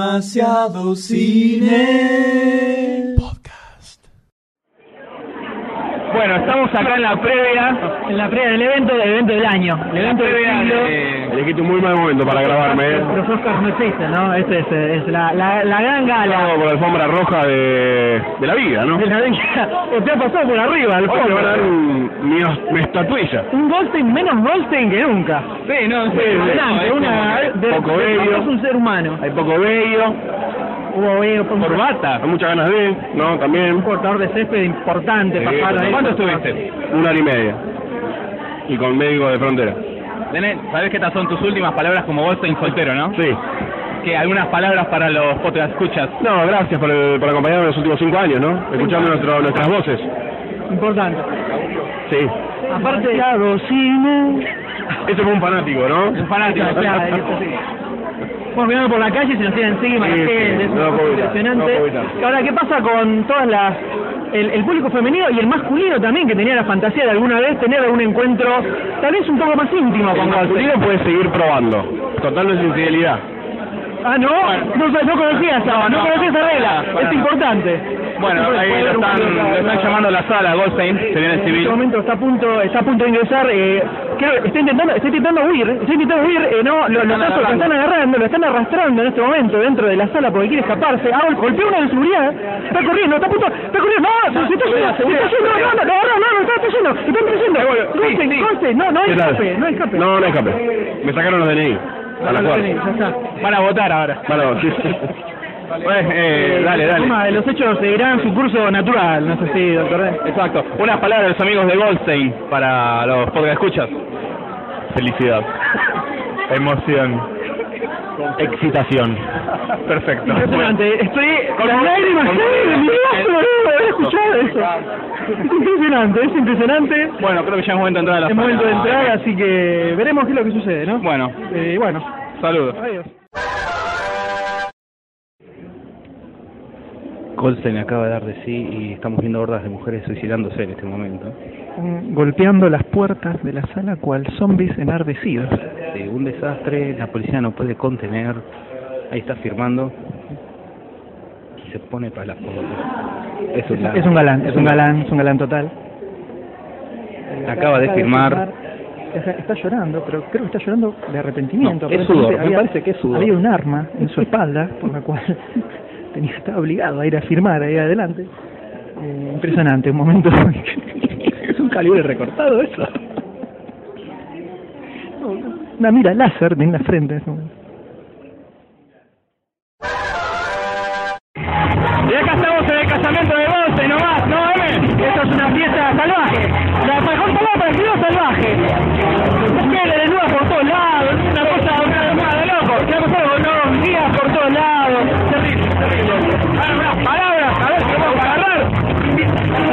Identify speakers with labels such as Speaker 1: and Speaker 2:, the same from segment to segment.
Speaker 1: Demasiado cine.
Speaker 2: Bueno, estamos acá en la previa.
Speaker 3: En la previa del evento, del evento del año. El evento del
Speaker 2: previa
Speaker 3: siglo.
Speaker 2: de-
Speaker 4: Elegiste un muy mal momento para grabarme, ¿eh?
Speaker 3: Los Oscars no existen, ¿no? Esa es, eh, es la, la, la gran
Speaker 4: Todo
Speaker 3: gala.
Speaker 4: por la alfombra roja de, de la vida, ¿no?
Speaker 3: De la Usted ha pasado por arriba, al
Speaker 4: Hoy me van a
Speaker 3: fondo.
Speaker 4: dar un- mi, os- mi estatuilla.
Speaker 3: Un Goldstein menos Goldstein que nunca.
Speaker 2: Sí, no, sí, sí,
Speaker 3: Bastante,
Speaker 2: es
Speaker 3: una,
Speaker 2: como
Speaker 3: de,
Speaker 4: poco
Speaker 3: de
Speaker 4: bello.
Speaker 3: pronto es un ser humano.
Speaker 4: Hay poco bello,
Speaker 3: Hubo eh, un
Speaker 4: hay muchas ganas de, ¿no?
Speaker 3: un
Speaker 4: También.
Speaker 3: cortador de césped importante.
Speaker 4: Sí,
Speaker 3: pasaron ahí.
Speaker 2: ¿Cuánto estuviste?
Speaker 4: Una hora y media. Y con médico de frontera.
Speaker 2: Nene, sabes que estas son tus últimas palabras como Goldstein soltero, ¿no?
Speaker 4: Sí.
Speaker 2: Que algunas palabras para los podcast escuchas.
Speaker 4: No, gracias por, el- por acompañarme los últimos cinco años, ¿no? Escuchando nuestro- nuestras voces.
Speaker 3: Importante.
Speaker 4: Sí.
Speaker 3: Aparte. Demasiado cine.
Speaker 4: Ese fue un fanático,
Speaker 2: Un
Speaker 4: ¿no?
Speaker 2: fanático.
Speaker 3: Claro, claro, eso sí. Bueno, mirando por la calle se nos tira encima la
Speaker 4: Sí, sí,
Speaker 3: gente, es
Speaker 4: no lo
Speaker 3: una cosa
Speaker 4: puedo evitar, no
Speaker 3: impresionante.
Speaker 4: lo puedo evitar.
Speaker 3: Ahora, ¿qué pasa con todas las el, el público femenino y el masculino también que tenía la fantasía de alguna vez tener algún encuentro tal vez un poco más íntimo
Speaker 4: El
Speaker 3: con Goldstein?
Speaker 4: masculino puede seguir probando. Total no es infidelidad.
Speaker 3: Ah, no, no, sé, no conocía esa, no conocía esa regla,
Speaker 2: Para
Speaker 3: es
Speaker 2: nada.
Speaker 3: importante.
Speaker 2: Bueno,
Speaker 3: Puede
Speaker 2: ahí
Speaker 3: haber
Speaker 2: lo
Speaker 3: un
Speaker 2: están,
Speaker 3: público,
Speaker 2: lo están
Speaker 3: claro.
Speaker 2: llamando a la sala, Goldstein. Se viene el
Speaker 3: En este
Speaker 2: civil.
Speaker 3: momento está a punto, está a punto de ingresar, eh, creo, está intentando, está intentando huir, está intentando huir, eh, no, lo, los
Speaker 2: están
Speaker 3: tazos lo están agarrando, lo están arrastrando en este momento dentro de la sala porque quiere escaparse, ah, golpeó una de seguridad, eh. está corriendo, está a punto, está corriendo, no, se, se está yendo, se está yendo, no, no, lo agarró, no, no, está, está yendo, se está yendo, Goldstein, Goldstein, no, no hay
Speaker 4: ¿Qué tal?
Speaker 3: escape, no hay escape.
Speaker 4: No, no escape. Me sacaron los DNI. A la
Speaker 3: No,
Speaker 4: cuarta.
Speaker 3: ya está.
Speaker 2: Van a votar ahora.
Speaker 4: Bueno, sí.
Speaker 2: Bueno, eh, dale,
Speaker 3: El tema
Speaker 2: dale.
Speaker 3: de los hechos seguirán su curso natural, no sé si, doctor. D.
Speaker 2: Exacto. Unas palabras de los amigos de Goldstein para los podcast escuchas.
Speaker 4: Felicidad. Emoción. Excitación. Perfecto.
Speaker 3: Impresionante, estoy.
Speaker 4: Con-
Speaker 3: Las lágrimas
Speaker 4: con-
Speaker 3: caen de mi rostro, no haber escuchado eso. Es impresionante, es impresionante.
Speaker 2: Bueno, creo que ya es momento de entrar a la
Speaker 3: Es
Speaker 2: sala.
Speaker 3: momento de entrar, así que veremos qué es lo que sucede, ¿no?
Speaker 2: Bueno,
Speaker 3: Eh, bueno,
Speaker 2: saludos.
Speaker 3: adiós.
Speaker 5: Goldstein acaba de dar de sí y estamos viendo hordas de mujeres suicidándose en este momento.
Speaker 3: Golpeando las puertas de la sala cual zombies enardecidos.
Speaker 5: Eh, un desastre, la policía no puede contener. Ahí está firmando. Y se pone para la foto. Es un,
Speaker 3: Este, Es un galán, es un galán, es un galán total.
Speaker 5: Acaba de firmar.
Speaker 3: O sea, Está llorando, pero creo que está llorando de arrepentimiento.
Speaker 5: No, es
Speaker 3: Aparentemente
Speaker 5: sudor, me parece que es sudor.
Speaker 3: Había un arma en su espalda, por la cual tenía, estaba obligado a ir a firmar ahí adelante. Eh, impresionante, un momento.
Speaker 5: Es un calibre recortado eso.
Speaker 3: Una mira láser en la frente en ese momento.
Speaker 2: Y acá estamos en el casamiento de Goldstein nomás, ¿no, M?
Speaker 3: Esto es una fiesta salvaje. La mejor palabra para decirlo salvaje. Mujeres desnudas por todos lados, una cosa, una de loco. Una cosa de no, guías por todos lados. Terrible, terrible. Ahora unas palabras, a ver si vamos a agarrar. Ah,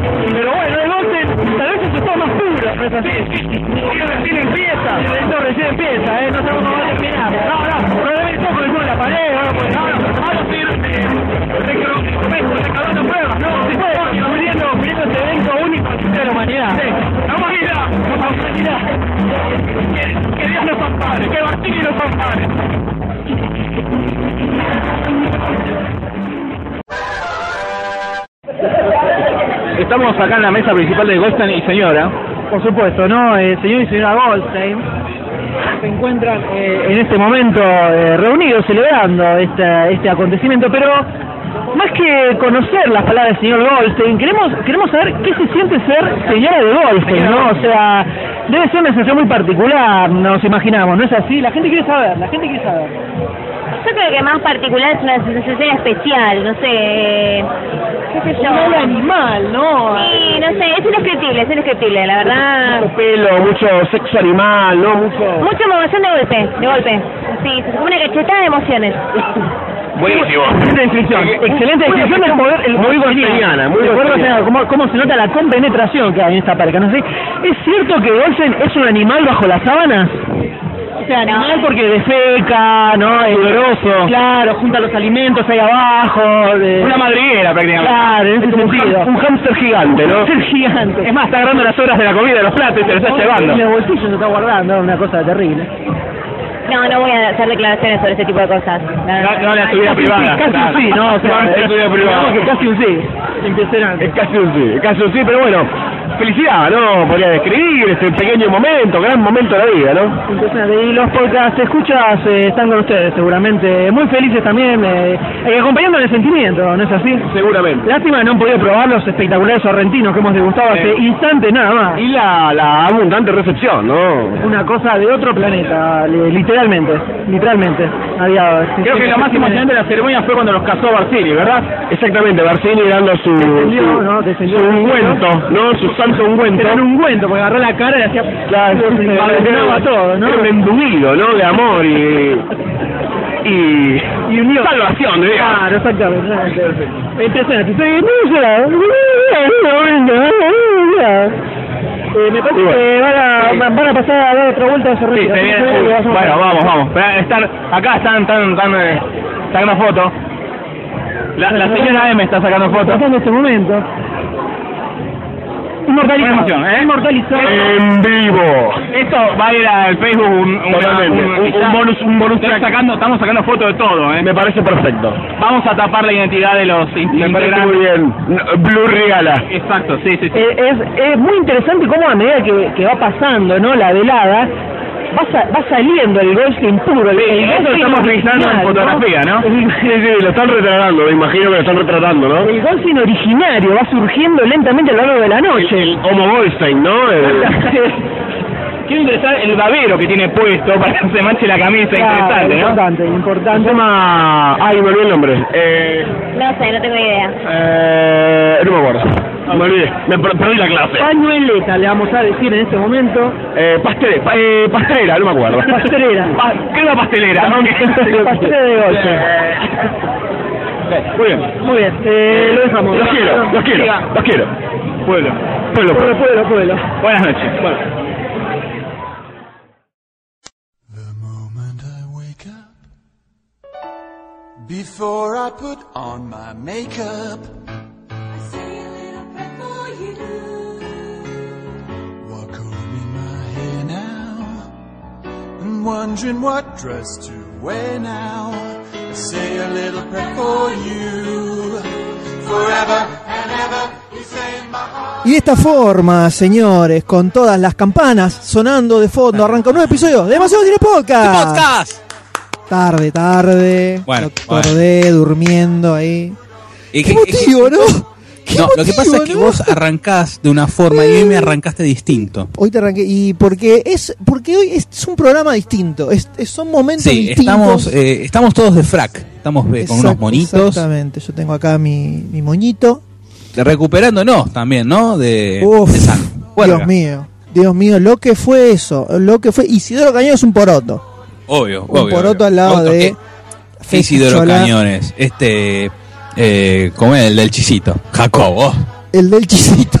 Speaker 3: Pero bueno, el Goldstein tal vez es su estado más puro, ¿no es así? Esto recién empieza. Esto recién empieza, ¿eh? No sabemos cómo va a terminar. No, no, probablemente con el culo en la pared. No, pues, no, no. Vamos a ir. Recabando pruebas. No, se puede. Estamos viviendo, viviendo este evento único de la humanidad. Sí. La humanidad. La humanidad. Que, que Dios nos ampare. Que Martín nos ampare.
Speaker 2: Estamos acá en la mesa principal de Goldstein y señora.
Speaker 3: Por supuesto, ¿no? Eh, señor y señora Goldstein se encuentran eh, en este momento eh, reunidos celebrando esta- este acontecimiento, pero más que conocer las palabras del señor Goldstein, queremos, queremos saber qué se siente ser señora de Goldstein, ¿no? O sea, debe ser una sensación muy particular, nos imaginamos, ¿no es así? La gente quiere saber, la gente quiere saber.
Speaker 6: Yo creo que más particular es una sensación especial, no sé. eh, ¿Qué sé yo?
Speaker 3: Un olor animal, ¿no?
Speaker 6: Sí, no sé, es indescriptible, es indescriptible, la verdad.
Speaker 4: Pelo, mucho sexo animal, ¿no? Mucho.
Speaker 6: Mucha emoción de golpe, de golpe. Sí, se supone una cachetada de emociones.
Speaker 4: Buenísimo. Eh,
Speaker 3: Excelente descripción. Excelente descripción del poder. El
Speaker 4: Muy
Speaker 3: poder
Speaker 4: gosteñana, muy
Speaker 3: El poder
Speaker 4: gosteñana.
Speaker 3: gosteñano, ¿Cómo, cómo se nota la compenetración que hay en esta pareja? No sé. ¿Es cierto que Olsen es un animal bajo las sábanas? O sea, animal porque defeca, ¿no? Es grosso. Claro, junta los alimentos ahí abajo. de-
Speaker 4: Una madriguera prácticamente.
Speaker 3: Claro, en ese sentido.
Speaker 4: Un hámster gigante, ¿no?
Speaker 3: Es gigante.
Speaker 4: Es más, está agarrando las horas de la comida de los platos y se las está llevando.
Speaker 3: En el bolsillo se está guardando, una cosa terrible.
Speaker 6: No, no voy a hacer declaraciones sobre ese tipo de cosas. No, no,
Speaker 4: No, no, la
Speaker 6: no.
Speaker 4: actividad privada.
Speaker 3: Casi
Speaker 4: claro.
Speaker 3: un sí, ¿no? O sea,
Speaker 4: Hámster tu vida privada.
Speaker 3: digamos que casi un sí. Impresionante.
Speaker 4: Es casi un sí, es casi un sí, pero bueno, felicidad, ¿no? Podría describir este pequeño momento, gran momento de la vida, ¿no?
Speaker 3: Impresionante. Y los podcast escuchas eh, están con ustedes seguramente, muy felices también, eh, eh, acompañando en el sentimiento, ¿no es así?
Speaker 4: Seguramente.
Speaker 3: Lástima que no han podido probar los espectaculares sorrentinos que hemos degustado hace
Speaker 4: Sí.
Speaker 3: instantes nada más.
Speaker 4: Y la, la abundante recepción, ¿no?
Speaker 3: Una cosa de otro planeta, li- literalmente, literalmente. Había,
Speaker 4: Creo que lo más emocionante de la ceremonia fue cuando los casó Barcini, ¿verdad? Exactamente, Barcini dando su,
Speaker 3: Descendió, ¿no? Descendió.
Speaker 4: su ungüento, ¿no? Su santo ungüento. Este,
Speaker 3: Era un ungüento, porque agarró la cara y le hacía... Abandonaba todo, ¿no?
Speaker 4: Era un enduido, ¿no? De amor y... Y... Ah,
Speaker 3: Y unió.
Speaker 4: Salvación, digamos.
Speaker 3: Claro, exactamente. exactamente. Impresionante. Estoy muy llorado. Eh, me parece
Speaker 4: Y bueno.
Speaker 3: que van a, van a pasar a dar otra vuelta de ese
Speaker 4: Sí, se viene- bueno, vamos, vamos. Espera, están- acá están, están, están eh, sacando fotos. La, la señora M está sacando fotos.
Speaker 3: en este momento. Inmortalizado.
Speaker 4: Buena emoción, ¿eh?
Speaker 3: Inmortalizado.
Speaker 4: En vivo. Esto va a ir al Facebook un, un,
Speaker 2: Totalmente.
Speaker 4: un-
Speaker 2: Un-
Speaker 4: quizá-
Speaker 2: un bonus- un bonus
Speaker 4: Estamos
Speaker 2: track.
Speaker 4: sacando, estamos sacando fotos de todo, ¿eh?
Speaker 2: Me parece perfecto.
Speaker 4: Vamos a tapar la identidad de los in-
Speaker 2: Me parece muy
Speaker 4: integrantes.
Speaker 2: bien. No, Blue regala.
Speaker 4: Exacto, sí, sí, sí.
Speaker 3: Eh, es, es muy interesante cómo a medida que, que va pasando no la velada va, sa- va saliendo el Goldstein puro el,
Speaker 2: Eh,
Speaker 3: el
Speaker 4: Eso lo
Speaker 3: Goldstein
Speaker 4: estamos registrando en
Speaker 3: original,
Speaker 4: fotografía, ¿no?
Speaker 2: Sí, sí, lo están retratando, me imagino que lo están retratando, ¿no?
Speaker 3: el Goldstein originario va surgiendo lentamente a lo largo de la noche
Speaker 2: El Homo Goldstein, ¿no? El-
Speaker 4: Quiero interesar el babero que tiene puesto para que se manche la camisa.
Speaker 3: Claro,
Speaker 4: interesante, ¿no?
Speaker 3: importante,
Speaker 2: Se
Speaker 3: importante.
Speaker 2: llama... Ay, me olvidé el nombre. Eh,
Speaker 6: No sé, no tengo idea.
Speaker 2: eh, no me acuerdo. Me olvidé. Me per- perdí la clase.
Speaker 3: Pañueleta, le vamos a decir en este momento.
Speaker 2: Eh, pastel, pa- eh, pastelera, no me acuerdo.
Speaker 3: Pastelera.
Speaker 4: Pa- crema pastelera, ¿no?
Speaker 3: Pastelera de Goldstein.
Speaker 2: Muy bien.
Speaker 3: Muy bien, eh, lo dejamos.
Speaker 2: Los quiero, los quiero,
Speaker 3: Siga.
Speaker 2: los quiero. Pueblo. Pueblo,
Speaker 3: Pueblo,
Speaker 2: pueblo.
Speaker 3: pueblo, pueblo.
Speaker 4: Buenas noches. Bueno.
Speaker 7: The moment I wake up, before I put on my makeup,
Speaker 8: I say a little prayer for you.
Speaker 7: while combing my hair now, and wondering what dress to wear now, I say a little prayer for you, forever and ever, you say in my heart.
Speaker 9: Y de esta forma, señores, con todas las campanas sonando de fondo, arranca un nuevo episodio de Demasiado Cine Podcast.
Speaker 10: podcast.
Speaker 9: Tarde, tarde.
Speaker 10: Bueno,
Speaker 9: Doctor D durmiendo ahí.
Speaker 10: Y
Speaker 9: ¿Qué
Speaker 10: que-
Speaker 9: motivo,
Speaker 10: y-
Speaker 9: no? ¿Qué
Speaker 10: no, lo que
Speaker 9: motivo,
Speaker 10: pasa es que
Speaker 9: no?
Speaker 10: vos arrancás de una forma y hoy me arrancaste distinto.
Speaker 9: Hoy te arranqué. Y porque es porque hoy es, es un programa distinto. Es, es- son momentos
Speaker 10: Sí,
Speaker 9: distintos.
Speaker 10: estamos, eh, estamos todos de frac. Estamos eh, con
Speaker 9: Exact-
Speaker 10: unos monitos.
Speaker 9: Exactamente. Yo tengo acá mi, mi moñito.
Speaker 10: Recuperándonos también, ¿no? De,
Speaker 9: Uf,
Speaker 10: de San Juerga.
Speaker 9: Dios mío. Dios mío, lo que fue eso. Lo que fue. Isidoro Cañón es un poroto.
Speaker 10: Obvio,
Speaker 9: un
Speaker 10: obvio,
Speaker 9: poroto
Speaker 10: obvio.
Speaker 9: al lado
Speaker 10: Otro,
Speaker 9: de
Speaker 10: ¿qué- qué
Speaker 9: Félix
Speaker 10: Isidoro
Speaker 9: Chola,
Speaker 10: Cañones. Este. Eh, como el del chisito. Jacobo.
Speaker 9: el del chisito.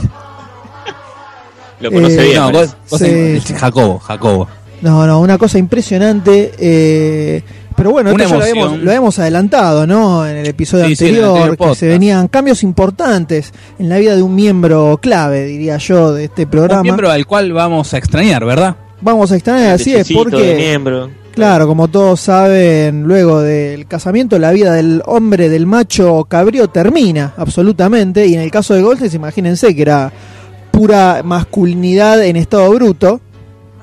Speaker 10: Lo
Speaker 9: conoce bien,
Speaker 10: No, vos- vos
Speaker 9: Sí,
Speaker 10: tenés- el
Speaker 9: sí.
Speaker 10: chi- Jacobo, Jacobo.
Speaker 9: No, no, una cosa impresionante. eh, pero bueno,
Speaker 10: Una
Speaker 9: esto ya lo
Speaker 10: emoción.
Speaker 9: habíamos, lo habíamos adelantado, ¿no? En el episodio
Speaker 10: Sí, sí, en el
Speaker 9: anterior,
Speaker 10: anterior
Speaker 9: que
Speaker 10: podcast.
Speaker 9: se venían cambios importantes en la vida de un miembro clave, diría yo, de este
Speaker 10: Un
Speaker 9: programa.
Speaker 10: miembro al cual vamos a extrañar, ¿verdad?
Speaker 9: Vamos a
Speaker 10: Eh,
Speaker 9: extrañar, así es, porque, claro, como todos saben, luego del casamiento, la vida del hombre, del macho cabrío termina, absolutamente. Y en el caso de Goldstein, imagínense que era pura masculinidad en estado bruto,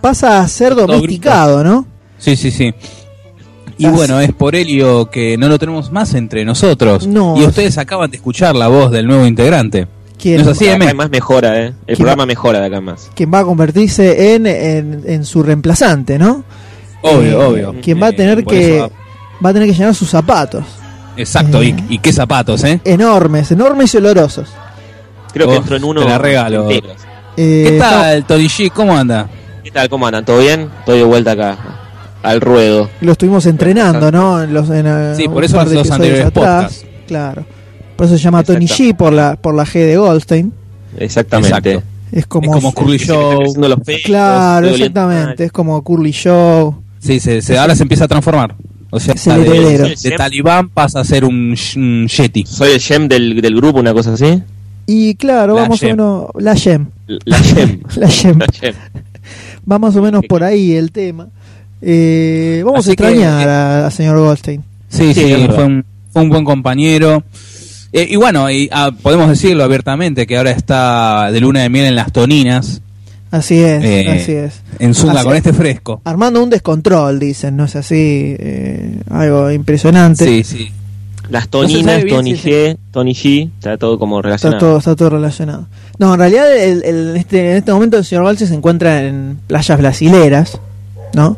Speaker 9: pasa a ser
Speaker 10: Estado bruto.
Speaker 9: domesticado, ¿no?
Speaker 10: Sí, sí, sí. Y
Speaker 9: Las-
Speaker 10: bueno, es por Helio que no lo tenemos más entre nosotros.
Speaker 9: No.
Speaker 10: Y ustedes acaban de escuchar la voz del nuevo integrante.
Speaker 9: Quien-
Speaker 10: ¿No es así,
Speaker 11: Acá
Speaker 10: M?
Speaker 11: hay más mejora, ¿eh? El
Speaker 9: ¿Quién va?
Speaker 11: programa mejora de acá más.
Speaker 9: quien va a convertirse en, en, en su reemplazante, ¿no?
Speaker 10: Obvio,
Speaker 9: Eh,
Speaker 10: obvio.
Speaker 9: Quien va a
Speaker 10: Eh,
Speaker 9: tener
Speaker 10: por
Speaker 9: que
Speaker 10: eso-
Speaker 9: va a tener que llenar sus zapatos,
Speaker 10: Exacto, y,
Speaker 9: Eh.
Speaker 10: y qué zapatos, ¿eh?
Speaker 9: enormes, enormes y olorosos.
Speaker 11: Creo
Speaker 10: Oh,
Speaker 11: que entro en uno.
Speaker 10: te la regalo.
Speaker 11: Sí.
Speaker 9: Eh,
Speaker 10: ¿Qué tal, Tony G? ¿Cómo anda?
Speaker 11: ¿Qué tal? ¿Cómo andan? ¿Todo bien? Estoy de vuelta acá.
Speaker 7: al ruedo.
Speaker 9: Y lo estuvimos entrenando, ¿no? En los, en, eh,
Speaker 10: Sí, por
Speaker 9: un
Speaker 10: eso
Speaker 9: par de
Speaker 10: los
Speaker 9: episodios
Speaker 10: anteriores
Speaker 9: atrás.
Speaker 10: podcasts.
Speaker 9: Claro. Por eso se llama Tony G por la, por la G de Goldstein.
Speaker 7: Exactamente.
Speaker 9: Es como.
Speaker 10: es como Curly Show.
Speaker 9: Claro,
Speaker 10: Estoy doliendo
Speaker 9: exactamente. Es como Curly Show.
Speaker 10: Sí, se, se- ahora se empieza a transformar. O sea,
Speaker 9: Es el
Speaker 10: de,
Speaker 9: heredero.
Speaker 10: de talibán pasa a ser un, sh- un yeti.
Speaker 7: Soy el gem del, del grupo, una cosa así.
Speaker 9: Y claro,
Speaker 10: La
Speaker 9: va más o
Speaker 10: Yem.
Speaker 9: menos. La Yem.
Speaker 7: L- La gem.
Speaker 9: La Yem.
Speaker 7: La gem.
Speaker 9: Va más o menos por ahí el tema. Eh, vamos
Speaker 10: Así
Speaker 9: a
Speaker 10: que-
Speaker 9: extrañar a, a señor Goldstein.
Speaker 7: Sí,
Speaker 10: Sí, sí,
Speaker 7: es verdad.
Speaker 10: fue, un, fue un buen compañero. Eh, y bueno, y, ah, podemos decirlo abiertamente que ahora está de luna de miel en las toninas,
Speaker 9: Así es,
Speaker 10: Eh,
Speaker 9: así es.
Speaker 10: en Zunga,
Speaker 9: Así-
Speaker 10: con este fresco.
Speaker 9: Armando un descontrol, dicen, ¿no es así? Eh, algo impresionante.
Speaker 10: Sí, sí.
Speaker 7: Las
Speaker 10: se sabe
Speaker 7: toninas,
Speaker 10: bien
Speaker 7: Tony
Speaker 10: si se-
Speaker 7: G, Tony G, está todo como
Speaker 9: Está
Speaker 7: relacionado.
Speaker 9: todo, está todo relacionado. No, en realidad el- el- en este, en este momento el señor Balse se encuentra en playas brasileras, ¿no?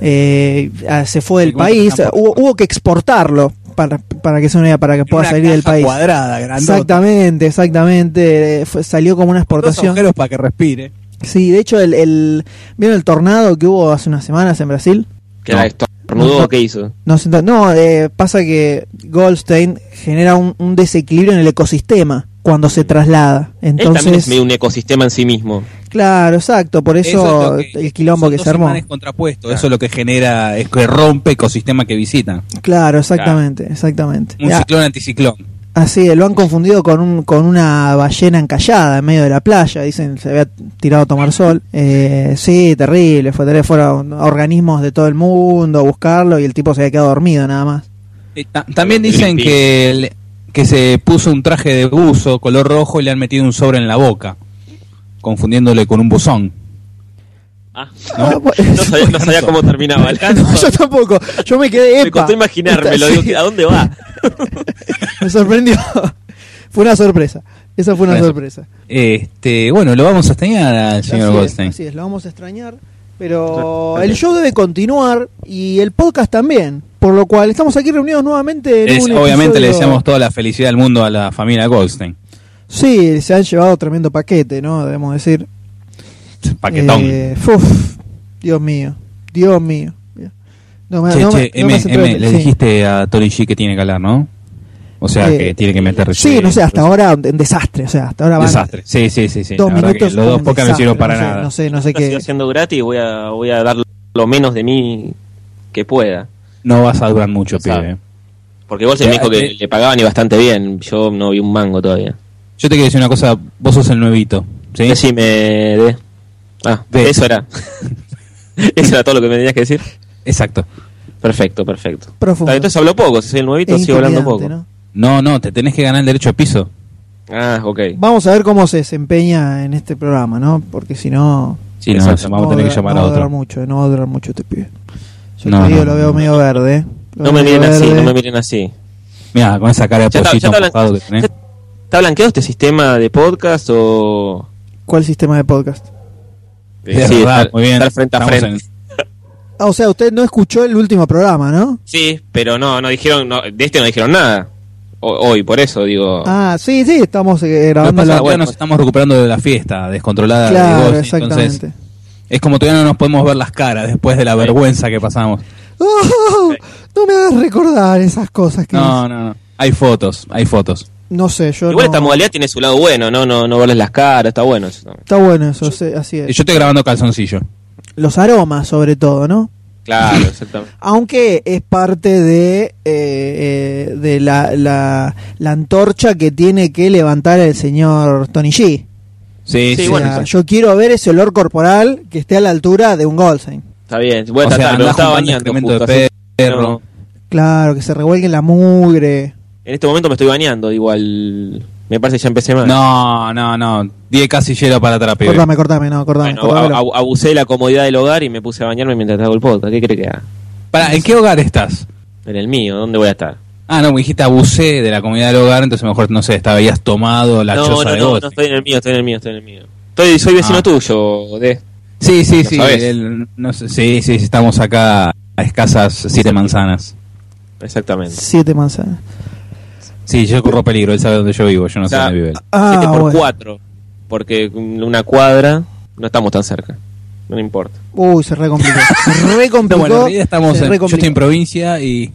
Speaker 9: Eh, ah, se fue del
Speaker 10: Se encuentra
Speaker 9: país,
Speaker 10: en campo.
Speaker 9: hubo, hubo que exportarlo para, para que sea una idea, para que pueda
Speaker 10: Una
Speaker 9: salir del
Speaker 10: caja
Speaker 9: país.
Speaker 10: cuadrada, grandota.
Speaker 9: Exactamente, exactamente. eh, fue- salió como una
Speaker 10: Dos
Speaker 9: exportación.
Speaker 10: agujeros para que respire.
Speaker 9: Sí, de hecho, el, el, ¿vieron el tornado que hubo hace unas semanas en Brasil?
Speaker 7: Que la estornudó, ¿qué hizo?
Speaker 9: No, se ent- no, eh, pasa que Goldstein genera un, un desequilibrio en el ecosistema cuando se traslada.
Speaker 7: Mm. Él también es
Speaker 9: Entonces,
Speaker 7: medio un ecosistema en sí mismo.
Speaker 9: claro, exacto, por eso,
Speaker 10: es lo que-
Speaker 9: el quilombo
Speaker 10: son
Speaker 9: que
Speaker 10: dos
Speaker 9: se armó.
Speaker 10: imanes contrapuestos, eso es lo que genera, es que rompe ecosistema que visita.
Speaker 9: Claro, exactamente, exactamente.
Speaker 10: Un
Speaker 9: Ya,
Speaker 10: ciclón anticiclón.
Speaker 9: así, es, lo han confundido con, un, con una ballena encallada en medio de la playa, dicen, se había tirado a tomar sol. Eh, sí, terrible, fue terrible, fueron organismos de todo el mundo a buscarlo y el tipo se había quedado dormido nada más.
Speaker 10: Eh, ta- también dicen
Speaker 7: Greenpeace.
Speaker 10: que, le- que se puso un traje de buzo color rojo y le han metido un sobre en la boca, confundiéndole con un buzón.
Speaker 7: Ah.
Speaker 10: ¿no?
Speaker 9: Ah, bueno.
Speaker 7: No sabía, no sabía cómo terminaba.
Speaker 9: No, yo tampoco. Yo me quedé.
Speaker 7: Me
Speaker 9: Epa.
Speaker 7: costó imaginármelo.
Speaker 9: Esta-
Speaker 7: Digo,
Speaker 9: sí,
Speaker 7: ¿A dónde va?
Speaker 9: me sorprendió. fue una sorpresa. Esa fue una
Speaker 10: Bueno,
Speaker 9: sorpresa.
Speaker 10: Este, bueno, lo vamos a extrañar al señor
Speaker 9: así
Speaker 10: Goldstein.
Speaker 9: Es, así es, lo vamos a extrañar. Pero el show debe continuar y el podcast también. Por lo cual estamos aquí reunidos nuevamente. En
Speaker 10: Es-
Speaker 9: un
Speaker 10: obviamente le
Speaker 9: episodio-
Speaker 10: deseamos toda la felicidad del mundo a la familia Goldstein.
Speaker 9: Sí, se han llevado tremendo paquete, ¿no? Debemos decir.
Speaker 10: Paquetón.
Speaker 9: Eh, fuf, Dios mío. Dios mío. No me-
Speaker 10: che,
Speaker 9: no me-
Speaker 10: che,
Speaker 9: no me
Speaker 10: M,
Speaker 9: hace
Speaker 10: M,
Speaker 9: perder-
Speaker 10: le
Speaker 9: sí.
Speaker 10: dijiste a Tony G que tiene que hablar, ¿no? O sea,
Speaker 9: Eh,
Speaker 10: que tiene que meter pues.
Speaker 9: Sí, no sé, hasta ahora un, un desastre. O sea, hasta ahora van
Speaker 10: Desastre. Sí, sí, sí. sí.
Speaker 9: dos
Speaker 10: la verdad que
Speaker 9: minutos.
Speaker 10: los dos
Speaker 9: un
Speaker 10: pocas no sirvieron
Speaker 9: desastre,
Speaker 10: para
Speaker 9: sé,
Speaker 10: nada.
Speaker 9: No sé, no sé
Speaker 7: Lo sigo
Speaker 9: qué.
Speaker 7: haciendo gratis. Voy a, voy a dar lo menos de mí que pueda.
Speaker 10: No vas a durar mucho,
Speaker 7: No sabe.
Speaker 10: pibe. ¿eh?
Speaker 7: Porque vos me
Speaker 10: Ya,
Speaker 7: dijo que
Speaker 10: eh.
Speaker 7: le pagaban y bastante bien. Yo no vi un mango todavía.
Speaker 10: Yo te quiero decir una cosa. Vos sos el nuevito. ¿sí?
Speaker 7: Decime de. Ah,
Speaker 10: De.
Speaker 7: eso era. eso era todo lo que me tenías que decir.
Speaker 10: Exacto.
Speaker 7: Perfecto, perfecto.
Speaker 9: Profundo.
Speaker 7: Entonces habló poco. Si soy el nuevito,
Speaker 9: Es
Speaker 7: sigo hablando
Speaker 9: intimidante,
Speaker 7: poco.
Speaker 9: ¿no?
Speaker 10: No, no, te tenés que ganar el derecho de piso.
Speaker 7: Ah, ok.
Speaker 9: Vamos a ver cómo se desempeña en este programa, ¿no? Porque si no.
Speaker 10: Sí, no,
Speaker 7: Exacto.
Speaker 10: vamos a
Speaker 9: no
Speaker 10: tener
Speaker 9: va
Speaker 10: que llamar
Speaker 9: no
Speaker 10: a
Speaker 9: va durar
Speaker 10: otro.
Speaker 9: mucho, no va a durar mucho este pibe. Yo
Speaker 10: No,
Speaker 9: te digo,
Speaker 10: no,
Speaker 9: lo veo
Speaker 10: no.
Speaker 9: medio verde. ¿eh? Lo
Speaker 7: No me
Speaker 9: veo
Speaker 7: miren así,
Speaker 9: verde.
Speaker 7: no me miren así.
Speaker 10: Mira, con esa cara de
Speaker 7: Ya está,
Speaker 10: pollito
Speaker 7: ya está
Speaker 10: empujado que
Speaker 7: blan-
Speaker 10: tenés.
Speaker 7: ya ¿Está blanqueado este sistema de podcast o.?
Speaker 9: ¿Cuál sistema de podcast?
Speaker 10: Es verdad,
Speaker 7: estar,
Speaker 10: muy bien.
Speaker 7: estar frente a
Speaker 10: Estamos
Speaker 7: frente.
Speaker 10: en-
Speaker 9: Ah, o sea, usted no escuchó el último programa, ¿no?
Speaker 7: Sí, pero no, no dijeron, no, de este no dijeron nada. O- hoy, por eso digo.
Speaker 9: Ah, sí, sí, estamos eh,
Speaker 10: Lo que
Speaker 9: grabando
Speaker 10: pasa es
Speaker 9: la.
Speaker 10: que ahora nos estamos recuperando de la fiesta descontrolada. de
Speaker 9: Claro,
Speaker 10: Goldstein,
Speaker 9: exactamente.
Speaker 10: Entonces, es como todavía no nos podemos ver las caras después de la vergüenza que pasamos.
Speaker 9: ¡Oh! no me hagas recordar esas cosas que
Speaker 10: No, no, no. Hay fotos, hay fotos.
Speaker 9: no sé, yo
Speaker 7: Igual
Speaker 9: no-
Speaker 7: esta modalidad tiene su lado bueno, no no no verles las caras, está bueno eso también.
Speaker 9: Está bueno eso, sí, así
Speaker 10: Yo
Speaker 9: es.
Speaker 10: estoy grabando calzoncillo.
Speaker 9: Los aromas sobre todo, ¿no?
Speaker 7: Claro, exactamente.
Speaker 9: Aunque es parte de, eh, eh, de la, la, la antorcha que tiene que levantar el señor Tony G.
Speaker 10: Sí,
Speaker 7: Sí,
Speaker 10: sí.
Speaker 9: O
Speaker 7: bueno,
Speaker 9: sea,
Speaker 7: exacto.
Speaker 9: yo quiero ver ese olor corporal que esté a la altura de un Goldstein.
Speaker 7: Está bien, voy a
Speaker 10: O
Speaker 7: tratar,
Speaker 10: sea,
Speaker 7: pero
Speaker 10: andás
Speaker 7: estaba
Speaker 10: juntando
Speaker 7: bañando
Speaker 10: excremento
Speaker 7: justo,
Speaker 10: de
Speaker 7: así que
Speaker 10: perro.
Speaker 7: no.
Speaker 9: Claro, que se revuelque la mugre.
Speaker 7: En este momento me estoy bañando, igual me parece que ya empecé mal.
Speaker 10: No, no, no. 10 casillero para atrás, pibe.
Speaker 9: Cortame, cortame, no, cortame.
Speaker 7: Bueno,
Speaker 9: cortámelo.
Speaker 7: ab- abusé de la comodidad del hogar y me puse a bañarme mientras hago el podcast. ¿Qué crees que haga?
Speaker 10: Pará, ¿en qué hogar estás?
Speaker 7: En el mío, ¿dónde voy a estar?
Speaker 10: Ah, no, me dijiste abusé de la comida del hogar, entonces mejor, no sé, estabas habías tomado la
Speaker 7: no,
Speaker 10: choza
Speaker 7: no,
Speaker 10: de
Speaker 7: no,
Speaker 10: vos.
Speaker 7: no, estoy en el mío, estoy en el mío, estoy en el mío. Estoy, soy vecino
Speaker 10: Ah.
Speaker 7: tuyo, de.
Speaker 10: Sí, sí,
Speaker 7: Lo
Speaker 10: sí.
Speaker 7: sabés.
Speaker 10: el- no sé, sí, sí, sí, estamos acá a escasas siete manzanas.
Speaker 7: Exactamente.
Speaker 9: Siete manzanas.
Speaker 10: Sí, yo corro peligro, él sabe dónde yo vivo, yo no
Speaker 7: O sea,
Speaker 10: sé dónde vive él.
Speaker 9: Ah,
Speaker 7: 7 por
Speaker 9: bueno.
Speaker 7: 4 porque una cuadra no estamos tan cerca. no le importa.
Speaker 9: Uy, se recomplicó. Se recomplicó.
Speaker 10: bueno, en realidad estamos
Speaker 9: se
Speaker 10: en, yo
Speaker 9: recomplicó.
Speaker 10: estoy en provincia y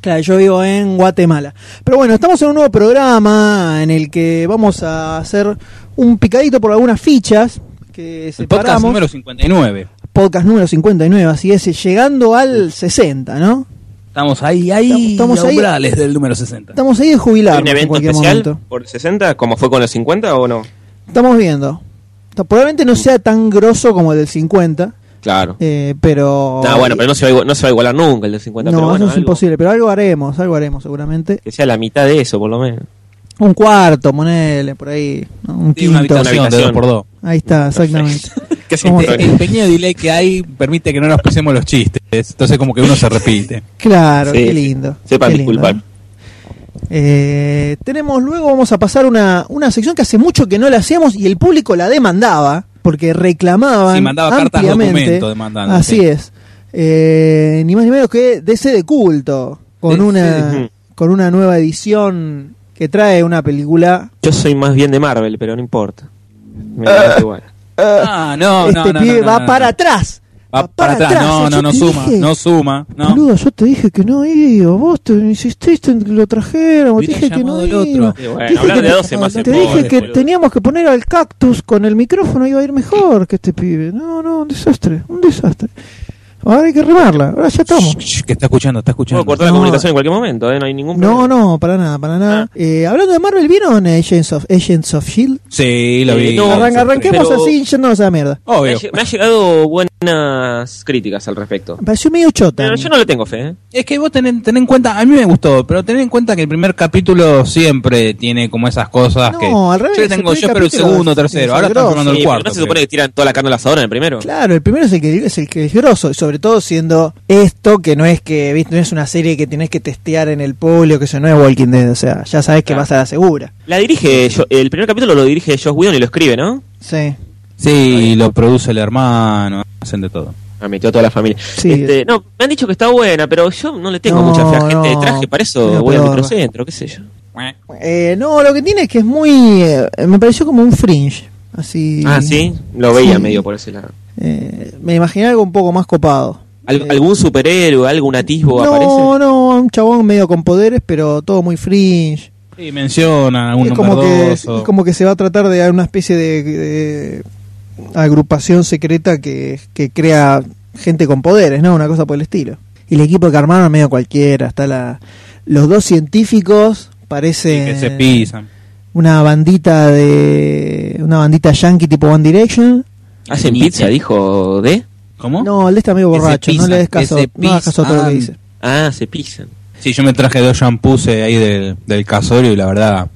Speaker 9: Claro, yo vivo en Guatemala. Pero bueno, estamos en un nuevo programa en el que vamos a hacer un picadito por algunas fichas que
Speaker 10: el podcast
Speaker 9: separamos.
Speaker 10: número 59.
Speaker 9: Podcast número 59, así es, llegando al 60, ¿no?
Speaker 10: Estamos ahí, ahí,
Speaker 9: Estamos- estamos ahí.
Speaker 10: laborales del número 60.
Speaker 9: Estamos ahí de
Speaker 7: ¿Hay
Speaker 9: jubilar
Speaker 7: un
Speaker 9: en
Speaker 7: evento
Speaker 9: cualquier
Speaker 7: especial
Speaker 9: momento.
Speaker 7: por 60 como fue con los 50 o no?
Speaker 9: Estamos viendo. Ta- Probablemente no sea tan grosso como el del 50,
Speaker 7: Claro.
Speaker 9: eh, pero...
Speaker 7: Ah, bueno, pero no se, va a, igu- no se va a igualar nunca el de 50.
Speaker 9: no,
Speaker 7: pero bueno,
Speaker 9: eso es
Speaker 7: algo
Speaker 9: imposible, pero algo haremos, algo haremos seguramente.
Speaker 7: que sea la mitad de eso, por lo menos.
Speaker 9: Un cuarto, monele, por ahí, ¿no? un
Speaker 10: Sí, una
Speaker 9: quinto.
Speaker 10: habitación de dos por dos.
Speaker 9: Ahí está, exactamente.
Speaker 7: Que
Speaker 9: Como
Speaker 10: El,
Speaker 9: que-
Speaker 10: el pequeño delay que hay permite que no nos pisemos los chistes. Entonces, como que uno se repite.
Speaker 9: Claro,
Speaker 7: Sí,
Speaker 9: qué lindo.
Speaker 7: Sepan
Speaker 9: qué lindo,
Speaker 7: disculpar.
Speaker 9: ¿eh? Eh, tenemos luego, vamos a pasar una, una sección que hace mucho que no la hacíamos y el público la demandaba, porque reclamaban
Speaker 10: Sí, mandaba cartas
Speaker 9: ampliamente.
Speaker 10: documento demandando,
Speaker 9: Así
Speaker 10: sí.
Speaker 9: es. Eh, ni más ni menos que DC de culto, con,
Speaker 10: DC
Speaker 9: una,
Speaker 7: de-
Speaker 9: con una nueva edición que trae una película.
Speaker 7: Yo soy más bien de Marvel, pero no importa. Me da igual.
Speaker 10: Ah, no, no,
Speaker 9: este
Speaker 10: no,
Speaker 9: pibe
Speaker 10: no,
Speaker 9: va
Speaker 10: no, no.
Speaker 9: para atrás.
Speaker 10: Va para atrás.
Speaker 9: Yo
Speaker 10: No, no, no
Speaker 9: te
Speaker 10: suma,
Speaker 9: dije.
Speaker 10: no suma. No.
Speaker 9: Boludo, yo te dije que no iba, vos te insististe en que lo trajéramos, te
Speaker 10: Hubiera
Speaker 9: dije que no
Speaker 10: llamado
Speaker 9: iba.
Speaker 10: el otro.
Speaker 7: Sí, bueno,
Speaker 9: Dije
Speaker 7: hablar
Speaker 9: que-
Speaker 7: de 12 más
Speaker 9: te dije que teníamos que poner al cactus con el micrófono, iba a ir mejor que este pibe. No, no, un desastre, un desastre. Ahora hay que remarla, ahora ya estamos.
Speaker 10: Shh, que está escuchando, está escuchando.
Speaker 7: Puedo cortar la
Speaker 9: No.
Speaker 7: comunicación en cualquier momento, ¿eh? No hay ningún problema.
Speaker 9: No, no, para nada, para
Speaker 10: Ah.
Speaker 9: nada. Eh, hablando de Marvel, ¿vieron Agents of, Agents of Shield?
Speaker 10: Sí, lo vi.
Speaker 7: Eh, no,
Speaker 9: Arran- arranquemos
Speaker 7: pero-
Speaker 9: así, yéndonos a la mierda.
Speaker 7: Me ha,
Speaker 10: Obvio.
Speaker 7: lle- me ha llegado buenas críticas al respecto.
Speaker 9: Me pareció medio chota.
Speaker 7: Pero yo no le tengo fe, ¿eh?
Speaker 10: Es que vos tenés, tenés en cuenta, a mí me gustó, pero tened en cuenta que el primer capítulo siempre tiene como esas cosas
Speaker 9: No,
Speaker 10: que.
Speaker 9: al revés,
Speaker 10: yo le tengo,
Speaker 9: el primer
Speaker 10: yo espero el
Speaker 9: capítulo
Speaker 10: segundo,
Speaker 9: es- es
Speaker 10: tercero, ahora
Speaker 9: el
Speaker 10: están
Speaker 9: grosso.
Speaker 10: formando
Speaker 7: Sí,
Speaker 10: el
Speaker 7: pero
Speaker 10: cuarto.
Speaker 7: no se supone que tiran toda la carne al asador en el primero.
Speaker 9: Claro, el primero es el que es el que es grosso, y sobre todo siendo esto que no es que, viste, no es una serie que tenés que testear en el polio, que eso no es Walking Dead, o sea, ya sabes que vas a la segura.
Speaker 7: La dirige, yo- el primer capítulo lo dirige Josh Whedon y lo escribe, ¿no?
Speaker 9: Sí.
Speaker 10: Sí, y lo produce el hermano, hacen de todo.
Speaker 7: Ah, metió a toda la familia.
Speaker 9: Sí.
Speaker 7: Este, no, me han dicho que está buena, pero yo no le tengo
Speaker 9: No,
Speaker 7: mucha fe a gente
Speaker 9: no.
Speaker 7: de traje, para eso
Speaker 9: Pero
Speaker 7: voy al
Speaker 9: peor.
Speaker 7: microcentro, qué sé yo.
Speaker 9: Eh, no, lo que tiene es que es muy eh, me pareció como un fringe, así.
Speaker 7: Ah, sí, lo veía
Speaker 9: Sí.
Speaker 7: medio por ese lado.
Speaker 9: Eh, me imaginé algo un poco más copado.
Speaker 7: ¿Al-
Speaker 9: Eh,
Speaker 7: ¿Algún superhéroe, algún atisbo
Speaker 9: No,
Speaker 7: aparece?
Speaker 9: no, un chabón medio con poderes, pero todo muy fringe.
Speaker 10: Sí, mencionan algún
Speaker 9: es como que es
Speaker 10: verdoso.
Speaker 9: como que se va a tratar de una especie de, de agrupación secreta que, que crea gente con poderes, ¿no? Una cosa por el estilo. Y el equipo que armaron medio cualquiera, hasta la los dos científicos
Speaker 10: Sí,
Speaker 9: parecen
Speaker 10: que se pisan.
Speaker 9: una bandita de una bandita yankee tipo One Direction.
Speaker 7: ¿Hacen pizza, dijo D?
Speaker 10: ¿Cómo?
Speaker 9: No, él está medio
Speaker 10: Que se
Speaker 9: borracho, no le des
Speaker 10: pisan, que
Speaker 9: caso,
Speaker 10: se
Speaker 9: no hagas caso a todo lo que
Speaker 10: pisan.
Speaker 9: dice.
Speaker 7: Ah, se pisan.
Speaker 10: Sí, yo me traje dos shampoos eh, ahí del, del casorio y la verdad,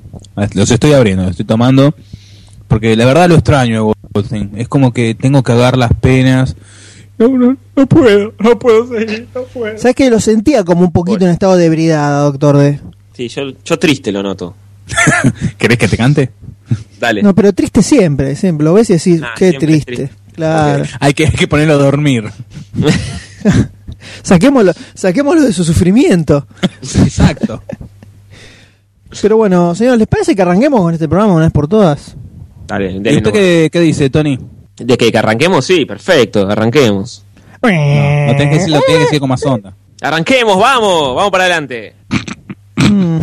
Speaker 10: los estoy abriendo, los estoy tomando, porque la verdad lo extraño, a Goldstein. Es como que tengo que agarrar las penas. No, no, no puedo, no puedo seguir, no puedo.
Speaker 9: ¿Sabes que lo sentía como un poquito en estado de ebriedad, doctor D?
Speaker 7: Sí, yo, yo triste lo noto.
Speaker 10: ¿Querés que te cante?
Speaker 7: Dale.
Speaker 9: No, pero triste siempre, siempre. Lo ves y decís,
Speaker 7: Ah,
Speaker 9: qué
Speaker 7: siempre es
Speaker 9: triste.
Speaker 7: triste.
Speaker 9: Claro.
Speaker 10: Hay que, hay que ponerlo a dormir.
Speaker 9: saquémoslo, saquémoslo de su sufrimiento.
Speaker 10: Exacto.
Speaker 9: Pero bueno, señores, ¿les parece que arranquemos con este programa una vez por todas?
Speaker 7: Dale,
Speaker 10: ¿Y
Speaker 7: dale
Speaker 10: usted
Speaker 7: nomás.
Speaker 10: qué, qué dice, Tony? No,
Speaker 7: ¿De que, que arranquemos? Sí, perfecto, arranquemos. Eh.
Speaker 10: no tenés que decirlo, tenés que decir con más onda.
Speaker 7: Arranquemos, vamos, vamos para adelante.
Speaker 9: Mm,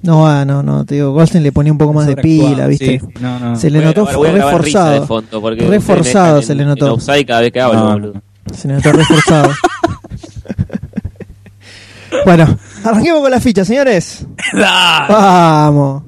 Speaker 9: No, ah, no, no, te digo, Goldstein le ponía un poco más de
Speaker 10: Sobreactuado,
Speaker 9: pila, ¿viste?
Speaker 10: sí, no, no.
Speaker 9: Se le
Speaker 7: Bueno,
Speaker 9: notó
Speaker 7: ahora voy a grabar risa de
Speaker 9: reforzado.
Speaker 7: fondo porque
Speaker 9: Reforzado
Speaker 7: ustedes
Speaker 9: se le
Speaker 7: dejan en- en
Speaker 9: notó.
Speaker 7: offside cada vez que hablo,
Speaker 10: No,
Speaker 7: Ah, boludo.
Speaker 10: no.
Speaker 9: Se le notó reforzado. bueno, arranquemos con la ficha, señores. Vamos.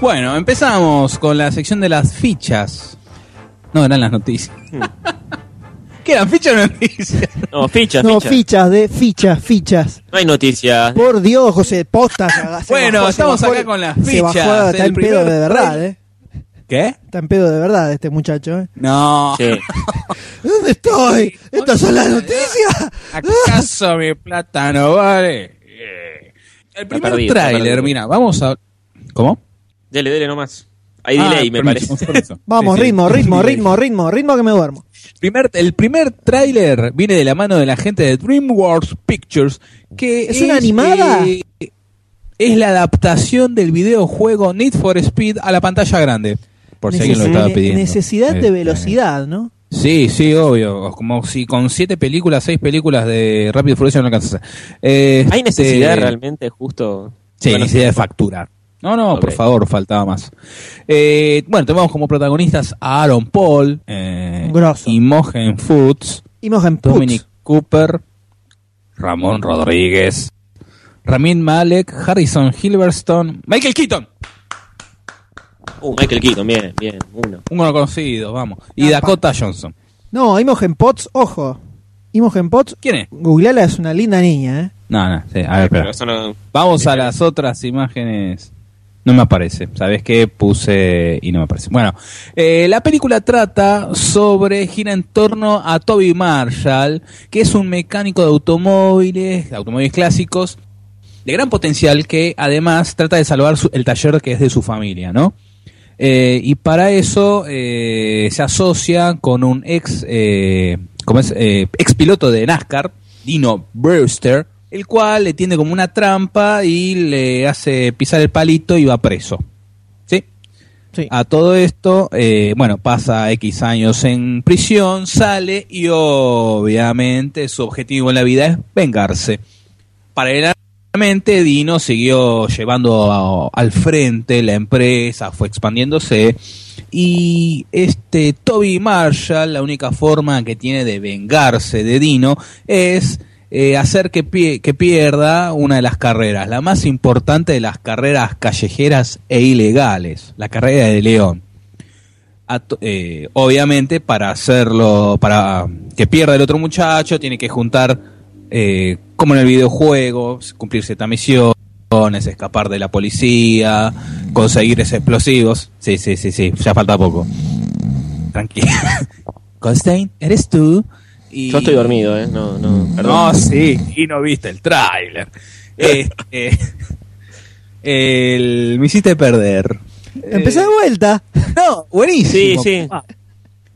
Speaker 10: Bueno, empezamos con la sección de las fichas. No, eran las noticias. ¿Qué eran fichas o noticias?
Speaker 7: No, fichas,
Speaker 9: No,
Speaker 7: fichas.
Speaker 9: fichas, de fichas, fichas.
Speaker 7: no hay noticias.
Speaker 9: Por Dios, José, postas. aga- se
Speaker 10: Bueno,
Speaker 9: bajó, se
Speaker 10: estamos
Speaker 9: bajó,
Speaker 10: acá con las
Speaker 9: Se bajó,
Speaker 10: fichas,
Speaker 9: está
Speaker 10: el
Speaker 9: en pedo
Speaker 10: primer
Speaker 9: de verdad, ¿eh?
Speaker 10: ¿Qué?
Speaker 9: Está en pedo de verdad este muchacho, ¿eh?
Speaker 10: No.
Speaker 7: Sí.
Speaker 9: ¿Dónde estoy? ¿Estas son las
Speaker 10: eh,
Speaker 9: noticias?
Speaker 10: ¿Acaso mi plata no vale? Eh. El primer
Speaker 7: perdido, está
Speaker 10: tráiler,
Speaker 7: perdido.
Speaker 10: mira, vamos a... ¿Cómo?
Speaker 7: Dele, dele nomás. Hay
Speaker 10: Ah,
Speaker 7: delay, me
Speaker 10: permiso,
Speaker 7: parece.
Speaker 10: permiso.
Speaker 9: Vamos,
Speaker 10: Sí, sí.
Speaker 9: ritmo, ritmo, ritmo, ritmo, ritmo que me duermo.
Speaker 10: Primer- el primer tráiler viene de la mano de la gente de DreamWorks Pictures, que
Speaker 9: ¿Es una animada?
Speaker 10: eh, es la adaptación del videojuego Need for Speed a la pantalla grande. Por si alguien lo
Speaker 9: Necesi-
Speaker 10: estaba pidiendo.
Speaker 9: Necesidad de
Speaker 10: Este,
Speaker 9: velocidad, ¿no?
Speaker 10: Sí, sí, obvio. Como si con siete películas, seis películas de Rapid Furioso no alcanzas. Este,
Speaker 7: ¿Hay necesidad realmente justo?
Speaker 10: Sí,
Speaker 7: Bueno,
Speaker 10: necesidad de factura. No, no, por
Speaker 7: Ok.
Speaker 10: favor, faltaba más. Eh, bueno, tenemos como protagonistas a Aaron Paul, eh,
Speaker 9: Grosso.
Speaker 10: Imogen Foods,
Speaker 9: Imogen Putz.
Speaker 10: Dominic Cooper, Ramón Rodríguez, Ramin Malek, Harrison Hilverstone, Michael Keaton,
Speaker 7: Uh, Michael Keaton, bien, bien, uno.
Speaker 10: uno conocido, vamos, y
Speaker 9: Apa.
Speaker 10: Dakota Johnson.
Speaker 9: No, Imogen Potts, ojo. Imogen Potts,
Speaker 10: ¿Quién es?
Speaker 9: googleala, es una linda niña, ¿eh?
Speaker 10: No, no, sí, a ver, espera.
Speaker 7: Pero eso no...
Speaker 10: Vamos a las otras imágenes. No me aparece. ¿Sabes qué? Puse y no me aparece. Bueno, eh, la película trata sobre, gira en torno a Toby Marshall, que es un mecánico de automóviles, de automóviles clásicos, de gran potencial, que además trata de salvar su- el taller que es de su familia, ¿no? Eh, y para eso eh, se asocia con un ex, eh, ¿cómo es? Eh, ex piloto de NASCAR, Dino Brewster, el cual le tiende como una trampa y le hace pisar el palito y va preso. ¿Sí?
Speaker 9: Sí.
Speaker 10: A todo esto, eh, bueno, pasa X años en prisión, sale y obviamente su objetivo en la vida es vengarse. Paralelamente, Dino siguió llevando a- al frente la empresa, fue expandiéndose. Y este Toby Marshall, la única forma que tiene de vengarse de Dino es eh, hacer que, pie- que pierda una de las carreras, la más importante de las carreras callejeras e ilegales, la carrera de León. A to- eh, obviamente para hacerlo, para que pierda el otro muchacho, tiene que juntar, eh, como en el videojuego, cumplir ciertas misiones, escapar de la policía, conseguir esos explosivos. Sí, sí, sí, sí, ya falta poco. Tranquilo. Constein, eres tú. Y-
Speaker 7: Yo estoy dormido, ¿eh? No, no, perdón. Eh.
Speaker 10: no, sí, y no viste el tráiler. Este, el, me hiciste perder.
Speaker 9: Empezá de vuelta.
Speaker 10: No,
Speaker 7: sí, Ah.
Speaker 10: buenísimo.
Speaker 7: sí.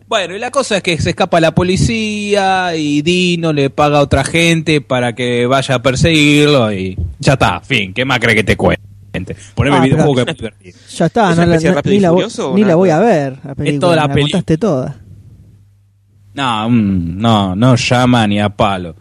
Speaker 10: Bueno, y la cosa es que se escapa la policía y Dino le paga a otra gente para que vaya a perseguirlo y ya está, fin, ¿qué más crees que te cuente? Poneme
Speaker 9: Ah,
Speaker 10: el videojuego que
Speaker 9: pero-
Speaker 10: me divertí.
Speaker 9: Ya está,
Speaker 7: ¿Es
Speaker 9: no
Speaker 7: una
Speaker 9: la,
Speaker 7: especie de
Speaker 9: no-
Speaker 7: Rápido
Speaker 9: ni,
Speaker 7: y
Speaker 9: la, voy-
Speaker 7: Furioso o
Speaker 9: ni la
Speaker 7: nada?
Speaker 9: voy a ver. La película,
Speaker 10: toda la
Speaker 9: me
Speaker 10: peli-
Speaker 9: contaste toda.
Speaker 10: No, mm, no, no llama ni a palo.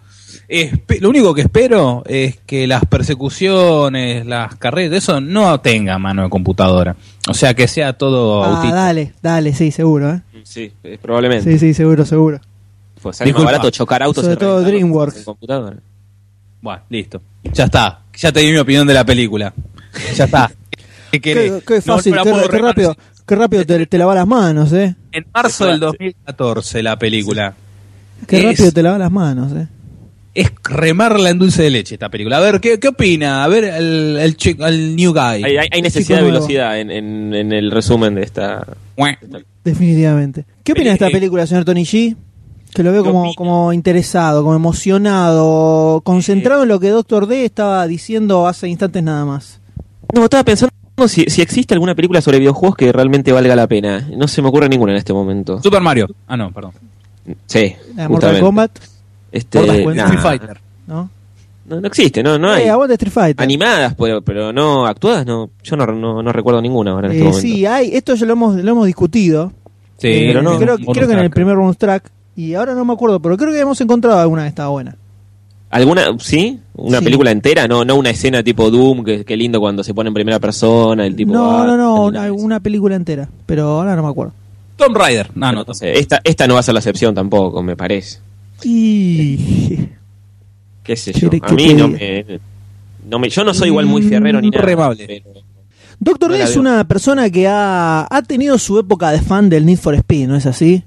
Speaker 10: Espe- lo único que espero es que las persecuciones, las carreras, eso no tenga mano de computadora. O sea, que sea todo
Speaker 9: Ah,
Speaker 10: autista.
Speaker 9: dale, dale, sí, seguro, ¿eh?
Speaker 7: Sí, eh, probablemente.
Speaker 9: Sí, sí, seguro, seguro.
Speaker 7: Pues sale más
Speaker 10: Disculpa.
Speaker 7: barato chocar autos
Speaker 9: Sobre
Speaker 7: y
Speaker 9: todo
Speaker 7: reventarlos
Speaker 9: DreamWorks.
Speaker 7: en computadora.
Speaker 10: Bueno, listo. Ya está. Ya te di mi opinión de la película. Ya está. ¿Qué querés?
Speaker 9: Qué, qué
Speaker 10: No,
Speaker 9: fácil,
Speaker 10: no la
Speaker 9: qué,
Speaker 10: puedo
Speaker 9: qué rápido,
Speaker 10: remanecer.
Speaker 9: qué rápido te, te lavas las manos, ¿eh?
Speaker 10: En marzo del 2014 la película.
Speaker 9: Qué
Speaker 10: Es-
Speaker 9: rápido te lavas las manos, ¿eh?
Speaker 10: Es remarla en dulce de leche esta película. A ver, ¿qué, qué opina? A ver, el, el, chico- el New Guy.
Speaker 7: Hay, hay- hay necesidad de
Speaker 9: nuevo.
Speaker 7: velocidad en, en- en el resumen de esta.
Speaker 10: Mua.
Speaker 9: Definitivamente. ¿Qué opina de esta
Speaker 10: Eh,
Speaker 9: película, señor Tony G? Que lo veo
Speaker 7: ¿qué
Speaker 9: como,
Speaker 7: opina?
Speaker 9: como interesado, como emocionado, concentrado en lo que Doctor D estaba diciendo hace instantes nada más.
Speaker 7: No, estaba pensando si, si existe alguna película sobre videojuegos que realmente valga la pena. No se me ocurre ninguna en este momento.
Speaker 10: Super Mario. Ah, no, perdón.
Speaker 7: Sí.
Speaker 9: La de Mortal
Speaker 7: justamente.
Speaker 9: Kombat,
Speaker 7: Este,
Speaker 9: Mortal Kombat,
Speaker 7: nah.
Speaker 10: Street Fighter.
Speaker 9: ¿no?
Speaker 7: No, no existe, no, no hay.
Speaker 9: Eh, aguante Street Fighter.
Speaker 7: Animadas, pero, pero no actuadas, no. Yo no, no, no recuerdo ninguna ahora en este
Speaker 9: Eh,
Speaker 7: momento.
Speaker 9: sí, hay, esto ya lo hemos, lo hemos discutido.
Speaker 10: Sí,
Speaker 9: Eh,
Speaker 7: pero no.
Speaker 9: creo,
Speaker 10: bonus
Speaker 9: creo que en el
Speaker 10: track.
Speaker 9: primer bonus track, y ahora no me acuerdo, pero creo que hemos encontrado alguna que estaba buena.
Speaker 7: ¿Alguna, sí? ¿Una
Speaker 9: ah. Sí.
Speaker 7: película entera? No, no una escena tipo Doom, que, que lindo cuando se pone en primera persona, el tipo...
Speaker 9: no,
Speaker 7: ah,
Speaker 9: no, no, una-
Speaker 7: animales.
Speaker 9: una película entera, pero ahora no me acuerdo.
Speaker 10: Tomb Raider. Ah, no,
Speaker 7: No sé, esta, esta no va a ser la excepción tampoco, me parece.
Speaker 9: Y...
Speaker 7: ¿Qué sé
Speaker 9: ¿Qué
Speaker 7: yo?
Speaker 9: te-
Speaker 7: A
Speaker 9: qué
Speaker 7: mí
Speaker 9: te
Speaker 7: no
Speaker 9: digo?
Speaker 7: me, no me... Yo no soy igual muy fierrero ni
Speaker 10: Mm,
Speaker 7: nada.
Speaker 10: remable.
Speaker 7: pero-
Speaker 9: Doctor
Speaker 7: No
Speaker 9: D
Speaker 7: la
Speaker 9: es
Speaker 7: veo.
Speaker 9: una persona que ha, ha tenido su época de fan del Need for Speed, ¿no es así?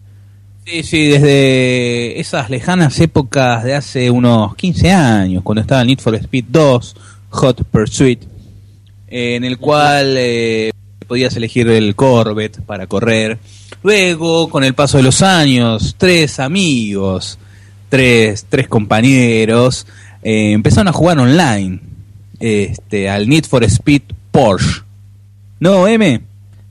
Speaker 10: Sí, sí, desde esas lejanas épocas de hace unos 15 años, cuando estaba Need for Speed 2, Hot Pursuit, eh, en el cual eh, podías elegir el Corvette para correr. Luego, con el paso de los años, tres amigos, tres, tres compañeros, eh, empezaron a jugar online este, al Need for Speed Porsche. ¿No, M?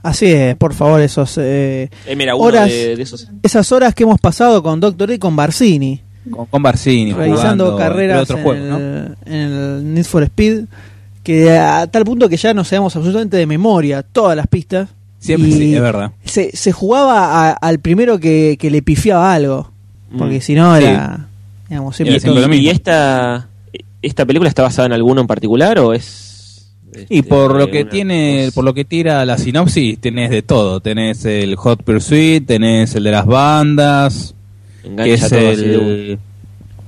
Speaker 9: Así es, por favor, esos eh,
Speaker 7: Eh, mira, uno
Speaker 9: horas,
Speaker 7: de, de esos.
Speaker 9: esas horas que hemos pasado con Doctor D y con Barcini,
Speaker 10: Con, con Barcini,
Speaker 9: realizando
Speaker 10: jugando,
Speaker 9: carreras
Speaker 10: entre otros
Speaker 9: en,
Speaker 10: juegos, ¿no?
Speaker 9: el, en el Need for Speed, que a tal punto que ya no sabemos absolutamente de memoria todas las pistas.
Speaker 10: Siempre
Speaker 9: Y
Speaker 10: sí, es verdad.
Speaker 9: Se, se jugaba a- al primero que, que le pifiaba algo,
Speaker 10: Mm.
Speaker 9: porque si no era, digamos,
Speaker 7: Y,
Speaker 9: siempre todo-
Speaker 7: y- y esta, esta película está basada en alguno en particular o es. este,
Speaker 10: Y por lo que
Speaker 7: una-
Speaker 10: tiene, por lo que tira la sinopsis, tenés de todo. Tenés el Hot Pursuit, tenés el de las bandas,
Speaker 7: Engancha
Speaker 10: que es
Speaker 7: todo así de
Speaker 10: el,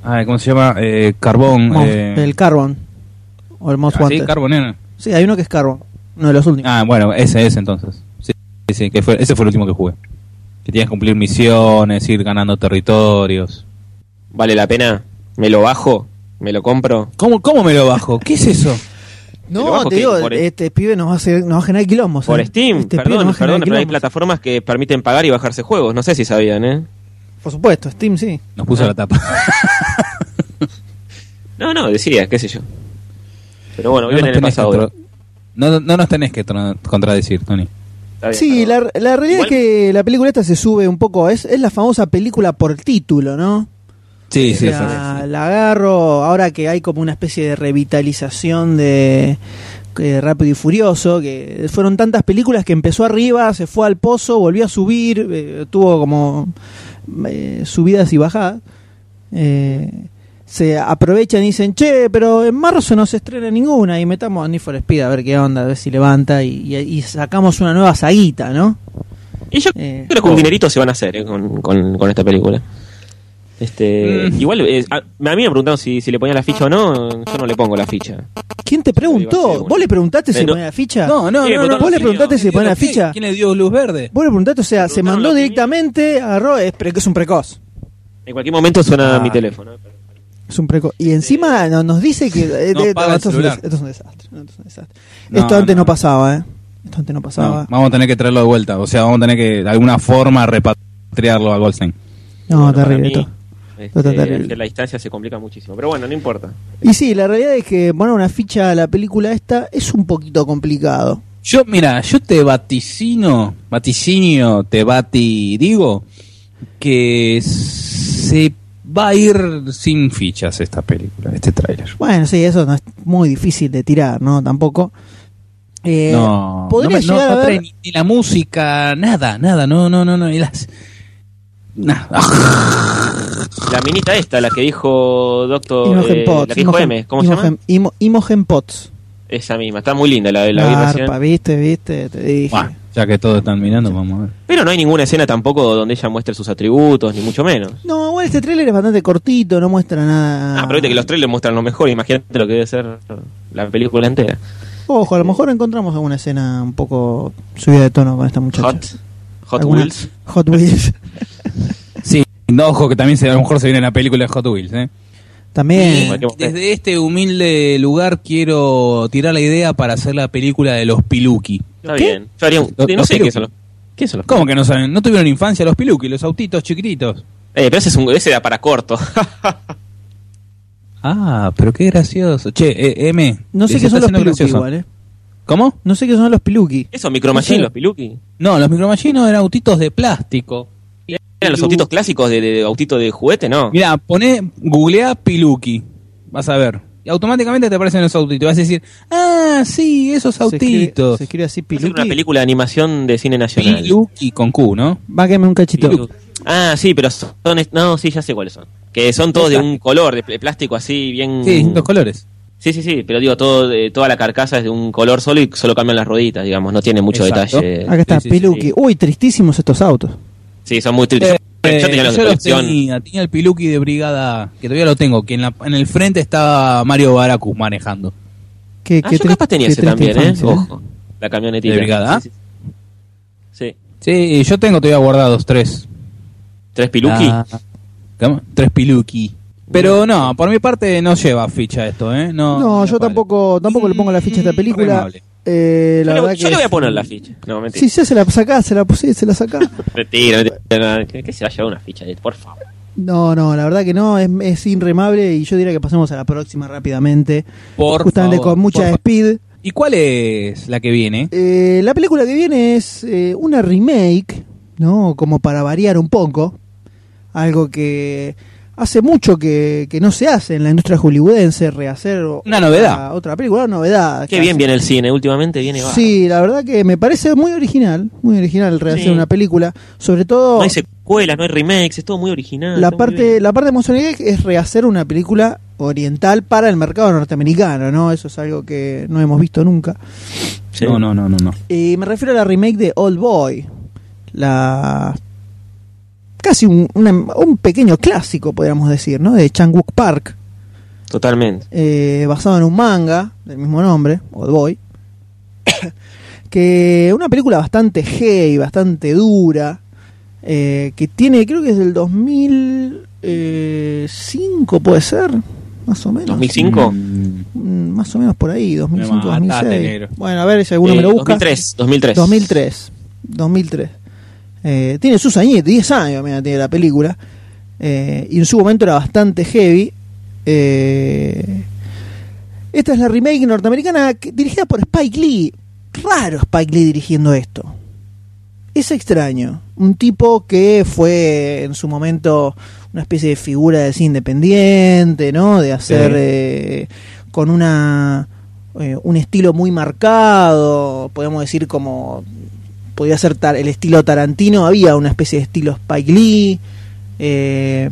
Speaker 10: ay, ¿cómo se llama? Eh, carbón.
Speaker 9: Mon-
Speaker 10: eh,
Speaker 9: el Carbon o el Most
Speaker 10: ah, sí,
Speaker 9: Wanted.
Speaker 10: Carbon era.
Speaker 9: Sí, hay uno que es Carbon, uno de los últimos.
Speaker 10: Ah, bueno, ese es entonces. Sí, sí, sí, que fue, ese fue el último que jugué. Que tienes que cumplir misiones, ir ganando territorios.
Speaker 7: ¿Vale la pena? ¿Me lo bajo? ¿Me lo compro?
Speaker 10: ¿Cómo, cómo me lo bajo? ¿Qué es eso? Ah,
Speaker 7: Pero
Speaker 9: No,
Speaker 7: bajo
Speaker 9: te
Speaker 7: que
Speaker 9: digo,
Speaker 7: por-
Speaker 9: este pibe nos va a, hacer, nos va a generar quilombos.
Speaker 7: Por
Speaker 9: ¿eh?
Speaker 7: Steam,
Speaker 9: Este pibe nos va
Speaker 7: perdón,
Speaker 9: a generar
Speaker 7: perdón, pero hay
Speaker 10: pues.
Speaker 9: quilombos.
Speaker 7: plataformas que permiten pagar y bajarse juegos. No sé si sabían, ¿eh?
Speaker 9: Por supuesto, Steam sí.
Speaker 10: Nos puso la tapa.
Speaker 7: No, no, decía, qué sé yo. Pero bueno,
Speaker 10: No
Speaker 7: viven
Speaker 10: nos
Speaker 7: en el
Speaker 10: tenés que
Speaker 7: pasado. ¿eh?
Speaker 10: tro- no, no nos tenés que tro- contradecir, Tony.
Speaker 7: Está bien.
Speaker 9: Sí, la, la realidad
Speaker 7: Igual-
Speaker 9: es que la película esta se sube un poco. Es, es la famosa película por título, ¿no?
Speaker 10: Sí,
Speaker 9: O
Speaker 10: sí, sí.
Speaker 9: sea, La agarro ahora que hay como una especie de revitalización de, que Rápido y Furioso, que fueron tantas películas que empezó arriba, se fue al pozo, volvió a subir, eh, tuvo como eh, subidas y bajadas. Eh, se aprovechan y dicen, che, pero en marzo no se estrena ninguna y metamos a Need for Speed a ver qué onda, a ver si levanta y, y- y sacamos una nueva saguita, ¿no?
Speaker 7: Y yo
Speaker 9: Eh,
Speaker 7: creo que un dinerito se van a hacer eh, con, con- con esta película. Este,
Speaker 10: Mm.
Speaker 7: Igual, eh, a, a mí me preguntaron si, si le ponían la ficha o no. Yo no le pongo la ficha.
Speaker 9: ¿Quién te preguntó? ¿Vos le preguntaste si
Speaker 7: Eh,
Speaker 9: le
Speaker 7: no-
Speaker 9: ponía la ficha?
Speaker 10: No, no,
Speaker 7: Sí,
Speaker 10: no,
Speaker 7: pero
Speaker 10: no.
Speaker 7: no
Speaker 9: ¿Vos le
Speaker 7: opinión.
Speaker 9: preguntaste si le ponía la
Speaker 10: ¿Quién-
Speaker 9: ficha?
Speaker 10: ¿Quién le dio luz verde?
Speaker 9: Vos le preguntaste, o sea, se
Speaker 7: Preguntaron
Speaker 9: mandó
Speaker 7: la
Speaker 9: directamente, agarró, es, pre- es un precoz.
Speaker 7: En cualquier momento suena
Speaker 9: Ah.
Speaker 7: mi teléfono. ¿eh?
Speaker 9: Es un precoz. Y encima no- nos dice que. eh,
Speaker 10: No
Speaker 9: eh,
Speaker 10: paga el
Speaker 9: esto, es un
Speaker 10: celular.
Speaker 9: des- esto es un desastre. no, Esto, es un desastre.
Speaker 10: No,
Speaker 9: Esto antes
Speaker 10: no,
Speaker 9: no,
Speaker 10: no.
Speaker 9: pasaba, ¿eh? Esto antes no
Speaker 10: No,
Speaker 9: pasaba.
Speaker 10: vamos a tener que traerlo de vuelta. O sea, vamos a tener que de alguna forma repatriarlo a Goldstein.
Speaker 9: No,
Speaker 7: Bueno, para
Speaker 9: terrible
Speaker 7: mí,
Speaker 9: esto.
Speaker 7: este,
Speaker 9: Esto está terrible.
Speaker 7: La distancia se complica muchísimo. Pero bueno, no importa.
Speaker 9: Y sí, la realidad es que poner una ficha a la película esta es un poquito complicado.
Speaker 10: Yo, mira, yo te vaticino, vaticinio, te bati, digo, que se va a ir sin fichas esta película, este tráiler.
Speaker 9: Bueno, sí, eso no es muy difícil de tirar, ¿no? Tampoco. Eh,
Speaker 10: no,
Speaker 9: podría
Speaker 10: no, me- no-
Speaker 9: llegar a
Speaker 10: no
Speaker 9: ver-
Speaker 10: trae ni, ni la música, nada, nada, no, no, no, no, y las... nah, ah,
Speaker 7: La minita esta, la que dijo Doctor.
Speaker 9: Imogen
Speaker 7: eh,
Speaker 9: Potts.
Speaker 7: la que dijo
Speaker 9: Imogen-
Speaker 7: M. ¿Cómo se
Speaker 9: Imogen-
Speaker 7: llama?
Speaker 9: Imo- Imogen Potts.
Speaker 7: Esa misma. Está muy linda la de la vi
Speaker 9: La
Speaker 7: recién.
Speaker 9: arpa, viste, viste, te dije.
Speaker 10: bueno, ya que todos están mirando, vamos a ver.
Speaker 7: Pero no hay ninguna escena tampoco donde ella muestre sus atributos, ni mucho menos.
Speaker 9: No, bueno, este tráiler es bastante cortito, no muestra nada.
Speaker 7: Ah, pero viste que los trailers muestran lo mejor. Imagínate lo que debe ser la película entera.
Speaker 9: Ojo, a lo mejor encontramos alguna escena un poco subida de tono con esta muchacha.
Speaker 7: Hot. Hot
Speaker 9: Alguna-
Speaker 7: Wheels.
Speaker 9: Hot Wheels.
Speaker 10: Sí, no, ojo, que también se, a lo mejor se viene la película de Hot Wheels, ¿eh?
Speaker 9: También.
Speaker 7: Cualquier-
Speaker 10: Desde este humilde lugar quiero tirar la idea para hacer la película de los Piluki.
Speaker 7: Está bien. Yo haría un-
Speaker 10: Los-
Speaker 7: no
Speaker 10: los
Speaker 7: sé
Speaker 10: Piluki.
Speaker 7: qué son los. ¿Qué son los?
Speaker 10: ¿Cómo que no saben? ¿No tuvieron infancia los Piluki, los autitos chiquititos?
Speaker 7: Eh, pero ese, es un, ese da para corto.
Speaker 10: Ah, pero qué gracioso. Che, eh, M.
Speaker 9: No sé
Speaker 10: les
Speaker 9: qué son
Speaker 10: está
Speaker 9: los
Speaker 10: haciendo
Speaker 9: Piluki
Speaker 10: gracioso.
Speaker 9: igual, eh.
Speaker 10: ¿Cómo?
Speaker 9: No sé qué son los Piluki.
Speaker 7: Eso, Micromachine,
Speaker 10: No sé.
Speaker 7: los Piluki.
Speaker 10: No, los micromachinos eran autitos de plástico.
Speaker 7: Eran los
Speaker 10: Pilu-
Speaker 7: autitos clásicos de, de autito de juguete, ¿no?
Speaker 10: Mira, poné, googlea Piluki. Vas a ver. Y automáticamente te aparecen los autitos. Vas a decir, ah, sí, esos
Speaker 9: Se escribe,
Speaker 10: autitos.
Speaker 9: se escribe así,
Speaker 7: Hacer una
Speaker 9: Piluki.
Speaker 7: película de animación de cine nacional.
Speaker 10: Piluki con Q, ¿no?
Speaker 9: Báqueme un cachito.
Speaker 7: Piluki. Ah, sí, pero son. est- No, sí, ya sé cuáles son. Que son todos de un color, de pl- plástico así, bien.
Speaker 10: Sí, distintos colores.
Speaker 7: Sí, sí, sí, pero digo, todo, de- toda la carcasa es de un color solo y solo cambian las rueditas, digamos, no tiene mucho
Speaker 10: Exacto. Ah.
Speaker 7: detalle.
Speaker 9: Acá está,
Speaker 10: sí, sí,
Speaker 9: Piluki.
Speaker 7: sí.
Speaker 9: Uy, tristísimos estos autos.
Speaker 7: Sí, son muy tristes.
Speaker 10: Eh,
Speaker 7: yo, yo
Speaker 10: eh,
Speaker 7: tenía los de
Speaker 10: yo los
Speaker 7: colección.
Speaker 10: tenía, tenía el Piluki de brigada, que todavía lo tengo, que en, la- en el frente estaba Mario Baracus manejando.
Speaker 9: Qué,
Speaker 7: Ah,
Speaker 9: qué
Speaker 7: yo
Speaker 9: tri-
Speaker 7: capaz tenía
Speaker 9: qué
Speaker 7: ese
Speaker 9: triste
Speaker 7: también, ¿eh?
Speaker 9: infancia,
Speaker 7: Ojo, la camionetita.
Speaker 10: ¿De brigada?
Speaker 7: Sí, sí, sí. Sí.
Speaker 10: Sí, yo tengo todavía guardados tres.
Speaker 7: ¿Tres Piluki?
Speaker 10: Ah, ¿cómo? tres Piluki. Pero no, por mi parte no lleva ficha esto, ¿eh? No,
Speaker 9: No, yo
Speaker 10: vale.
Speaker 9: tampoco, tampoco le pongo la ficha a esta
Speaker 10: Mm,
Speaker 9: película.
Speaker 10: remable.
Speaker 9: Eh, la
Speaker 7: yo
Speaker 9: verdad
Speaker 7: le, yo
Speaker 9: que
Speaker 7: le voy a
Speaker 9: es-
Speaker 7: poner la ficha. No, mentira.
Speaker 9: Sí, sí, se la sacá, se la puse, se la sacá.
Speaker 7: Mentira, mentira, no, que, que se vaya una ficha, por favor.
Speaker 9: No, no, la verdad que no, es, es inremable y yo diría que pasemos a la próxima rápidamente.
Speaker 10: Por
Speaker 9: Justamente
Speaker 10: favor,
Speaker 9: con mucha
Speaker 10: por fa-
Speaker 9: speed.
Speaker 10: ¿Y cuál es la que viene?
Speaker 9: Eh, la película que viene es eh, una remake, ¿no? Como para variar un poco. Algo que hace mucho que, que no se hace en la industria hollywoodense, rehacer o-
Speaker 10: Una
Speaker 9: otra-
Speaker 10: novedad.
Speaker 9: Otra película, una novedad.
Speaker 7: Qué bien viene el cine, últimamente viene. va.
Speaker 9: Sí, la verdad que me parece muy original, muy original rehacer
Speaker 7: Sí.
Speaker 9: una película. Sobre todo
Speaker 7: No hay secuelas, no hay remakes, es todo muy original.
Speaker 9: la
Speaker 7: Ah, está muy
Speaker 9: parte, la parte emocional es rehacer una película oriental para el mercado norteamericano, ¿no? Eso es algo que no hemos visto nunca.
Speaker 7: Sí.
Speaker 10: No, no, no, no, no.
Speaker 9: Y me refiero a la remake de Old Boy. La. casi un, una- un pequeño clásico, podríamos decir, ¿no? De Chang Wook Park,
Speaker 7: bien. Totalmente.
Speaker 9: eh, basado en un manga del mismo nombre, Old Boy. que una película bastante heavy, bastante dura. eh, que tiene, creo que es del 2005, puede ser, más o menos.
Speaker 7: 2005.
Speaker 10: Mm,
Speaker 9: Mm, Más o menos por ahí, 2005,
Speaker 10: mataste,
Speaker 9: 2006.
Speaker 10: negro.
Speaker 9: Bueno, a ver si alguno
Speaker 7: Eh,
Speaker 9: me lo busca.
Speaker 7: 2003, 2003.
Speaker 9: 2003. 2003. Eh, tiene sus añitos, 10 años, mira, tiene la película. Eh, y en su momento era bastante heavy. Eh, esta es la remake norteamericana que- dirigida por Spike Lee. Raro Spike Lee dirigiendo esto. Es extraño. Un tipo que fue en su momento una especie de figura de cine independiente, ¿no? De hacer
Speaker 10: Sí.
Speaker 9: eh, con una eh, un estilo muy marcado, podemos decir como podía ser tar- el estilo Tarantino, había una especie de estilo Spike Lee, eh,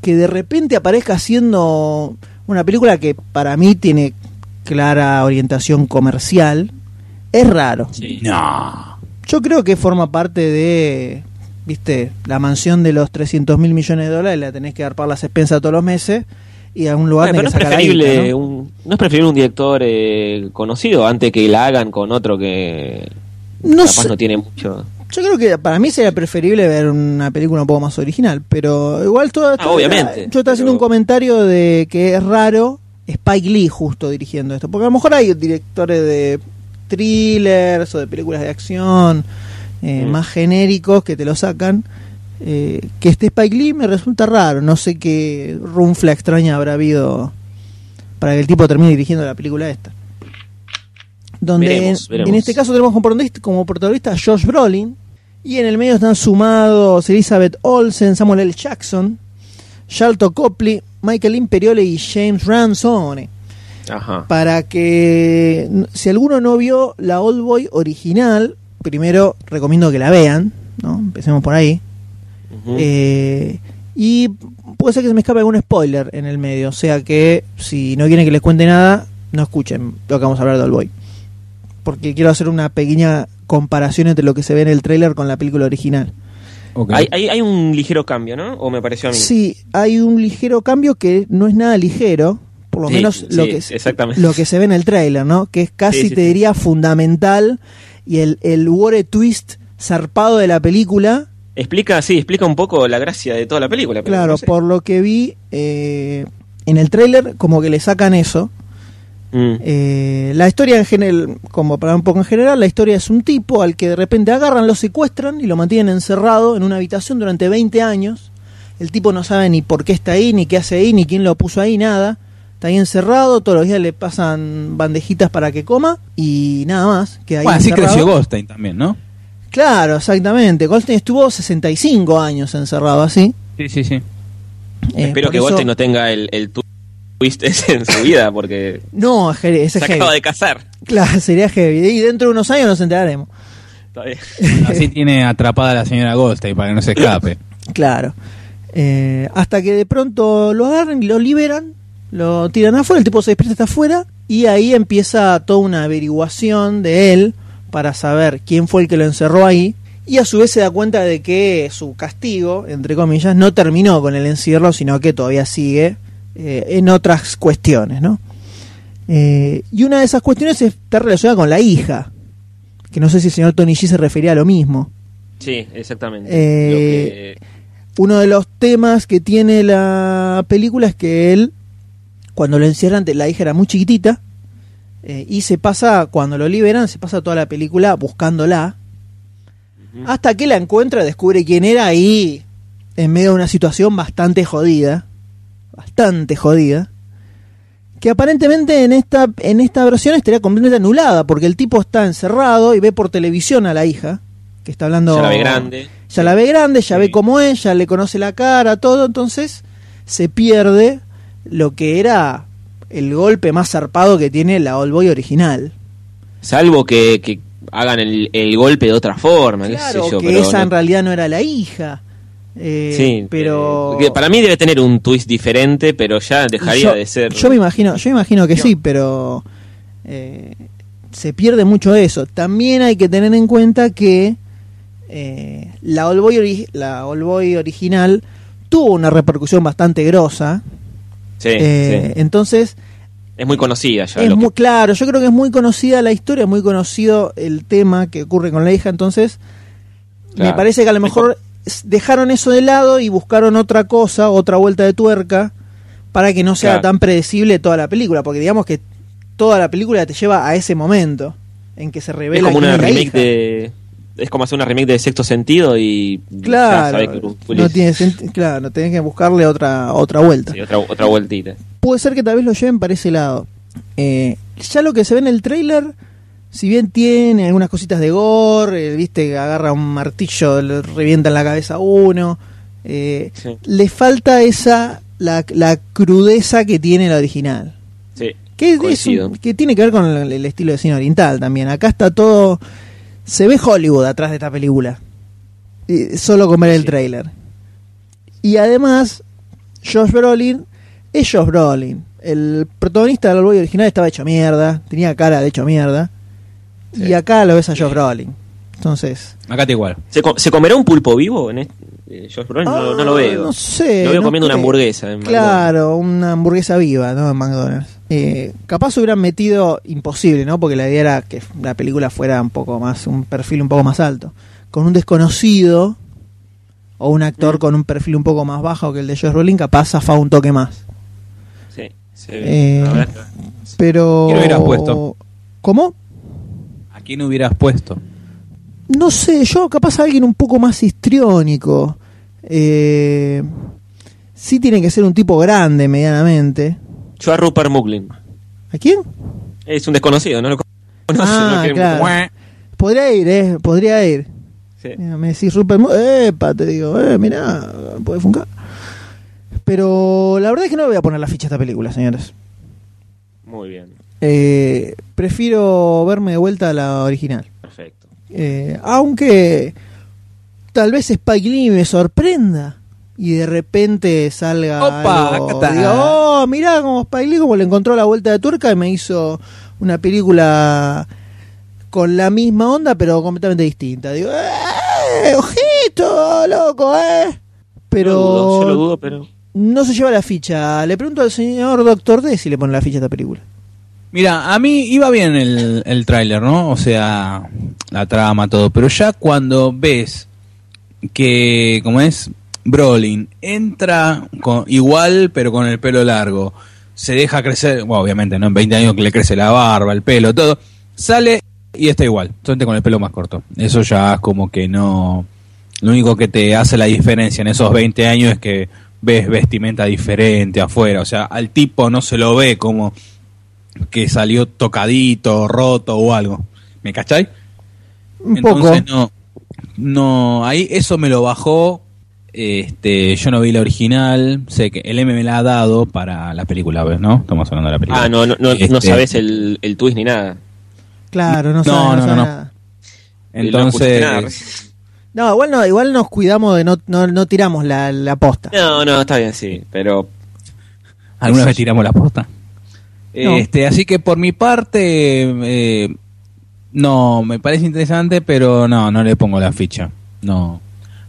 Speaker 9: que de repente aparezca haciendo una película que para mí tiene clara orientación comercial, es raro.
Speaker 7: Sí.
Speaker 10: No.
Speaker 9: Yo creo que forma parte de, viste, la mansión de los 300 mil millones de dólares, la tenés que dar las expensas todos los meses y a un lugar
Speaker 7: Bueno,
Speaker 9: tenés
Speaker 7: Eh, pero no es,
Speaker 9: que sacar la
Speaker 7: preferible
Speaker 9: guita, ¿no?
Speaker 7: un, no es preferible un director eh, conocido antes que la hagan con otro que
Speaker 9: No
Speaker 7: capaz
Speaker 9: sé.
Speaker 7: no tiene mucho.
Speaker 9: Yo creo que para mí sería preferible ver una película un poco más original, pero igual todo
Speaker 7: Ah, obviamente,
Speaker 9: Yo estaba haciendo
Speaker 7: pero-
Speaker 9: un comentario de que es raro Spike Lee justo dirigiendo esto, porque a lo mejor hay directores de thrillers o de películas de acción eh,
Speaker 7: Mm.
Speaker 9: más genéricos que te lo sacan. eh, que este Spike Lee me resulta raro, no sé qué runfla extraña habrá habido para que el tipo termine dirigiendo la película esta. Donde
Speaker 7: Veremos,
Speaker 9: en-
Speaker 7: veremos.
Speaker 9: en este caso tenemos como protagonista, como protagonista a Josh Brolin y en el medio están sumados Elizabeth Olsen, Samuel L. Jackson, Shalto Copley, Michael Imperiole y James Ransone
Speaker 7: Ajá.
Speaker 9: para que n- si alguno no vio la Old Boy original, primero recomiendo que la vean, ¿no? Empecemos por ahí.
Speaker 7: Ujú.
Speaker 9: Eh, y puede ser que se me escape algún spoiler en el medio, o sea que si no quieren que les cuente nada, no escuchen lo que vamos a hablar de Old Boy. Porque quiero hacer una pequeña comparación entre lo que se ve en el tráiler con la película original.
Speaker 10: Ok.
Speaker 7: hay, hay, hay un ligero cambio, ¿no? ¿O me pareció a mí?
Speaker 9: Sí, hay un ligero cambio que no es nada ligero, por lo
Speaker 7: Sí,
Speaker 9: menos lo,
Speaker 7: sí,
Speaker 9: que, se-
Speaker 7: exactamente.
Speaker 9: lo que se ve en el tráiler, ¿no? Que es casi,
Speaker 7: Sí, sí,
Speaker 9: te
Speaker 7: sí.
Speaker 9: diría, fundamental y el, el word twist zarpado de la película.
Speaker 7: Explica, sí, explica un poco la gracia de toda la película. pero
Speaker 9: Claro,
Speaker 7: no sé.
Speaker 9: por lo que vi eh, en el tráiler, como que le sacan eso.
Speaker 7: Mm.
Speaker 9: Eh, la historia en general, como para un poco en general, la historia es un tipo al que de repente agarran, lo secuestran y lo mantienen encerrado en una habitación durante 20 años. El tipo no sabe ni por qué está ahí, ni qué hace ahí, ni quién lo puso ahí, nada. Está ahí encerrado, todos los días le pasan bandejitas para que coma y nada más. Queda ahí
Speaker 10: Bueno, así
Speaker 9: encerrado.
Speaker 10: creció Goldstein también, ¿no?
Speaker 9: Claro, exactamente. Goldstein estuvo 65 años encerrado así.
Speaker 10: Sí, sí, sí.
Speaker 9: Eh,
Speaker 7: Espero
Speaker 9: por
Speaker 7: que
Speaker 9: eso-
Speaker 7: Goldstein no tenga el, el tu- twist ese en su vida, porque
Speaker 9: No, es heavy, ese es
Speaker 7: se
Speaker 9: heavy.
Speaker 7: acaba de casar.
Speaker 9: Claro, sería heavy. Y dentro de unos años nos enteraremos.
Speaker 7: Está bien.
Speaker 10: Así tiene atrapada a la señora Goldstein para que no se escape.
Speaker 9: Claro. Eh, hasta que de pronto lo agarran y lo liberan, lo tiran afuera, el tipo se despierta está afuera y ahí empieza toda una averiguación de él para saber quién fue el que lo encerró ahí y a su vez se da cuenta de que su castigo, entre comillas, no terminó con el encierro, sino que todavía sigue eh, en otras cuestiones, ¿no? Eh, y una de esas cuestiones está relacionada con la hija, que no sé si el señor Tony G se refería a lo mismo.
Speaker 7: Sí, exactamente.
Speaker 9: Eh,
Speaker 7: Lo que-
Speaker 9: uno de los temas que tiene la película es que él, cuando lo encierran, la hija era muy chiquitita. eh, y se pasa, cuando lo liberan, se pasa toda la película buscándola. Hasta que la encuentra, descubre quién era y en medio de una situación bastante jodida. Bastante jodida. que aparentemente en esta, en esta versión estaría completamente anulada, porque el tipo está encerrado y ve por televisión a la hija, que está hablando...
Speaker 7: Ya la ve grande.
Speaker 9: Ya la ve grande, ya ve cómo es, ya le conoce la cara, todo, entonces se pierde lo que era el golpe más zarpado que tiene la Old Boy original.
Speaker 7: Salvo que, que hagan el, el golpe de otra forma, qué
Speaker 9: Claro,
Speaker 7: sé yo.
Speaker 9: que
Speaker 7: pero
Speaker 9: esa
Speaker 7: no-
Speaker 9: en realidad no era la hija. Eh,
Speaker 7: Sí, eh,
Speaker 9: pero...
Speaker 7: que para mí debe tener un twist diferente, pero ya
Speaker 9: Y
Speaker 7: dejaría
Speaker 9: yo,
Speaker 7: de ser.
Speaker 9: Yo me imagino, yo me imagino que sí, pero eh, se pierde mucho eso. También hay que tener en cuenta que eh, la Old Boy ori- la Old Boy original tuvo una repercusión bastante grosa.
Speaker 7: Sí,
Speaker 9: Eh,
Speaker 7: sí.
Speaker 9: Entonces
Speaker 7: Es muy conocida ya.
Speaker 9: es
Speaker 7: lo que-
Speaker 9: muy claro. Yo creo que es muy conocida la historia, es muy conocido el tema que ocurre con la hija. Entonces me
Speaker 7: Claro.
Speaker 9: parece que a lo mejor s- dejaron eso de lado y buscaron otra cosa, otra vuelta de tuerca, para que no sea
Speaker 7: Claro.
Speaker 9: tan predecible toda la película, porque digamos que toda la película te lleva a ese momento en que se revela
Speaker 7: es como
Speaker 9: quién
Speaker 7: una
Speaker 9: es la
Speaker 7: remake
Speaker 9: hija.
Speaker 7: de. Es como hacer una remake de sexto sentido y. ya sabe que
Speaker 9: Claro,
Speaker 7: Cthulhu
Speaker 9: no
Speaker 7: es-
Speaker 9: tiene senti- claro, tenés que buscarle otra otra vuelta.
Speaker 7: sí, otra, otra vueltita.
Speaker 9: Puede ser que tal vez lo lleven para ese lado. Eh, ya lo que se ve en el trailer, si bien tiene algunas cositas de gore, eh, viste que agarra un martillo, le revienta en la cabeza a uno, eh,
Speaker 7: Sí.
Speaker 9: le falta esa, la, la crudeza que tiene la original.
Speaker 7: Sí.
Speaker 9: Que, es un-
Speaker 7: Coincido.
Speaker 9: que tiene que ver con el, el estilo de cine oriental también. Acá está todo, se ve Hollywood atrás de esta película. Eh, solo con ver el trailer. Y además, Josh Brolin es Josh Brolin. El protagonista del Old Boy original estaba hecho mierda, tenía cara de hecho mierda. Y acá lo ves a Josh Brolin. Entonces,
Speaker 10: Acá te igual.
Speaker 7: ¿Se, co- se comerá un pulpo vivo en este? eh, Josh Brolin? no, no lo veo.
Speaker 9: Ah, no sé.
Speaker 7: Lo veo
Speaker 9: no
Speaker 7: comiendo una
Speaker 9: creo.
Speaker 7: hamburguesa. en
Speaker 9: Claro, una hamburguesa viva, ¿no? En McDonald's. Eh, capaz hubieran metido imposible, ¿no? Porque la idea era que la película fuera un poco más, un perfil un poco más alto. Con un desconocido o un
Speaker 7: Mm.
Speaker 9: actor con un perfil un poco más bajo que el de Josh Brolin, capaz zafa un toque más.
Speaker 7: McDonald's. Sí, sí.
Speaker 9: Eh,
Speaker 7: La verdad
Speaker 9: pero.
Speaker 10: ¿Quién hubieras puesto?
Speaker 9: ¿Cómo?
Speaker 10: ¿A quién hubieras puesto?
Speaker 9: No sé, yo capaz alguien un poco más histriónico. Eh, sí tiene que ser un tipo grande medianamente.
Speaker 7: que- Yo a Rupert Muglin.
Speaker 9: ¿A quién?
Speaker 7: Es un desconocido, no lo conoce.
Speaker 9: Ah,
Speaker 7: lo que-
Speaker 9: claro. Podría ir, eh, podría ir.
Speaker 7: Sí.
Speaker 9: Mira, me decís Rupert Mu- epa, te digo, eh, mirá, puede funcar. Pero la verdad es que no le voy a poner la ficha a esta película, señores.
Speaker 7: Muy bien,
Speaker 9: Eh, prefiero verme de vuelta a la original.
Speaker 7: perfecto.
Speaker 9: Eh, aunque tal vez Spike Lee me sorprenda y de repente salga
Speaker 10: Opa,
Speaker 9: algo,
Speaker 10: acá está.
Speaker 9: diga, oh, mirá como Spike Lee como le encontró la vuelta de tuerca y me hizo una película con la misma onda pero completamente distinta. Digo, "Eh, ojito, loco, eh. Pero
Speaker 7: Yo lo dudo, yo lo dudo, pero.
Speaker 9: no se lleva la ficha. Le pregunto al señor Doctor D si le pone la ficha a esta película.
Speaker 10: Mira, a mí iba bien el, el tráiler, ¿no? O sea, la trama, todo. Pero ya cuando ves que, como es? Brolin entra con, igual, pero con el pelo largo. Se deja crecer, bueno, obviamente, ¿no? En 20 años que le crece la barba, el pelo, todo. Sale y está igual, solamente con el pelo más corto. Eso ya es como que no... Lo único que te hace la diferencia en esos 20 años es que ves vestimenta diferente afuera. O sea, al tipo no se lo ve como que salió tocadito, roto o algo. ¿Me cacháis?
Speaker 9: Un
Speaker 10: Entonces
Speaker 9: poco.
Speaker 10: no, no, ahí eso me lo bajó. Este, yo no vi la original, sé que el M me la ha dado para la película, ¿ves? ¿no? Estamos hablando de la película.
Speaker 7: Ah, no, no, no, no
Speaker 10: Este,
Speaker 7: sabes el, el twist ni nada.
Speaker 9: Claro, no,
Speaker 10: No,
Speaker 9: sabe, no
Speaker 10: no, no,
Speaker 9: sabe
Speaker 10: no.
Speaker 9: nada.
Speaker 10: Entonces,
Speaker 7: No
Speaker 9: No, igual no, igual nos cuidamos de no, no, no tiramos la, la posta.
Speaker 7: No, no, está bien, sí, pero
Speaker 10: alguna vez tiramos la posta.
Speaker 7: Eh,
Speaker 9: No.
Speaker 10: Este, así que por mi parte, eh, no, me parece interesante, pero no, no le pongo la ficha. No,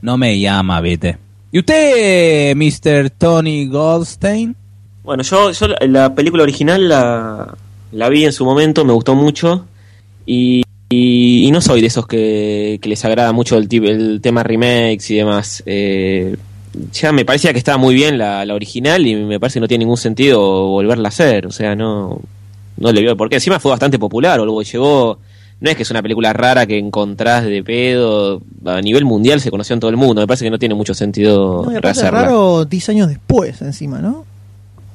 Speaker 10: no me llama, vete. ¿Y usted, Mr. Tony Goldstein?
Speaker 7: Bueno, yo, yo la, la película original la, la vi en su momento, me gustó mucho y, y- y no soy de esos que, que les agrada mucho el, tip- el tema remakes y demás. Eh, ya me parecía que estaba muy bien la, la original y me parece que no tiene ningún sentido volverla a hacer, o sea, no, no le veo por qué. Encima fue bastante popular, luego llegó... No es que es una película rara que encontrás de pedo, a nivel mundial se conoció en todo el mundo, me parece que no tiene mucho sentido
Speaker 9: No, y aparte es
Speaker 7: rehacerla.
Speaker 9: raro 10 años después encima, ¿no?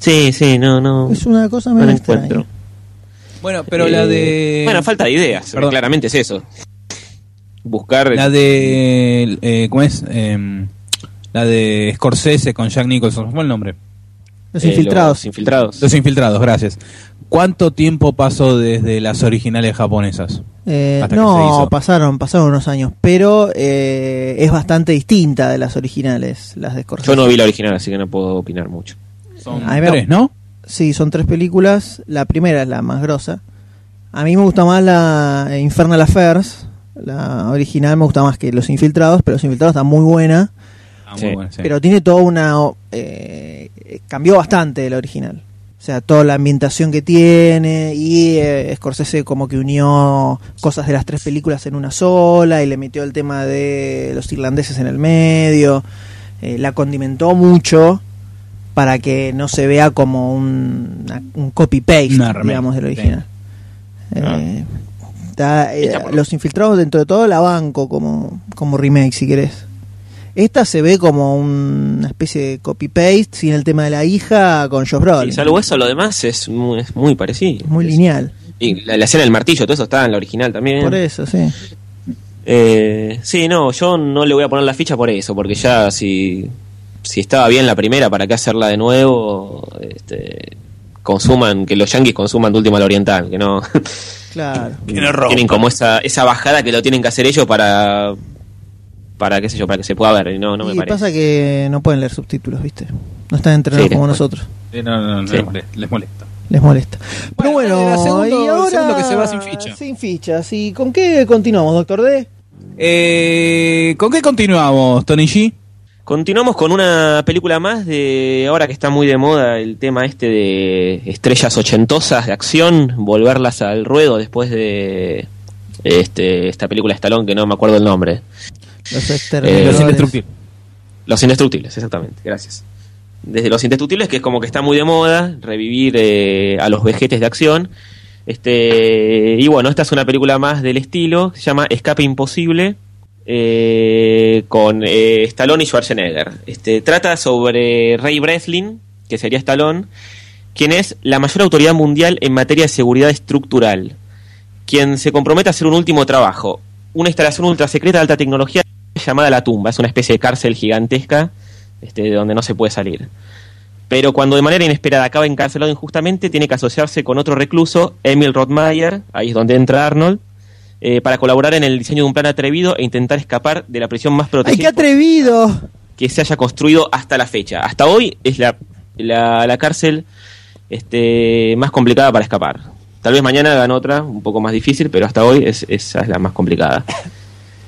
Speaker 7: Sí, sí, no, no.
Speaker 9: Es una cosa
Speaker 7: no
Speaker 9: medio
Speaker 7: la
Speaker 9: extraña.
Speaker 7: encuentro.
Speaker 10: Bueno, pero la
Speaker 7: Eh,
Speaker 10: de.
Speaker 7: Bueno, falta de ideas.
Speaker 10: Perdón.
Speaker 7: Claramente es eso. Buscar. eh,
Speaker 10: La de. eh, ¿Cómo es? Em, la de Scorsese con Jack Nicholson. ¿Cómo el nombre?
Speaker 9: Los
Speaker 7: eh,
Speaker 9: infiltrados.
Speaker 7: los infiltrados.
Speaker 10: Los infiltrados, gracias. ¿Cuánto tiempo pasó desde las originales japonesas?
Speaker 9: Eh,
Speaker 10: hasta que se
Speaker 9: no,
Speaker 10: hizo.
Speaker 9: pasaron, pasaron unos años, pero eh, es bastante distinta de las originales, las de Scorsese.
Speaker 7: Yo no vi la original, así que no puedo opinar mucho.
Speaker 10: Son
Speaker 9: Ahí veo.
Speaker 10: tres, ¿no?
Speaker 9: Sí, son tres películas. La primera es la más grosa. A mí me gusta más la eh, Infernal Affairs. La original me gusta más que Los Infiltrados, pero Los Infiltrados está muy buena.
Speaker 10: Ah, muy
Speaker 7: Sí.
Speaker 10: bueno, sí.
Speaker 9: Pero tiene toda una... o- eh, cambió bastante de la original. O sea, toda la ambientación que tiene y eh, Scorsese como que unió cosas de las tres películas en una sola y le metió el tema de los irlandeses en el medio. Eh, la condimentó mucho para que no se vea como un, una- un copy-paste,
Speaker 10: Una remake, Ah.
Speaker 9: digamos, del original. Eh, está, eh,
Speaker 7: Está por-
Speaker 9: los infiltrados dentro de todo la banco como, como remake, si querés. Esta se ve como una especie de copy-paste sin el tema de la hija con Josh
Speaker 10: Ah,
Speaker 9: Brolin.
Speaker 7: Sí, salvo eso, lo demás es muy, es muy parecido.
Speaker 9: Muy
Speaker 7: Es-
Speaker 9: lineal.
Speaker 7: Y la, la escena del martillo, todo eso está en la original también.
Speaker 9: Por eso, sí.
Speaker 7: Eh, sí, no, yo no le voy a poner la ficha por eso, porque ya si, si estaba bien la primera, ¿para qué hacerla de nuevo? Este, consuman, que los yanquis consuman de última la oriental, que no...
Speaker 9: Claro.
Speaker 7: tienen como esa, esa bajada que lo tienen que hacer ellos para... Para qué sé yo, para que se pueda ver, y no, no me
Speaker 9: y
Speaker 7: parece.
Speaker 9: pasa que no pueden leer subtítulos, ¿viste? No están entrenados
Speaker 7: Sí,
Speaker 9: como
Speaker 7: les-
Speaker 9: nosotros.
Speaker 10: Eh, no, no, no, no,
Speaker 7: Sí.
Speaker 10: les molesta. les molesta.
Speaker 9: Les molesta. Pero
Speaker 10: Bueno,
Speaker 9: bueno,
Speaker 10: dale, la segundo-
Speaker 9: y
Speaker 10: el
Speaker 9: ahora...
Speaker 10: segundo que se va sin ficha.
Speaker 9: Sin fichas. ¿Y con qué continuamos, Doctor D?
Speaker 10: Eh, ¿Con qué continuamos, Tony
Speaker 7: Eh,
Speaker 10: G?
Speaker 7: Continuamos con una película más de ahora que está muy de moda el tema este de estrellas ochentosas de acción, volverlas al ruedo después de este, esta película de Stallone que no me acuerdo el nombre.
Speaker 9: Los,
Speaker 7: Eh,
Speaker 10: Los
Speaker 9: exterminadores.
Speaker 10: indestructibles.
Speaker 7: Los Indestructibles, exactamente, gracias. Desde Los Indestructibles, que es como que está muy de moda, revivir eh, a los vejetes de acción. Este, y bueno, esta es una película más del estilo, se llama Escape Imposible, eh, con eh, Stallone y Schwarzenegger. Este, trata sobre Ray Breslin, que sería Stallone, quien es la mayor autoridad mundial en materia de seguridad estructural, quien se compromete a hacer un último trabajo, una instalación ultrasecreta de alta tecnología llamada La Tumba, es una especie de cárcel gigantesca este, de donde no se puede salir. Pero cuando de manera inesperada acaba encarcelado injustamente, tiene que asociarse con otro recluso, Emil Rothmeyer, ahí es donde entra Arnold, eh, para colaborar en el diseño de un plan atrevido e intentar escapar de la prisión más
Speaker 9: ¡Ay, qué
Speaker 7: protegida
Speaker 9: atrevido!
Speaker 7: que se haya construido hasta la fecha. Hasta hoy es la, la, la cárcel este, más complicada para escapar. Tal vez mañana hagan otra, un poco más difícil, pero hasta hoy es, esa es la más complicada.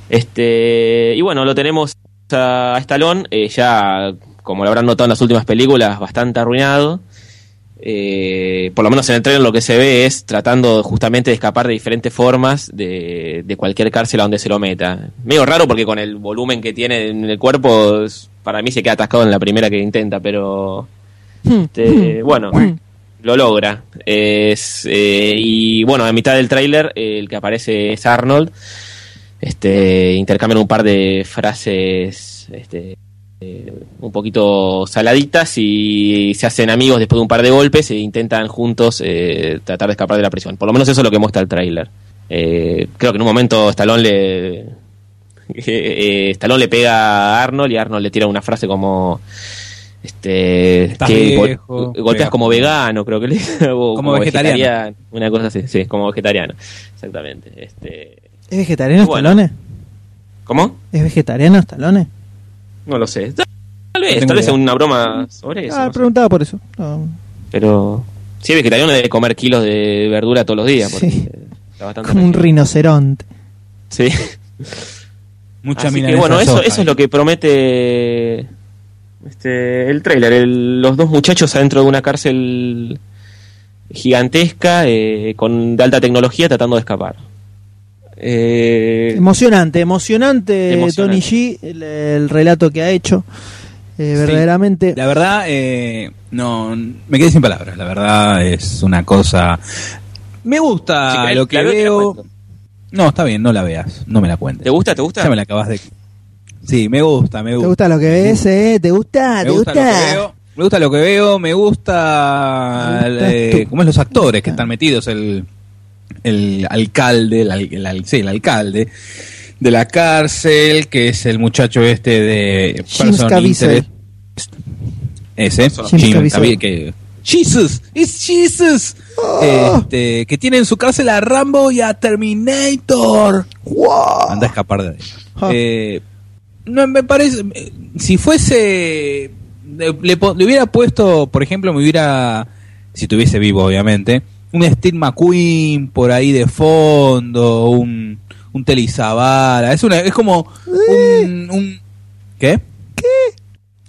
Speaker 7: Este, y bueno, lo tenemos a, a Stallone, eh, ya como lo habrán notado en las últimas películas, bastante arruinado. Eh, por lo menos en el tren lo que se ve es tratando justamente de escapar de diferentes formas de, de cualquier cárcel a donde se lo meta. Medio raro porque con el volumen que tiene en el cuerpo, es- para mí se queda atascado en la primera que intenta, pero este, bueno, lo logra. Es, eh, y bueno, a mitad del tráiler eh, el que aparece es Arnold. Este, intercambian un par de frases este, un poquito saladitas y se hacen amigos después de un par de golpes e intentan juntos eh, tratar de escapar de la prisión. Por lo menos eso es lo que muestra el tráiler. Eh, creo que en un momento Stallone le eh, Stallone le pega a Arnold y Arnold le tira una frase como este
Speaker 10: Estás
Speaker 7: que gol-
Speaker 10: viejo.
Speaker 7: golpeas
Speaker 10: Pega.
Speaker 7: como vegano, creo que le o
Speaker 10: Como vegetariano.
Speaker 7: una cosa así, sí, como vegetariano. Exactamente. Este,
Speaker 9: ¿Es vegetariano
Speaker 7: Bueno.
Speaker 9: Stallone?
Speaker 7: ¿cómo?
Speaker 9: ¿Es vegetariano Stallone?
Speaker 7: No lo sé. Tal tal vez,
Speaker 10: tengo
Speaker 7: tal vez sea
Speaker 10: idea.
Speaker 7: una broma sobre eso.
Speaker 9: Ah,
Speaker 7: no sé.
Speaker 9: preguntaba por eso. No.
Speaker 7: Pero si es vegetariano debe comer kilos de verdura todos los días. Porque
Speaker 9: Sí.
Speaker 7: está bastante
Speaker 9: Como un
Speaker 7: regido.
Speaker 9: rinoceronte.
Speaker 7: Sí.
Speaker 10: Mucha
Speaker 7: Así que
Speaker 10: milanesa
Speaker 7: bueno, eso,
Speaker 10: soja.
Speaker 7: eso es lo que promete este, el trailer. los dos muchachos adentro de una cárcel gigantesca eh, con de alta tecnología tratando de escapar. Eh,
Speaker 9: Emocionante, emocionante,
Speaker 7: Emocionante.
Speaker 9: Tony G, el, el relato que ha hecho. Eh,
Speaker 10: Sí.
Speaker 9: verdaderamente.
Speaker 10: La verdad, eh, no, me quedé sin palabras. La verdad es una cosa. Me gusta
Speaker 7: Si querés,
Speaker 10: lo que
Speaker 7: la veo y te la
Speaker 10: veo.
Speaker 7: cuento.
Speaker 10: No, está bien, no la veas, no me la cuentes.
Speaker 7: ¿Te gusta? ¿Te gusta?
Speaker 10: Ya me la acabas de. Sí, me gusta, me
Speaker 9: ¿Te
Speaker 10: gusta.
Speaker 9: gusta lo que ves, eh? ¿Te gusta?
Speaker 10: Me
Speaker 9: ¿Te gusta?
Speaker 10: gusta lo que veo. Me gusta lo que veo, me gusta,
Speaker 9: Me gusta
Speaker 10: eh,
Speaker 9: tu-
Speaker 10: cómo es los actores que están metidos, el, el alcalde, el, al- el al- sí, el alcalde de la cárcel, que es el muchacho este de
Speaker 9: James
Speaker 10: Person
Speaker 9: Caviezel.
Speaker 10: Interest. Ese,
Speaker 9: James
Speaker 10: Jim
Speaker 9: Caviezel. Oh.
Speaker 10: Cavie- que Jesus, it's Jesus. Este, que tiene en su cárcel a Rambo y a Terminator. Anda a escapar de ahí. Eh, no me parece. eh, Si fuese. Le, le po- le hubiera puesto, por ejemplo, me hubiera. Si estuviese vivo, obviamente. Un Steve McQueen por ahí de fondo. Un. Un Telly Savalas. Es, una, es como. Un, un- ¿Qué?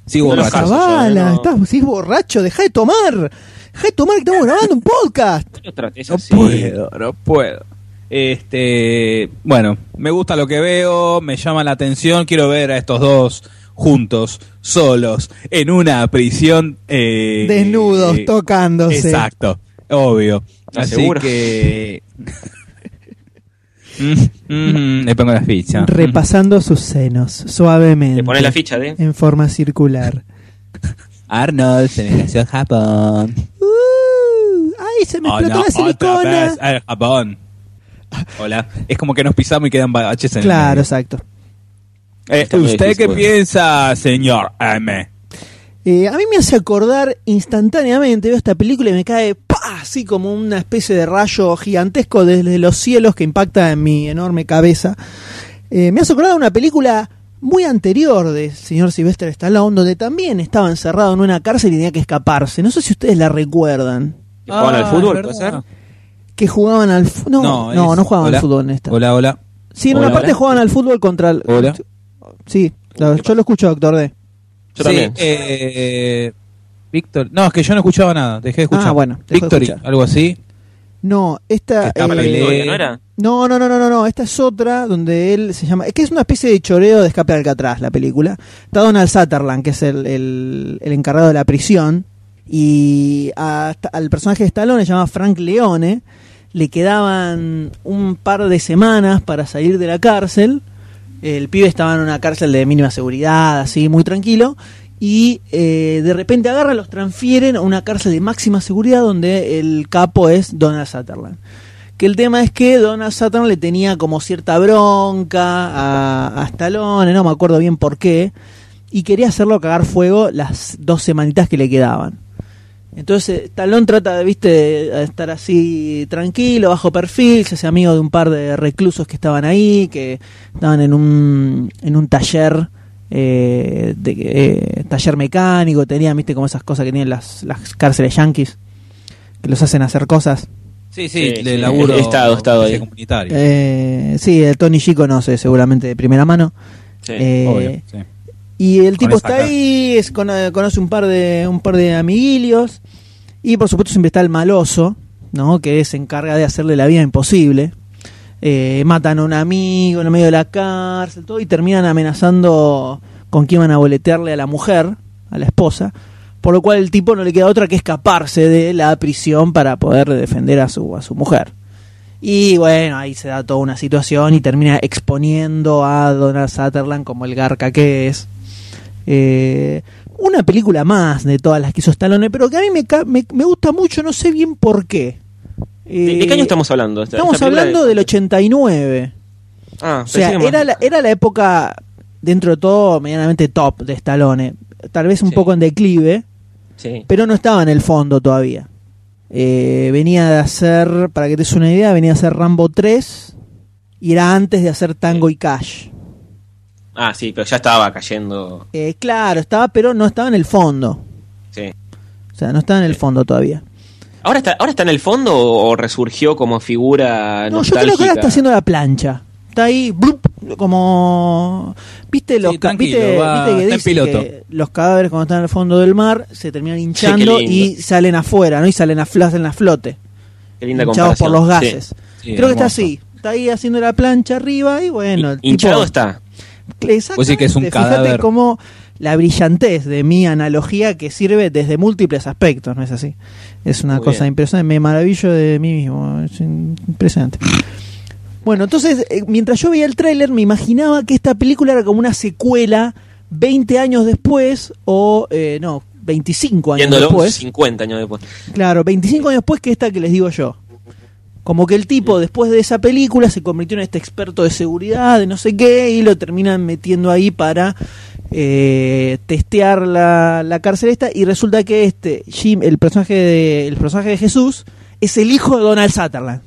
Speaker 10: Sí, borracho.
Speaker 9: Zavala, estás, si es borracho, deja de tomar. Deja de tomar que estamos grabando un podcast.
Speaker 7: no
Speaker 10: puedo, no puedo. Este, bueno, me gusta lo que veo, me llama la atención, quiero ver a estos dos juntos, solos, en una prisión. eh,
Speaker 9: Desnudos,
Speaker 10: eh,
Speaker 9: tocándose.
Speaker 10: Exacto, obvio.
Speaker 9: ¿Estás
Speaker 10: Así
Speaker 9: seguro?
Speaker 10: que... Mm, mm, le pongo la ficha.
Speaker 9: Repasando sus senos, suavemente.
Speaker 10: Le pones la ficha ¿eh? de-
Speaker 9: En forma circular.
Speaker 10: Mm. Arnold se me nació en Japón.
Speaker 9: ¡Ay, Uh, se me
Speaker 10: Oh,
Speaker 9: explotó
Speaker 10: no,
Speaker 9: la
Speaker 10: otra vez,
Speaker 9: silicona!
Speaker 10: al Japón. Hola. Es como que nos pisamos y quedan baches en el
Speaker 9: Claro,
Speaker 10: medio.
Speaker 9: exacto.
Speaker 10: Eh,
Speaker 9: muy
Speaker 10: ¿Usted
Speaker 9: difícil,
Speaker 10: qué
Speaker 9: bueno.
Speaker 10: piensa, señor M?
Speaker 9: Eh, a mí me hace acordar instantáneamente, veo esta película y me cae ¡pa! así como una especie de rayo gigantesco desde los cielos que impacta en mi enorme cabeza. Eh, me hace acordar una película muy anterior del señor Sylvester Stallone, donde también estaba encerrado en una cárcel y tenía que escaparse. No sé si ustedes la recuerdan.
Speaker 7: ¿Jugaban al fútbol? ¿Puede ser?
Speaker 9: Que jugaban al fútbol. Ah, No, no, no,
Speaker 10: es-
Speaker 9: jugaban
Speaker 10: hola,
Speaker 9: al fútbol en esta.
Speaker 10: Hola, hola.
Speaker 9: Sí, en
Speaker 10: Hola,
Speaker 9: una parte
Speaker 10: hola.
Speaker 9: jugaban al fútbol contra el.
Speaker 10: Hola.
Speaker 9: Sí, la- yo lo escucho, doctor D.
Speaker 10: Sí, eh, Víctor. No, es que yo no escuchaba nada. Dejé de escuchar.
Speaker 9: Ah, bueno, dejó de
Speaker 10: Victory,
Speaker 9: escuchar.
Speaker 10: algo así.
Speaker 9: No,
Speaker 10: Que
Speaker 9: esta.
Speaker 10: estaba
Speaker 9: eh,
Speaker 10: la pelea, ¿no era?
Speaker 9: No, no, no, no, no, no, esta es otra donde él se llama. Es que es una especie de choreo de escape al Alcatraz la película. Está Donald Sutherland, que es el, el- el encargado de la prisión. Y a- al personaje de Stallone, se llama Frank Leone, le quedaban un par de semanas para salir de la cárcel. El pibe estaba en una cárcel de mínima seguridad, así, muy tranquilo. Y eh, de repente agarran, los transfieren a una cárcel de máxima seguridad donde el capo es Donald Sutherland. Que el tema es que Donald Sutherland le tenía como cierta bronca a, a Stallone, no me acuerdo bien por qué, y quería hacerlo cagar fuego las dos semanitas que le quedaban. Entonces, Stallone trata, de, viste, de estar así tranquilo, bajo perfil, se hace amigo de un par de reclusos que estaban ahí, que estaban en un, en un taller, eh, de, eh, taller mecánico, tenían, viste, como esas cosas que tienen las, las cárceles yanquis, que los hacen hacer cosas.
Speaker 10: Sí, sí,
Speaker 7: Sí,
Speaker 10: le
Speaker 7: sí,
Speaker 10: laburo.
Speaker 7: he estado, he estado
Speaker 10: ese
Speaker 7: ahí.
Speaker 10: comunitario.
Speaker 9: Eh, sí, el Tony G conoce seguramente de primera mano.
Speaker 7: Sí,
Speaker 9: Eh,
Speaker 10: obvio, sí.
Speaker 9: Y el
Speaker 10: Con
Speaker 9: tipo
Speaker 10: esa
Speaker 9: está
Speaker 10: cara.
Speaker 9: ahí, es- cono- conoce un par de un par de amiguilios y por supuesto siempre está el maloso, ¿no? Que se encarga de hacerle la vida imposible. Eh, matan a un amigo en medio de la cárcel, todo y terminan amenazando con que iban a boletearle a la mujer, a la esposa, por lo cual el tipo no le queda otra que escaparse de la prisión para poder defender a su a su mujer. Y bueno, ahí se da toda una situación y termina exponiendo a Donald Sutherland como el garca que es. Eh, una película más de todas las que hizo Stallone, pero que a mí me, ca- me, me gusta mucho, no sé bien por qué.
Speaker 7: ¿De, de qué
Speaker 9: Eh,
Speaker 7: año estamos hablando? Esta-
Speaker 9: Estamos
Speaker 7: esta película
Speaker 9: hablando del 89.
Speaker 7: Ah,
Speaker 9: O sea, era la, era la época, dentro de todo, medianamente top de Stallone. Tal vez un poco en declive,
Speaker 7: Sí.
Speaker 9: pero no estaba en el fondo todavía. Eh, venía de hacer, para que te des una idea, venía de hacer Rambo 3 y era antes de hacer Tango y Cash.
Speaker 7: Ah, sí, pero ya estaba cayendo.
Speaker 9: Eh, claro, estaba, pero no estaba en el fondo.
Speaker 7: Sí.
Speaker 9: O sea, no estaba en el fondo todavía.
Speaker 7: ¿Ahora está, ahora está en el fondo o, o resurgió como figura
Speaker 9: No, yo
Speaker 7: nostálgica?
Speaker 9: creo que ahora está haciendo la plancha. Está ahí, blup, como. ¿Viste los ca-
Speaker 10: tranquilo,
Speaker 9: viste-
Speaker 10: va,
Speaker 9: viste que
Speaker 10: está en
Speaker 9: dicen
Speaker 10: piloto.
Speaker 9: que los cadáveres cuando están en el fondo del mar se terminan hinchando
Speaker 7: qué lindo.
Speaker 9: y salen afuera, ¿no? Y salen a, salen a flote.
Speaker 7: Qué linda
Speaker 9: hinchados por
Speaker 7: comparación.
Speaker 9: los
Speaker 7: Sí.
Speaker 9: gases. creo
Speaker 7: Sí,
Speaker 9: que está
Speaker 7: hermoso.
Speaker 9: así. Está ahí haciendo la plancha arriba y bueno. el
Speaker 7: Hinchado
Speaker 9: tipo-
Speaker 7: está.
Speaker 9: Exactamente.
Speaker 10: Vos decís que es un
Speaker 9: Fíjate
Speaker 10: cadáver.
Speaker 9: cómo la brillantez de mi analogía que sirve desde múltiples aspectos, ¿no es así? Es una
Speaker 12: Muy
Speaker 9: cosa
Speaker 12: bien.
Speaker 9: impresionante. Me maravillo de mí mismo. Es in- impresionante. Bueno, entonces, eh, mientras yo veía el tráiler, me imaginaba que esta película era como una secuela 20 años después, o eh, no, 25 años
Speaker 7: Viéndolo
Speaker 9: después.
Speaker 7: 50 años después.
Speaker 9: Claro, 25 años después que esta que les digo yo. Como que el tipo, después de esa película, se convirtió en este experto de seguridad, de no sé qué, y lo terminan metiendo ahí para eh, testear la, la cárcel esta. Y resulta que este, Jim, el personaje de, el personaje de Jesús, es el hijo de Donald Sutherland.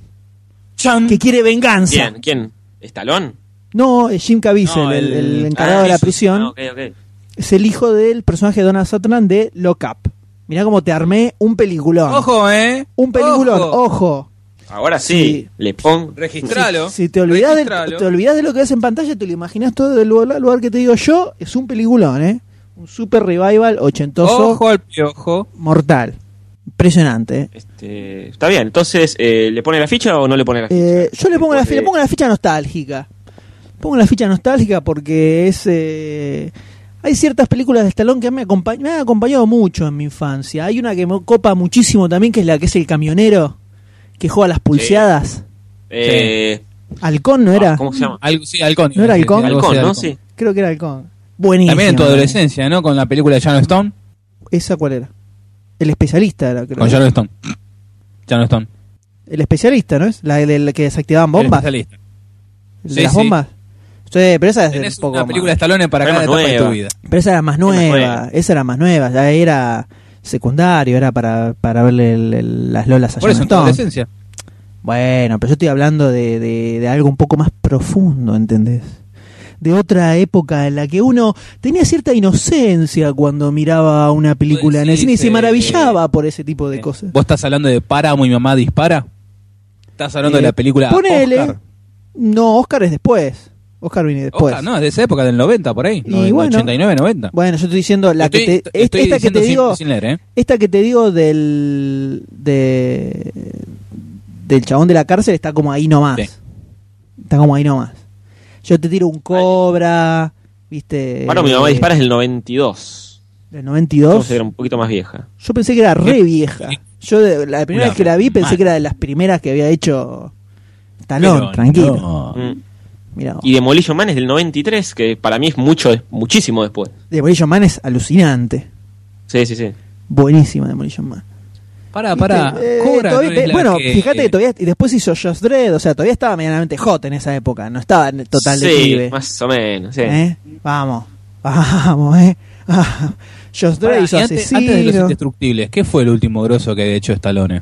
Speaker 7: Mm.
Speaker 9: Que quiere venganza.
Speaker 7: ¿Quién? ¿Quién? ¿Estalón?
Speaker 9: No, es Jim Caviezel,
Speaker 7: No,
Speaker 9: el,
Speaker 7: el-
Speaker 9: el encargado
Speaker 7: Ah,
Speaker 9: de la
Speaker 7: eso.
Speaker 9: prisión.
Speaker 7: Ah, ok, ok.
Speaker 9: Es el hijo del personaje de Donald Sutherland de Lock Up. Mirá cómo te armé un peliculón.
Speaker 10: Ojo, ¿eh?
Speaker 9: Un peliculón, ojo.
Speaker 7: Ahora sí, le pongo.
Speaker 10: Registralo.
Speaker 9: Si te olvidás, de,
Speaker 10: Registralo.
Speaker 9: te olvidás de lo que ves en pantalla, te lo imaginás todo del lugar, lugar que te digo yo, es un peliculón, ¿eh? Un super revival ochentoso
Speaker 10: Ojo al piojo.
Speaker 9: mortal. Impresionante. ¿eh?
Speaker 7: Este, está bien, entonces, eh, ¿le pone la ficha o no le pone la ficha?
Speaker 9: Eh, yo le pongo la, fi-
Speaker 7: de-
Speaker 9: le pongo la ficha nostálgica. Pongo la ficha nostálgica porque es. eh, hay ciertas películas de Stallone que me, acompa- me han acompañado mucho en mi infancia. Hay una que me copa muchísimo también, que es la que es el camionero, que juega a las pulseadas.
Speaker 7: Eh,
Speaker 9: Halcón no
Speaker 10: Ah,
Speaker 9: era.
Speaker 7: ¿Cómo se llama?
Speaker 10: Algo, sí, Halcón.
Speaker 9: ¿No era
Speaker 10: Sí,
Speaker 9: Halcón?
Speaker 10: algo
Speaker 7: Halcón,
Speaker 10: sí,
Speaker 7: ¿no?
Speaker 10: Halcón.
Speaker 7: Sí.
Speaker 9: Creo que era Halcón. Buenísimo.
Speaker 10: También en tu adolescencia, ¿no? Con la película de John Stone.
Speaker 9: ¿Esa cuál era? El especialista era, creo.
Speaker 10: Con John Stone. John Stone.
Speaker 9: El especialista, ¿no es? La, la- la que desactivaban bombas.
Speaker 10: El especialista.
Speaker 9: ¿El
Speaker 10: Sí,
Speaker 9: de las
Speaker 10: sí.
Speaker 9: bombas. Sí, pero esa es
Speaker 10: Tenés
Speaker 9: un poco
Speaker 10: una
Speaker 9: más.
Speaker 10: película de Stallone para
Speaker 7: Pero
Speaker 10: cada
Speaker 7: más
Speaker 10: etapa de tu
Speaker 7: nueva.
Speaker 10: vida.
Speaker 9: Pero esa era más
Speaker 7: más
Speaker 9: nueva,
Speaker 7: nueva.
Speaker 9: esa era más nueva, ya era secundario, era para, para verle el- el- las lolas a
Speaker 10: Por eso,
Speaker 9: John
Speaker 10: en tu
Speaker 9: Stone.
Speaker 10: adolescencia.
Speaker 9: Bueno, pero yo estoy hablando de, de- de algo un poco más profundo, ¿entendés? De otra época en la que uno tenía cierta inocencia cuando miraba una película en el
Speaker 10: decís,
Speaker 9: cine y se
Speaker 10: eh,
Speaker 9: maravillaba por ese tipo de cosas.
Speaker 10: ¿Vos estás hablando de Páramo y mamá dispara? ¿Estás hablando de
Speaker 9: Eh,
Speaker 10: la película
Speaker 9: ponele-
Speaker 10: Oscar?
Speaker 9: No, Oscar es después. Oscar viene después.
Speaker 10: Oscar, no, es de esa época del 90 por ahí.
Speaker 9: Y
Speaker 10: no, del
Speaker 9: bueno.
Speaker 10: 89, 90.
Speaker 9: Bueno, yo estoy diciendo la
Speaker 10: Estoy-
Speaker 9: que te, esta
Speaker 10: estoy
Speaker 9: que
Speaker 10: diciendo
Speaker 9: te
Speaker 10: sin-
Speaker 9: digo,
Speaker 10: sin leer, ¿eh?
Speaker 9: Esta que te digo del de, del chabón de la cárcel está como ahí nomás.
Speaker 10: Sí.
Speaker 9: Está como ahí nomás. Yo te tiro un cobra, ¿viste?
Speaker 7: Bueno, mi mamá
Speaker 9: eh,
Speaker 7: dispara es del 92.
Speaker 9: del
Speaker 7: Entonces
Speaker 9: 92.
Speaker 7: era un poquito más vieja.
Speaker 9: Yo pensé que era re vieja. Yo de- la primera
Speaker 10: Una
Speaker 9: vez que la vi pensé
Speaker 10: mal.
Speaker 9: que era de las primeras que había hecho
Speaker 10: Pero
Speaker 9: Talón, tranquilo.
Speaker 10: no.
Speaker 7: Mm.
Speaker 9: Mirá, vos.
Speaker 7: Y Demolition Man es del 93, que para mí es mucho, muchísimo después.
Speaker 9: Demolition Man es alucinante.
Speaker 7: Sí, sí, sí.
Speaker 9: Buenísima Demolition Man.
Speaker 10: Pará, Ah, pará.
Speaker 9: Eh,
Speaker 10: Cobra
Speaker 9: todavía-
Speaker 10: no es
Speaker 9: eh,
Speaker 10: la
Speaker 9: bueno,
Speaker 10: que-
Speaker 9: fíjate que todavía. Y después hizo Josh Dredd, o sea, todavía estaba medianamente hot en esa época. No estaba en el total
Speaker 7: sí,
Speaker 9: de pibe.
Speaker 7: más o menos. Sí.
Speaker 9: ¿eh? Vamos, vamos, eh. Ah, Josh Dredd
Speaker 10: Pará, y
Speaker 9: hizo
Speaker 10: antes,
Speaker 9: Asesino.
Speaker 10: antes de los indestructibles, ¿qué fue el último grosso que había hecho Stallone?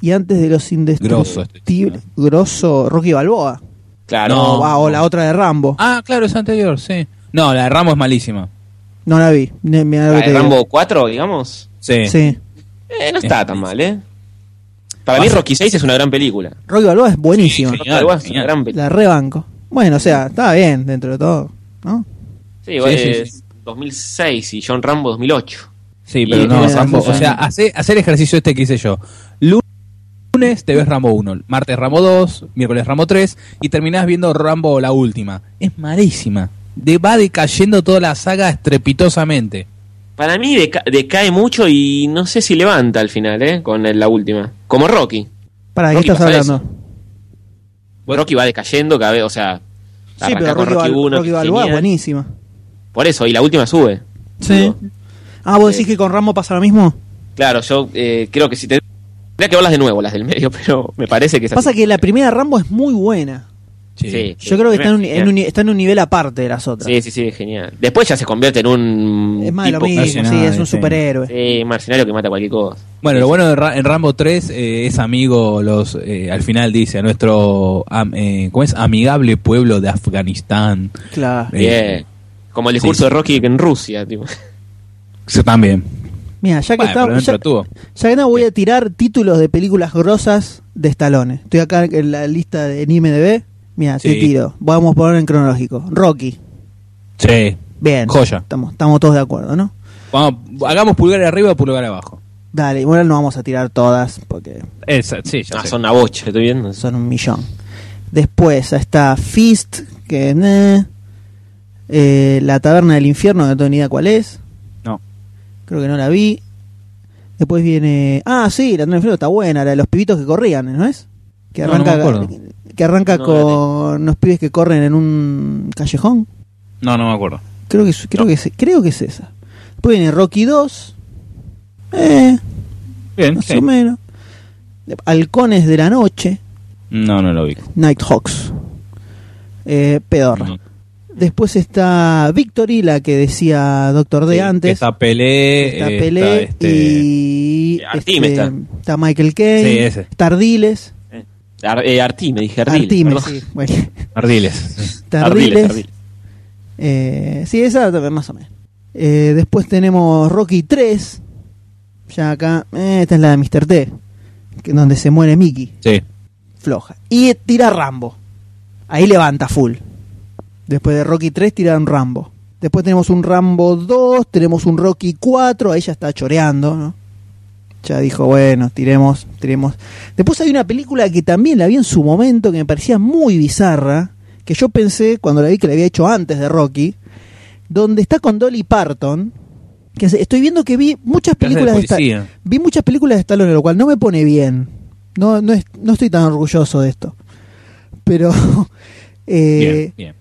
Speaker 9: y antes de los
Speaker 10: Grosso este
Speaker 9: indestructibles.
Speaker 10: chico,
Speaker 9: Grosso, Rocky Balboa.
Speaker 7: Claro.
Speaker 10: No.
Speaker 9: o, ah, o la otra de Rambo.
Speaker 10: Ah, claro, es anterior, sí. No, la de Ramos es malísima.
Speaker 9: No la vi. ni- mirá lo
Speaker 7: La
Speaker 9: que te
Speaker 7: de
Speaker 9: digo.
Speaker 7: Ah, Rambo 4, digamos.
Speaker 10: Sí.
Speaker 9: Sí.
Speaker 7: Eh, no está tan mal, ¿eh? Para mí Rocky 6 es una gran película.
Speaker 9: Rocky Balboa es buenísima.
Speaker 10: Sí,
Speaker 7: Rocky Balboa es una
Speaker 10: genial.
Speaker 7: gran película.
Speaker 9: la rebanco. Bueno, o sea, estaba bien dentro de todo. ¿no?
Speaker 7: Sí, igual
Speaker 10: sí,
Speaker 7: es 2006 y John Rambo 2008.
Speaker 10: Sí, pero
Speaker 7: Y
Speaker 10: no,
Speaker 9: tiene Rambo
Speaker 10: Rambo. O sea,
Speaker 9: también.
Speaker 10: hace- hacer ejercicio este que hice yo. Lunes te ves Rambo 1, martes Rambo 2, miércoles Rambo 3 y terminás viendo Rambo la última. Es malísima. De, va decayendo toda la saga estrepitosamente.
Speaker 7: Para mí deca- decae mucho y no sé si levanta al final, ¿eh? Con el- la última. Como Rocky.
Speaker 9: ¿Para qué
Speaker 7: Rocky
Speaker 9: estás
Speaker 7: pasa
Speaker 9: hablando?
Speaker 7: Rocky va decayendo cada vez, o sea...
Speaker 9: Sí,
Speaker 7: arrancás
Speaker 9: pero
Speaker 7: con
Speaker 9: Rocky, Bal-
Speaker 7: Rocky 1,
Speaker 9: Rocky
Speaker 7: que es
Speaker 9: Balboa es
Speaker 7: genial.
Speaker 9: buenísima.
Speaker 7: Por eso, y la última sube.
Speaker 9: Sí. Ah, ¿vos decís
Speaker 7: Sí.
Speaker 9: que con Rambo pasa lo mismo?
Speaker 7: Claro, yo eh, creo que si te... Tendría que verlas de nuevo, las del medio, pero me parece que es
Speaker 9: Pasa
Speaker 7: así.
Speaker 9: que la primera Rambo es muy buena.
Speaker 7: Sí, sí,
Speaker 9: Yo creo que está en, un,
Speaker 7: genial.
Speaker 9: en un- está en un nivel aparte de las otras.
Speaker 7: Sí, sí, sí, genial. Después ya se convierte en un...
Speaker 9: es más de lo ¿eh?
Speaker 7: tipo-
Speaker 9: mismo,
Speaker 10: nacional,
Speaker 9: sí, es un
Speaker 10: sí.
Speaker 9: superhéroe.
Speaker 7: Sí, mercenario que mata cualquier cosa.
Speaker 10: Bueno, lo bueno de Ra- en Rambo 3 eh, es amigo, los eh, al final dice, a nuestro am- eh, ¿cómo es? amigable pueblo de Afganistán.
Speaker 9: Claro.
Speaker 10: Eh,
Speaker 7: Bien. Como el discurso
Speaker 10: Sí.
Speaker 7: de Rocky en Rusia, tipo.
Speaker 10: Yo también.
Speaker 9: Mira, ya que
Speaker 10: Bueno, pero
Speaker 9: estamos-
Speaker 10: dentro
Speaker 9: ya,
Speaker 10: tuvo.
Speaker 9: ya que no voy a tirar títulos de películas grosas de Stallone. Estoy acá en la lista de en IMDb. Mira,
Speaker 10: Sí.
Speaker 9: te tiro. Vamos a poner en cronológico. Rocky.
Speaker 10: Sí.
Speaker 9: Bien.
Speaker 10: Joya.
Speaker 9: Estamos, estamos todos de acuerdo, ¿no?
Speaker 10: Vamos, hagamos pulgar arriba, pulgar abajo.
Speaker 9: Dale, igual no vamos a tirar todas porque
Speaker 10: Esa, sí, ya
Speaker 7: Ah,
Speaker 10: sé.
Speaker 7: son una bocha, estoy viendo.
Speaker 9: son un millón. Después está Fist, que eh, eh, La Taberna del Infierno, que no tengo ni idea cuál es.
Speaker 10: No.
Speaker 9: Creo que no la vi. Después viene. Ah, sí, La Taberna del Infierno está buena, la de los pibitos que corrían, ¿no es? Que
Speaker 10: No, no me
Speaker 9: arranca,
Speaker 10: acuerdo.
Speaker 9: que arranca
Speaker 7: No,
Speaker 9: con unos pibes que corren en un callejón.
Speaker 10: No, no me acuerdo.
Speaker 9: Creo que, es- creo que, es, creo que es esa. Después viene Rocky 2. Eh,
Speaker 10: Bien,
Speaker 9: más
Speaker 10: sí.
Speaker 9: o menos. Halcones de la Noche.
Speaker 10: No, no lo vi.
Speaker 9: Nighthawks. Eh, pedorra. Después está Victory, la que decía Doctor D antes.
Speaker 10: Está Eh, Pelé.
Speaker 9: Está
Speaker 10: eh,
Speaker 9: Pelé
Speaker 10: este-
Speaker 9: y
Speaker 7: Artime
Speaker 9: este,
Speaker 7: está.
Speaker 9: está Michael Caine,
Speaker 7: Sí, ese.
Speaker 9: Tardiles,
Speaker 7: Ar- eh, Artí, me dije Ardiles.
Speaker 9: Artime,
Speaker 7: perdón.
Speaker 9: sí, bueno.
Speaker 10: Ardiles.
Speaker 9: Tardiles. Eh, sí, esa también más o menos. Eh, después tenemos Rocky 3, ya acá, eh, esta es la de Mr. T, que- donde se muere Mickey,
Speaker 10: Sí.
Speaker 9: floja. Y tira Rambo, ahí levanta full. Después de Rocky 3 tiran Rambo. Después tenemos un Rambo 2, tenemos un Rocky 4, ahí ya está choreando, ¿no? Ya dijo, bueno, tiremos, tiremos. Después hay una película que también la vi en su momento, que me parecía muy bizarra, que yo pensé cuando la vi que la había hecho antes de Rocky, donde está con Dolly Parton, que hace- estoy viendo que vi muchas
Speaker 10: hace de
Speaker 9: películas de, esta-
Speaker 10: policía.
Speaker 9: vi muchas películas de Stallone, lo cual no me pone bien. No, no, es- no estoy tan orgulloso de esto. Pero eh,
Speaker 10: Bien, bien.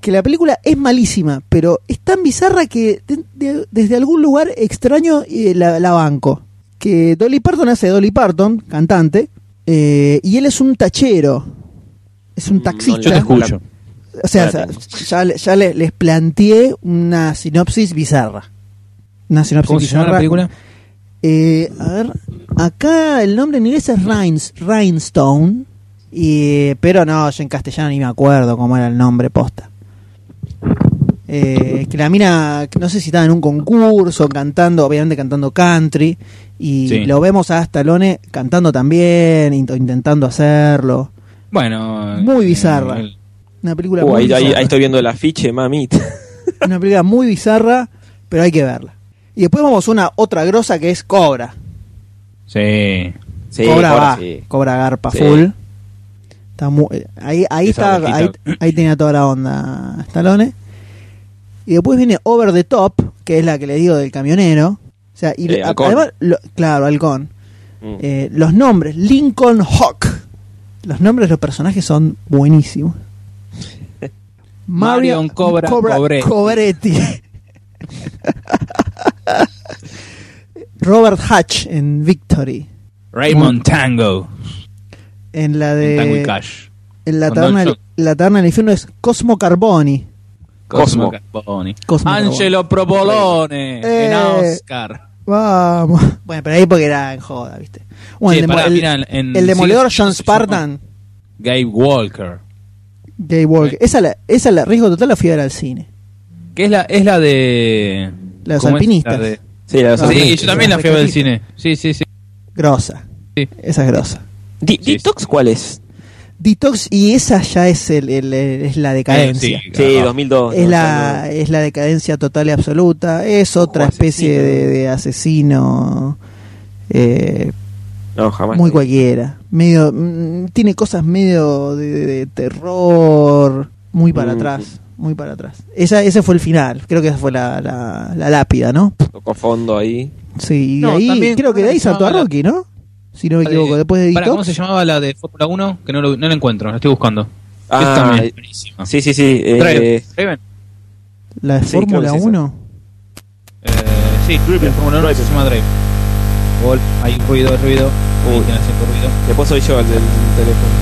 Speaker 9: que la película es malísima, pero es tan bizarra que de- de- desde algún lugar extraño eh, la, la banco. Que Dolly Parton hace Dolly Parton, cantante, eh, y él es un tachero, es un taxista.
Speaker 10: Yo te escucho.
Speaker 9: O sea,
Speaker 10: No la
Speaker 9: sa- ya, le- ya le- les planteé una sinopsis bizarra. Una sinopsis
Speaker 10: ¿Cómo se
Speaker 9: bizarra.
Speaker 10: llama la película?
Speaker 9: Eh, a ver, acá el nombre en inglés es Rhines- Rhinestone, y, pero no, yo en castellano ni me acuerdo cómo era el nombre posta. Eh, que la mina, que no sé si estaba en un concurso, cantando, obviamente cantando country, y
Speaker 10: Sí.
Speaker 9: lo vemos a Stallone cantando también, int- intentando hacerlo.
Speaker 10: Bueno.
Speaker 9: Muy
Speaker 10: eh,
Speaker 9: bizarra.
Speaker 10: el-
Speaker 9: Una película
Speaker 7: Uh,
Speaker 9: muy
Speaker 7: ahí, ahí-
Speaker 9: bizarra.
Speaker 7: ahí estoy viendo el afiche, mamita.
Speaker 9: Una película muy bizarra, pero hay que verla. Y después vamos a una otra grosa que es Cobra.
Speaker 10: Sí.
Speaker 7: Sí,
Speaker 9: Cobra
Speaker 7: ahora
Speaker 9: va,
Speaker 7: sí.
Speaker 9: Cobra garpa
Speaker 7: Sí.
Speaker 9: full. Está mu- eh, ahí ahí
Speaker 10: Esa
Speaker 9: estaba- ahí,
Speaker 10: orejita.
Speaker 9: ahí tenía toda la onda Stallone. Y después viene Over the Top, que es la que le digo del camionero. O sea, y
Speaker 7: Eh,
Speaker 9: a-
Speaker 7: Halcón.
Speaker 9: además, lo- claro, Halcón.
Speaker 7: Mm.
Speaker 9: Eh, los nombres, Lincoln Hawk. Los nombres de los personajes son buenísimos.
Speaker 10: Marion Cobra Cobretti.
Speaker 9: Cobretti. Robert Hatch en Victory.
Speaker 10: Raymond Tango.
Speaker 9: En la
Speaker 10: en Tango y
Speaker 9: de.
Speaker 10: Cash.
Speaker 9: En la
Speaker 10: Con
Speaker 9: taberna,
Speaker 10: Don
Speaker 9: la taberna del infierno es Cosmo Carboni.
Speaker 7: Cosmo.
Speaker 10: Carboni.
Speaker 9: Cosmo
Speaker 10: Angelo Provolone.
Speaker 9: Eh.
Speaker 10: En Oscar.
Speaker 9: Vamos. Bueno, pero ahí porque era en joda, ¿viste? Bueno,
Speaker 10: Che,
Speaker 9: el, demo-
Speaker 10: pará,
Speaker 9: el-
Speaker 10: mirá, en-
Speaker 9: el demoledor
Speaker 10: sí,
Speaker 9: John
Speaker 10: sí, sí, sí, sí, sí.
Speaker 9: Spartan,
Speaker 10: Gabe Walker.
Speaker 9: Gay Walker. Esa la, esa la riesgo total la fui a ver al cine.
Speaker 10: Que es la, es la de.
Speaker 9: La de los
Speaker 10: ¿cómo es?
Speaker 9: alpinistas.
Speaker 10: La de-
Speaker 7: Sí, la-
Speaker 9: No,
Speaker 10: sí,
Speaker 9: sí,
Speaker 10: yo también
Speaker 9: la
Speaker 10: la fui a ver al
Speaker 9: recogí.
Speaker 10: cine. Sí, sí, sí.
Speaker 9: Grosa.
Speaker 10: Sí.
Speaker 9: Esa es grosa.
Speaker 7: Di-
Speaker 10: Sí,
Speaker 7: ¿Detox cuál es?
Speaker 9: Detox y esa ya es el, el- el- es la decadencia.
Speaker 10: Sí,
Speaker 7: Sí,
Speaker 10: ah,
Speaker 7: 2002.
Speaker 9: Es
Speaker 7: ¿no?
Speaker 9: la,
Speaker 7: Ya
Speaker 9: es la decadencia total y absoluta. Es otra
Speaker 7: Ojo,
Speaker 9: especie
Speaker 7: asesino.
Speaker 9: de, de asesino. eh,
Speaker 7: No, no, jamás.
Speaker 9: muy cualquiera. Medio, mm, tiene cosas medio de, de- de terror. Muy para
Speaker 7: Mm,
Speaker 9: atrás. Muy para atrás. Esa, ese fue el final. Creo que esa fue la, la, la lápida, ¿no?
Speaker 7: Tocó fondo ahí.
Speaker 9: Sí, y de
Speaker 10: No,
Speaker 9: ahí,
Speaker 10: también-
Speaker 9: creo que de ahí saltó a
Speaker 10: la-
Speaker 9: Rocky, ¿no? Si no me
Speaker 10: la
Speaker 9: equivoco, después de
Speaker 10: pará, ¿Cómo
Speaker 9: Detox.
Speaker 10: se llamaba la de Fórmula 1? Que no, lo, no la encuentro, la estoy buscando.
Speaker 7: Ah,
Speaker 10: Esta también
Speaker 7: eh,
Speaker 10: es buenísima.
Speaker 7: Sí, sí, sí. eh,
Speaker 10: Drive- Driven.
Speaker 9: La de
Speaker 7: Sí, creo que
Speaker 9: Fórmula
Speaker 7: es esa.
Speaker 9: 1.
Speaker 10: Eh, sí, la Fórmula 1 se llama Drive. Gol, hay ruido, ruido. Uy, tiene acento ruido.
Speaker 7: después soy yo el del teléfono.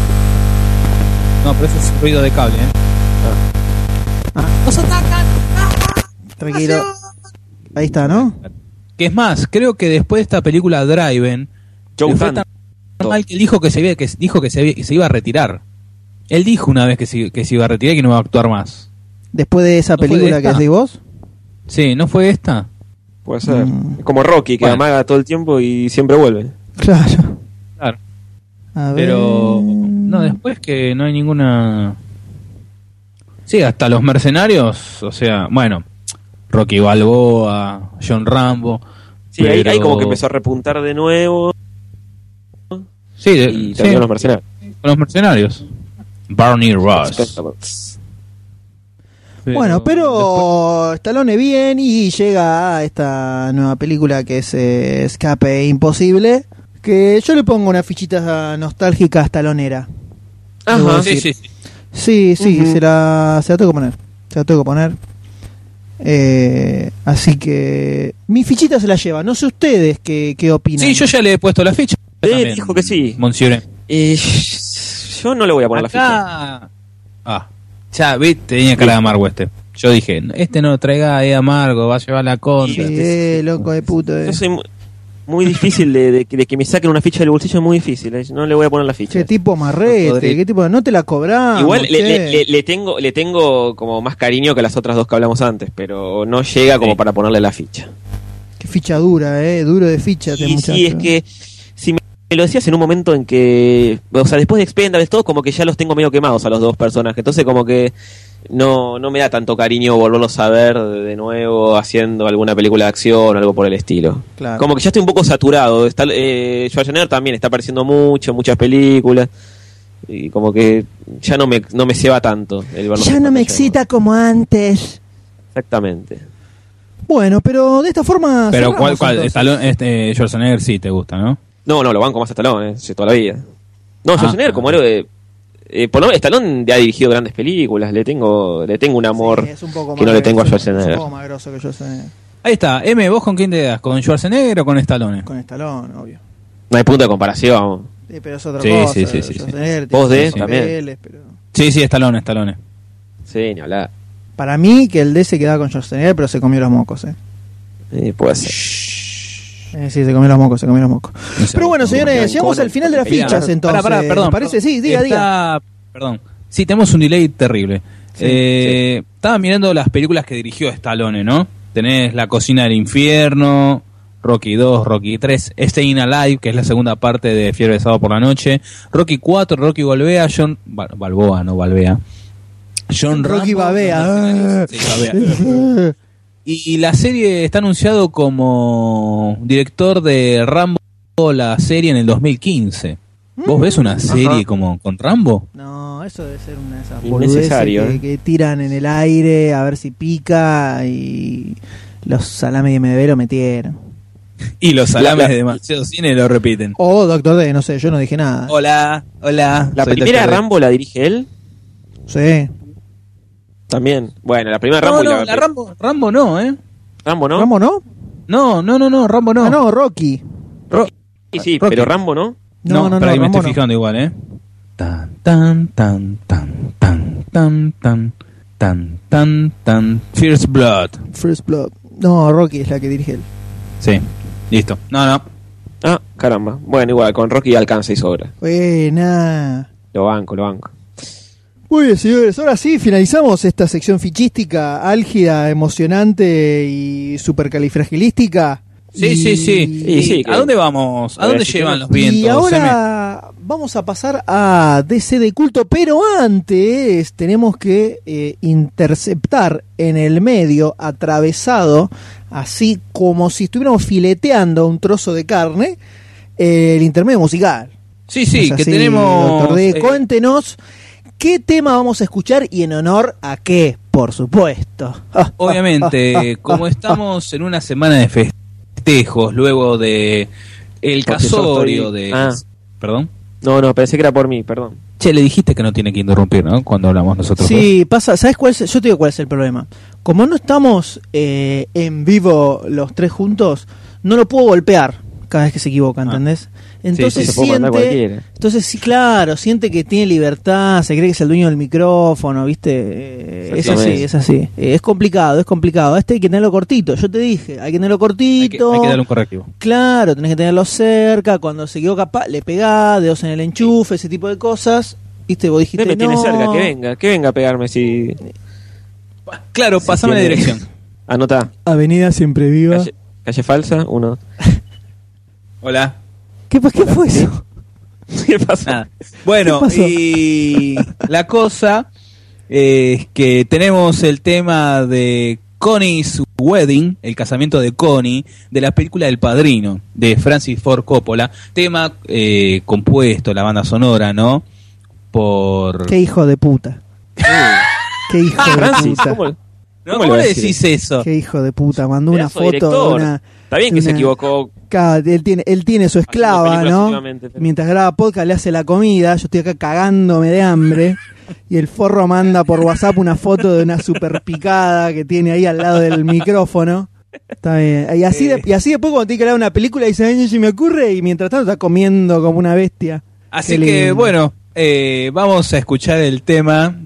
Speaker 10: No, pero eso es ruido de cable, ¿eh?
Speaker 9: Tranquilo. Ahí está, ¿no?
Speaker 10: Que es más, creo que después de esta película Driven,
Speaker 7: Joe
Speaker 10: le fue
Speaker 7: Dante.
Speaker 10: tan mal que dijo que se, había- que dijo que se, había- que se iba a retirar. Él dijo una vez que se, que se iba a retirar y que no iba a actuar más.
Speaker 9: Después de esa
Speaker 10: ¿No fue de
Speaker 9: película que
Speaker 10: esta?
Speaker 9: es de vos.
Speaker 10: Sí, ¿no fue esta?
Speaker 7: Puede ser.
Speaker 9: Mm.
Speaker 7: Es como Rocky, que
Speaker 10: Bueno.
Speaker 7: amaga todo el tiempo y siempre vuelve.
Speaker 9: Claro.
Speaker 10: Claro.
Speaker 9: A ver.
Speaker 10: Pero no, después que no hay ninguna. Sí, hasta los mercenarios, o sea, bueno, Rocky Balboa, John Rambo.
Speaker 7: Sí, ahí, ahí
Speaker 10: pero-
Speaker 7: como que empezó a repuntar de nuevo
Speaker 10: Sí, de-
Speaker 7: y
Speaker 10: sí,
Speaker 7: también los mercenarios.
Speaker 10: con los mercenarios. Barney Ross.
Speaker 9: Bueno, pero Stallone bien y llega a esta nueva película que es eh, Escape Imposible. Que yo le pongo una fichita nostálgica Stallonera.
Speaker 7: Ajá.
Speaker 10: después- sí, sí, sí.
Speaker 9: Sí, sí,
Speaker 7: Ujú.
Speaker 9: se, la, se la tengo que poner. Se la tengo que poner. Eh, así que mi fichita se la lleva. No sé ustedes qué, qué opinan.
Speaker 10: Sí, yo ya le he puesto la ficha.
Speaker 7: Él dijo que sí.
Speaker 10: Monsieur.
Speaker 7: Eh, yo no le voy a poner la ficha.
Speaker 10: Acá- Ah, ya, viste, tenía cara de amargo este. Yo dije, este no lo traiga, es amargo, va a llevar la
Speaker 9: Sí,
Speaker 10: contra.
Speaker 9: eh, loco de puto. eh.
Speaker 7: Yo soy mu- muy difícil de, de que- de que me saquen una ficha del bolsillo, es muy difícil. eh. No le voy a poner la ficha.
Speaker 9: Che, tipo marrete,
Speaker 7: Podría-
Speaker 9: qué tipo de- no te la cobramos.
Speaker 7: Igual le,
Speaker 9: che.
Speaker 7: le- le- le tengo le tengo como más cariño que las otras dos que hablamos antes, pero no llega como para ponerle la ficha.
Speaker 9: Qué ficha dura, eh, duro de ficha este
Speaker 7: Y
Speaker 9: muchacho.
Speaker 7: sí, es que si me me lo decías en un momento en que, o sea, después de Expendables todo como que ya los tengo medio quemados a los dos personajes, entonces como que no no me da tanto cariño volverlos a ver de nuevo haciendo alguna película de acción o algo por el estilo.
Speaker 9: Claro.
Speaker 7: Como que ya estoy un poco saturado. Está, eh, Schwarzenegger también está apareciendo mucho, muchas películas. Y como que ya no me, no me ceba tanto el verlo
Speaker 9: Ya
Speaker 7: en
Speaker 9: no me
Speaker 7: pantalla.
Speaker 9: excita como antes.
Speaker 7: Exactamente.
Speaker 9: Bueno, pero de esta forma.
Speaker 10: Pero
Speaker 9: cerramos,
Speaker 10: cuál, cuál,
Speaker 9: Ah, entonces.
Speaker 10: Stallone- este, Schwarzenegger sí te gusta, ¿no?
Speaker 7: No, no, lo banco más a Stallone, eh, sí, toda la vida. No,
Speaker 10: Ah.
Speaker 7: Schwarzenegger como héroe... Eh, por lo menos Stallone ha dirigido grandes películas. Le tengo le tengo un amor
Speaker 9: Sí, es un poco
Speaker 7: que
Speaker 9: más
Speaker 7: no le tengo a
Speaker 9: grosso, Es
Speaker 7: Schwarzenegger.
Speaker 9: un poco más grosso que Schwarzenegger.
Speaker 10: Ahí está, M, ¿vos con quién te das? ¿Con Schwarzenegger o con Stallone?
Speaker 9: Con Stallone, obvio.
Speaker 7: No hay punto de comparación.
Speaker 9: Sí, pero es otra
Speaker 10: Sí,
Speaker 9: cosa.
Speaker 10: sí, sí, sí, sí.
Speaker 9: Schwarzenegger
Speaker 7: Vos
Speaker 9: tiene
Speaker 7: de-
Speaker 9: sus
Speaker 7: también.
Speaker 9: papeles, pero-
Speaker 10: Sí, sí, Stallone, Stallone.
Speaker 7: Sí, ni hablar.
Speaker 9: Para mí, que el D se quedaba con Schwarzenegger, pero se comió los mocos, eh.
Speaker 7: Eh, puede ser.
Speaker 9: Eh, sí, se comió los mocos, se comió los mocos.
Speaker 10: No sé.
Speaker 9: Pero bueno,
Speaker 7: Conan,
Speaker 9: señores, llegamos
Speaker 7: Conan,
Speaker 9: al final de las
Speaker 7: Conan.
Speaker 9: fichas entonces.
Speaker 10: Pará, pará, perdón.
Speaker 9: ¿Les parece? Sí, diga, diga.
Speaker 10: Está- Perdón. Sí, tenemos un delay terrible. Eh, Estaba mirando las películas que dirigió Stallone, ¿no? Tenés La cocina del infierno, Rocky 2, Rocky 3, Staying Alive, que es la segunda parte de Fiebre de Sábado por la Noche, Rocky 4, Rocky Balboa, John... Bal- Balboa, no Balbea. John
Speaker 9: Rocky
Speaker 10: Rambo,
Speaker 9: babea.
Speaker 10: Sí, babea. Y la serie está anunciado como director de Rambo, la serie en el 2015. ¿Vos ves una serie como con Rambo?
Speaker 9: No, eso debe ser una de esas boludeces
Speaker 7: Innecesario,
Speaker 9: que,
Speaker 7: eh.
Speaker 9: que tiran en el aire a ver si pica y los salames de MDB lo metieron.
Speaker 10: Y los salames
Speaker 7: La- la-
Speaker 10: de demasiado cine lo repiten.
Speaker 9: O Doctor D, no sé, yo no dije nada.
Speaker 10: Hola, hola.
Speaker 7: La
Speaker 10: soy
Speaker 7: primera
Speaker 10: Dr. D.
Speaker 7: Rambo la dirige él
Speaker 9: Sí.
Speaker 7: también. Bueno, la primera
Speaker 10: No,
Speaker 7: Rambo y
Speaker 10: no, la Rambo, Rambo no, ¿eh?
Speaker 7: Rambo, ¿no?
Speaker 9: ¿Rambo no?
Speaker 10: No, no, no, no, Rambo no.
Speaker 9: Ah, no, Rocky.
Speaker 7: Sí, sí,
Speaker 10: Rocky.
Speaker 7: pero Rambo, ¿no?
Speaker 9: No, no, no,
Speaker 10: espera, ahí me
Speaker 9: Rambo
Speaker 10: estoy
Speaker 9: no.
Speaker 10: fijando igual, ¿eh? Tan, tan, tan, tan, tan, tan, tan, tan, tan, tan. Fierce Blood.
Speaker 9: First Blood. No, Rocky es la que dirige él.
Speaker 10: Sí, listo. No, no.
Speaker 7: Ah, caramba. Bueno, igual, con Rocky alcanza y sobra.
Speaker 9: Buena.
Speaker 7: Lo banco, lo banco.
Speaker 9: Muy bien, señores. Ahora sí, finalizamos esta sección fichística álgida, emocionante y supercalifragilística.
Speaker 10: Sí,
Speaker 9: Y-
Speaker 10: sí, sí.
Speaker 7: Sí, sí,
Speaker 10: ¿A
Speaker 7: que-
Speaker 10: dónde vamos? ¿A
Speaker 7: Eh,
Speaker 10: dónde
Speaker 7: si
Speaker 10: llevan
Speaker 7: tenemos-
Speaker 10: los vientos?
Speaker 9: Y ahora vamos a pasar a DC de culto, pero antes tenemos que eh, interceptar en el medio, atravesado, así como si estuviéramos fileteando un trozo de carne, eh, el intermedio musical.
Speaker 10: Sí, sí,
Speaker 9: ¿No es
Speaker 10: que
Speaker 9: así,
Speaker 10: tenemos...
Speaker 9: doctor D?
Speaker 10: eh,
Speaker 9: cuéntenos qué tema vamos a escuchar y en honor a qué, por supuesto.
Speaker 10: Obviamente, como estamos en una semana de festejos, luego de el
Speaker 7: Porque yo
Speaker 10: casorio
Speaker 7: estoy-
Speaker 10: de...
Speaker 7: Ah.
Speaker 10: Perdón.
Speaker 7: No, no, pensé que era por mí, perdón.
Speaker 10: Che, le dijiste que no tiene que interrumpir, ¿no? Cuando hablamos nosotros. dos.
Speaker 9: Sí, pasa, ¿sabes cuál es? Yo te digo cuál es el problema. Como no estamos eh, en vivo los tres juntos, no lo puedo golpear cada vez que se equivoca, ¿entendés? Entonces
Speaker 7: Ah. sí, se puede mandar
Speaker 9: siente,
Speaker 7: cualquiera.
Speaker 9: entonces sí, claro, siente que tiene libertad, se cree que es el dueño del micrófono, ¿viste? Eh, es así,
Speaker 7: Exactamente.
Speaker 9: es así. Eh, es complicado, es complicado. A Este hay que tenerlo cortito, yo te dije, hay que tenerlo cortito.
Speaker 10: Hay que, hay que darle un correctivo.
Speaker 9: Claro, tenés que tenerlo cerca, cuando se equivoca, pa, le pegá, dedos en el enchufe, ese tipo de cosas. ¿Viste? Vos dijiste,
Speaker 7: No me tiene
Speaker 9: no.
Speaker 7: cerca, que venga, que venga a pegarme si.
Speaker 10: Claro, pasame la
Speaker 7: tiene-
Speaker 10: dirección.
Speaker 7: Anota.
Speaker 9: Avenida Siempre Viva.
Speaker 7: Calle, calle falsa, uno.
Speaker 10: Hola.
Speaker 9: ¿Qué, pa- qué fue eso?
Speaker 7: ¿Qué pasa?
Speaker 10: Nada. Bueno,
Speaker 9: ¿Qué pasó?
Speaker 10: y la cosa es que tenemos el tema de Connie's Wedding, el casamiento de Connie, de la película El Padrino, de Francis Ford Coppola. Tema eh, compuesto, la banda sonora, ¿no? Por...
Speaker 9: Qué hijo de puta.
Speaker 10: Ah.
Speaker 9: Qué hijo de
Speaker 7: Francis,
Speaker 9: puta.
Speaker 7: ¿cómo,
Speaker 10: ¿No?
Speaker 7: cómo
Speaker 10: ¿Cómo,
Speaker 7: le va a
Speaker 10: le
Speaker 7: decir
Speaker 10: decís eso?
Speaker 9: Qué hijo de puta. Mandó una
Speaker 7: Pedazo de
Speaker 9: foto de
Speaker 7: director.
Speaker 9: una.
Speaker 7: Está bien que se
Speaker 9: una-
Speaker 7: equivocó.
Speaker 9: Ca- Él tiene, él tiene su esclava,
Speaker 7: películas
Speaker 9: ¿no?
Speaker 7: últimamente, pero-
Speaker 9: Mientras graba podcast le hace la comida. Yo estoy acá cagándome de hambre. y el forro manda por WhatsApp una foto de una super picada que tiene ahí al lado del micrófono. Está bien. Y así, de- y así después cuando tiene que grabar una película dice, ay, se me ocurre, y mientras tanto está comiendo como una bestia.
Speaker 10: Así
Speaker 9: Qué
Speaker 10: que
Speaker 9: lindo.
Speaker 10: bueno, eh, vamos a escuchar el tema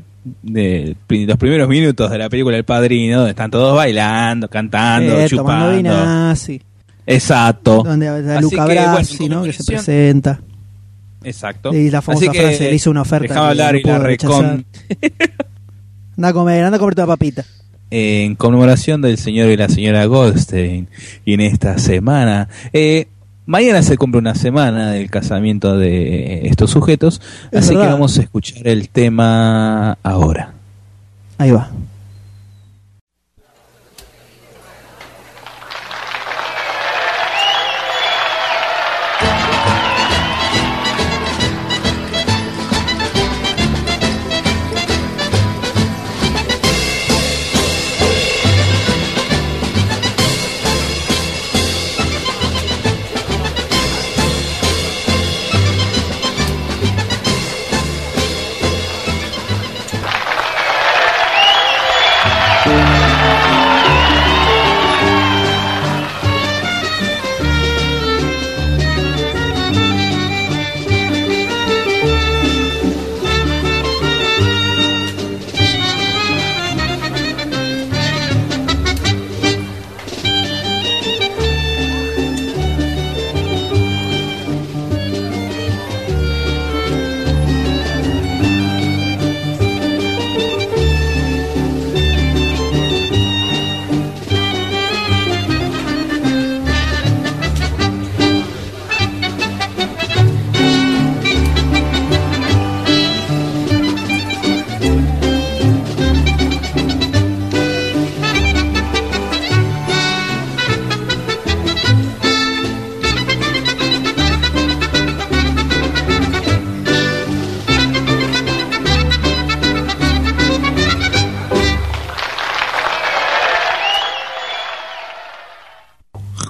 Speaker 10: de pri- los primeros minutos de la película El Padrino, donde están todos bailando, cantando,
Speaker 9: Eh, tomando
Speaker 10: chupando. Oh.
Speaker 9: vinazzi.
Speaker 10: Exacto.
Speaker 9: Donde está
Speaker 10: Así
Speaker 9: Luca
Speaker 10: que, bueno,
Speaker 9: Brasi,
Speaker 10: en
Speaker 9: ¿no? Que se
Speaker 10: conclusión-
Speaker 9: presenta.
Speaker 10: Exacto.
Speaker 9: Y la famosa
Speaker 10: Así que,
Speaker 9: frase, le hice una oferta
Speaker 10: dejaba
Speaker 9: que
Speaker 10: hablar
Speaker 9: no
Speaker 10: y la
Speaker 9: pudo
Speaker 10: recon,
Speaker 9: Anda a comer, anda a comer tu papita.
Speaker 10: eh, en conmemoración del señor y la señora Goldstein. Y en esta semana, eh, mañana se cumple una semana del casamiento de estos sujetos.
Speaker 9: Es
Speaker 10: así que
Speaker 9: verdad.
Speaker 10: vamos a escuchar el tema ahora.
Speaker 9: Ahí va.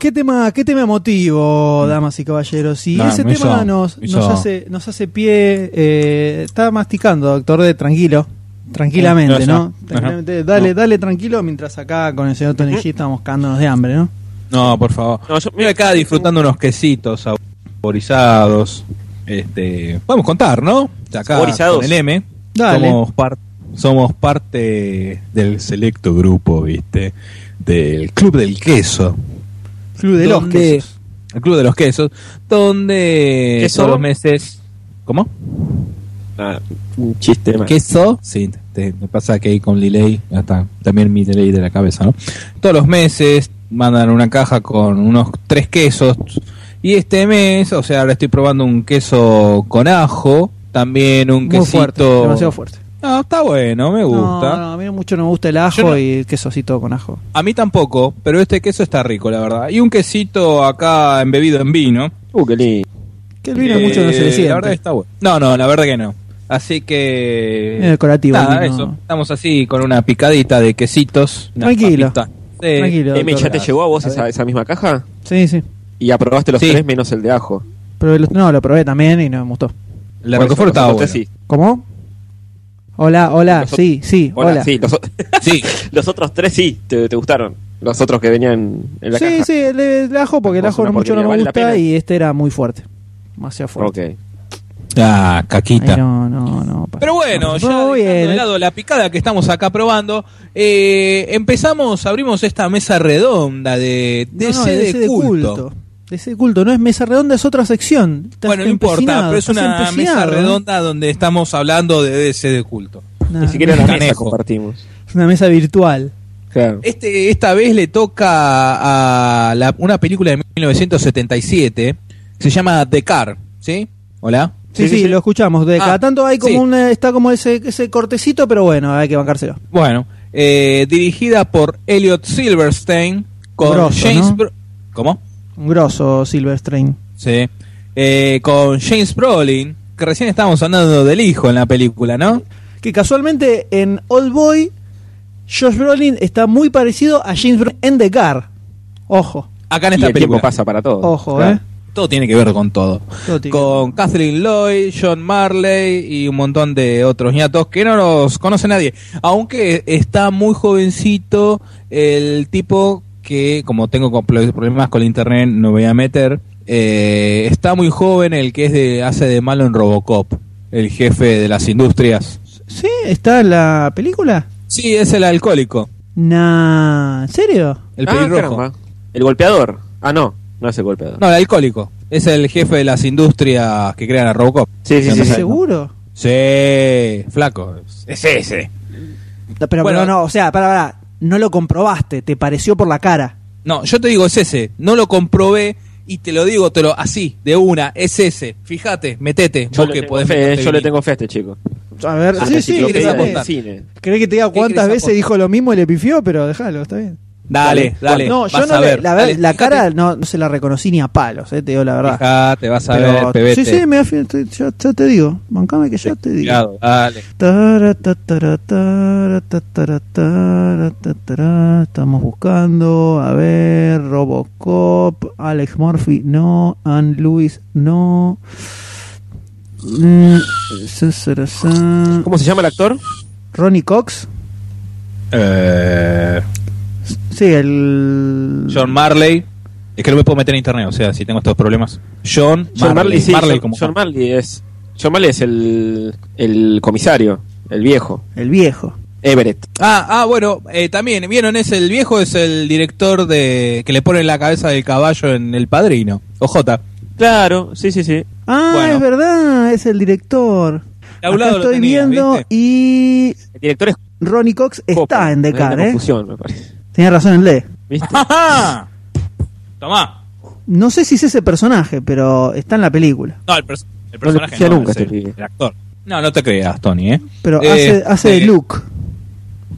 Speaker 9: ¿Qué tema, qué tema emotivo, damas y caballeros? Y
Speaker 10: Nah,
Speaker 9: ese
Speaker 10: me
Speaker 9: tema
Speaker 10: hizo-
Speaker 9: nos,
Speaker 10: me
Speaker 9: nos
Speaker 10: hizo-
Speaker 9: hace, nos hace pie. eh, está masticando, doctor D, tranquilo. Tranquilamente,
Speaker 10: Eh,
Speaker 9: ¿no?
Speaker 10: ya.
Speaker 9: Tranquilamente.
Speaker 10: Ajá.
Speaker 9: Dale,
Speaker 10: No.
Speaker 9: dale tranquilo mientras acá con el señor Tony G estamos cagándonos de hambre, ¿no?
Speaker 10: No, por favor. Eh, Yo acá disfrutando unos quesitos saborizados. Este, podemos contar, ¿no? Acá
Speaker 7: Saborizados.
Speaker 10: con el M.
Speaker 9: Dale.
Speaker 10: Somos, par- somos parte del selecto grupo, ¿viste? Del Club del Queso.
Speaker 9: Club de los
Speaker 10: Donde-
Speaker 9: quesos.
Speaker 10: El Club de los Quesos. Donde
Speaker 7: ¿Queso?
Speaker 10: todos los meses... ¿Cómo?
Speaker 7: Ah, un chiste más.
Speaker 10: queso. Sí, te, me pasa que ahí con delay, hasta también mi delay de la cabeza, ¿no? Todos los meses mandan una caja con unos tres quesos. Y este mes, o sea, ahora estoy probando un queso con ajo, también un
Speaker 9: Muy
Speaker 10: quesito.
Speaker 9: fuerte, demasiado fuerte.
Speaker 10: No, está bueno, me gusta.
Speaker 9: No, no, a mí mucho no me gusta el ajo y el quesocito con ajo.
Speaker 10: A mí tampoco, pero este queso está rico, la verdad. Y un quesito acá embebido en vino.
Speaker 7: Uh, qué lindo.
Speaker 9: Que el vino
Speaker 10: Eh,
Speaker 9: mucho no se le siente.
Speaker 10: La verdad está bueno. No, no, la verdad que no. Así que.
Speaker 9: Es decorativo,
Speaker 10: Nada,
Speaker 9: el vino.
Speaker 10: eso. Estamos así con una picadita de quesitos. unas
Speaker 9: Tranquilo.
Speaker 10: papitas. Sí.
Speaker 9: Tranquilo,
Speaker 7: Emi, ¿ya
Speaker 9: doctor.
Speaker 7: te llegó a vos esa, esa misma caja?
Speaker 9: Sí, sí.
Speaker 7: Y aprobaste los
Speaker 10: Sí.
Speaker 7: tres menos el de ajo.
Speaker 9: Pero el- no, lo probé también y no me gustó.
Speaker 10: La
Speaker 7: Por eso,
Speaker 10: Roquefort
Speaker 7: los
Speaker 10: estaba
Speaker 7: otros tres
Speaker 10: buena. Sí.
Speaker 9: ¿Cómo? Hola, hola,
Speaker 7: Nosot-
Speaker 9: sí, sí,
Speaker 7: Hola,
Speaker 9: hola.
Speaker 7: sí, los, o- los otros tres sí, te, te gustaron. Los otros que venían en la
Speaker 9: sí,
Speaker 7: caja.
Speaker 9: sí, el, el ajo, porque el
Speaker 7: Vamos,
Speaker 9: ajo
Speaker 7: una
Speaker 9: no mucho no me
Speaker 7: porquería,
Speaker 9: gusta
Speaker 7: vale la pena.
Speaker 9: y este era muy fuerte. Demasiado fuerte.
Speaker 7: Ok.
Speaker 10: Ah,
Speaker 9: Ay,
Speaker 10: caquita.
Speaker 9: no, no, no. pa-
Speaker 10: Pero bueno,
Speaker 9: no,
Speaker 10: ya
Speaker 9: no,
Speaker 10: dejando de
Speaker 9: bien. eh.
Speaker 10: lado la picada que estamos acá probando, eh, empezamos, abrimos esta mesa redonda de
Speaker 9: No,
Speaker 10: DC
Speaker 9: no,
Speaker 10: de,
Speaker 9: DC de
Speaker 10: culto.
Speaker 9: culto. DC de culto, no es mesa redonda, es otra sección. Estás
Speaker 10: Bueno, no importa,
Speaker 9: empecinado,
Speaker 10: pero es
Speaker 9: estás
Speaker 10: una mesa
Speaker 9: empecinado, ¿eh?
Speaker 10: redonda donde estamos hablando de DC de culto.
Speaker 9: Nah,
Speaker 7: Ni siquiera la mesa
Speaker 10: Canejo.
Speaker 7: compartimos.
Speaker 9: es una mesa virtual.
Speaker 7: Claro.
Speaker 10: Este, esta vez le toca a la- una película de 1977, se llama The Car, ¿sí? Hola.
Speaker 9: Sí, sí, lo escuchamos. De
Speaker 10: Ah,
Speaker 9: cada tanto hay como
Speaker 10: sí.
Speaker 9: una, está como ese, ese cortecito, pero bueno, hay que bancárselo.
Speaker 10: Bueno, eh, dirigida por Elliot Silverstein con
Speaker 9: Grosso,
Speaker 10: James
Speaker 9: ¿no?
Speaker 10: Bro- ¿Cómo?
Speaker 9: Un grosso Silverstein.
Speaker 10: Sí. Eh, con James Brolin, que recién estábamos hablando del hijo en la película, ¿no?
Speaker 9: Que casualmente en Old Boy, Josh Brolin está muy parecido a James Brolin en The Car. Ojo,
Speaker 10: Acá en
Speaker 7: Y
Speaker 10: esta
Speaker 7: el
Speaker 10: película.
Speaker 7: tiempo pasa para todo.
Speaker 9: ojo,
Speaker 7: Claro.
Speaker 9: ¿eh?
Speaker 10: todo tiene que ver con todo.
Speaker 9: Todo tiene-
Speaker 10: Con Kathleen Lloyd, John Marley y un montón de otros ñatos que no los conoce nadie. Aunque está muy jovencito el tipo que, como tengo con- problemas con el internet, no voy a meter. eh, está muy joven el que es de, hace de malo en Robocop, el jefe de las industrias.
Speaker 9: ¿Sí? ¿Está la película?
Speaker 10: Sí, es el alcohólico,
Speaker 9: Nah, ¿en serio?
Speaker 10: el
Speaker 7: Ah,
Speaker 10: pelirrojo.
Speaker 7: caramba. El golpeador. Ah, no, no es el golpeador.
Speaker 10: no, el alcohólico. Es el jefe de las industrias que crean a Robocop.
Speaker 7: Sí, sí, sí, sí.
Speaker 9: ¿Seguro?
Speaker 10: Sí, flaco. Es ese.
Speaker 9: No, pero,
Speaker 10: Bueno.
Speaker 9: pero no, o sea, para, para, no lo comprobaste, te pareció por la cara.
Speaker 10: No, yo te digo, es ese. No lo comprobé y te lo digo, te lo así, de una, es ese. Fíjate, metete.
Speaker 7: Yo,
Speaker 10: vos
Speaker 7: le
Speaker 10: que
Speaker 7: tengo,
Speaker 10: podés
Speaker 7: fe,
Speaker 10: meterte
Speaker 7: eh, yo le
Speaker 10: vinil.
Speaker 7: tengo fe a este chico.
Speaker 9: A ver,
Speaker 7: Ah,
Speaker 9: sí,
Speaker 7: la
Speaker 9: sí,
Speaker 7: enciclopedia
Speaker 10: querés
Speaker 9: dale.
Speaker 7: del
Speaker 10: apostar.
Speaker 7: cine.
Speaker 9: ¿Crees que te diga
Speaker 10: ¿Qué
Speaker 9: cuántas
Speaker 10: querés
Speaker 9: veces dijo lo mismo y le pifió? Pero déjalo, está bien.
Speaker 10: Dale, dale.
Speaker 9: no, yo
Speaker 10: vas
Speaker 9: no
Speaker 10: a
Speaker 9: le-
Speaker 10: ver,
Speaker 9: la, ver-
Speaker 10: dale,
Speaker 9: la
Speaker 10: fíjate.
Speaker 9: cara no, no se la reconocí ni a palos, eh, te digo la verdad.
Speaker 10: Fíjate, vas a
Speaker 9: Pero-
Speaker 10: ver, pebete.
Speaker 9: sí, sí, me afi- te- ya, ya te digo. Bancame que ya te digo.
Speaker 10: Cuidado, dale.
Speaker 9: Tara, ta, tara, tara, ta, tara, tara, ta, tara. Estamos buscando, a ver, Robocop, Alex Murphy, no, Ann Lewis, no. Mm, sa, sa, ra, sa.
Speaker 7: ¿Cómo se llama el actor?
Speaker 9: Ronnie Cox,
Speaker 10: Eh,
Speaker 9: sí, el...
Speaker 10: John Marley. Es que no me puedo meter en internet, o sea, si tengo estos problemas. John Marley.
Speaker 7: John Marley, sí,
Speaker 10: Marley
Speaker 7: John-
Speaker 10: como-
Speaker 7: John Marley es. John Marley es el, el comisario, el viejo,
Speaker 9: el viejo.
Speaker 7: Everett.
Speaker 10: Ah, ah, bueno, eh, también, ¿vieron? Es el viejo, es el director de que le pone la cabeza del caballo en El Padrino. OJ.
Speaker 7: Claro, sí, sí, sí.
Speaker 9: Ah,
Speaker 10: Bueno.
Speaker 9: es verdad, es el director.
Speaker 10: De a un lado
Speaker 9: Acá
Speaker 10: lo
Speaker 9: estoy
Speaker 10: tenías,
Speaker 9: viendo
Speaker 10: ¿viste?
Speaker 9: y
Speaker 7: El director es
Speaker 9: Ronnie Cox está
Speaker 7: Coppola.
Speaker 9: en
Speaker 7: Hay una
Speaker 9: Decar, ¿eh?
Speaker 7: confusión, me parece.
Speaker 9: Tenía razón el D.
Speaker 7: ¿Viste?
Speaker 10: ¡Ajá! Tomá.
Speaker 9: No sé si es ese personaje, pero está en la película.
Speaker 10: No, el, pers- el
Speaker 7: No le
Speaker 10: personaje
Speaker 7: decía
Speaker 10: no,
Speaker 7: nunca
Speaker 10: es
Speaker 7: este
Speaker 10: el,
Speaker 7: pibe.
Speaker 10: el actor. No, no te creas, Tony, ¿eh?
Speaker 9: Pero
Speaker 10: Eh,
Speaker 9: hace, hace de
Speaker 10: eh,
Speaker 9: Luke.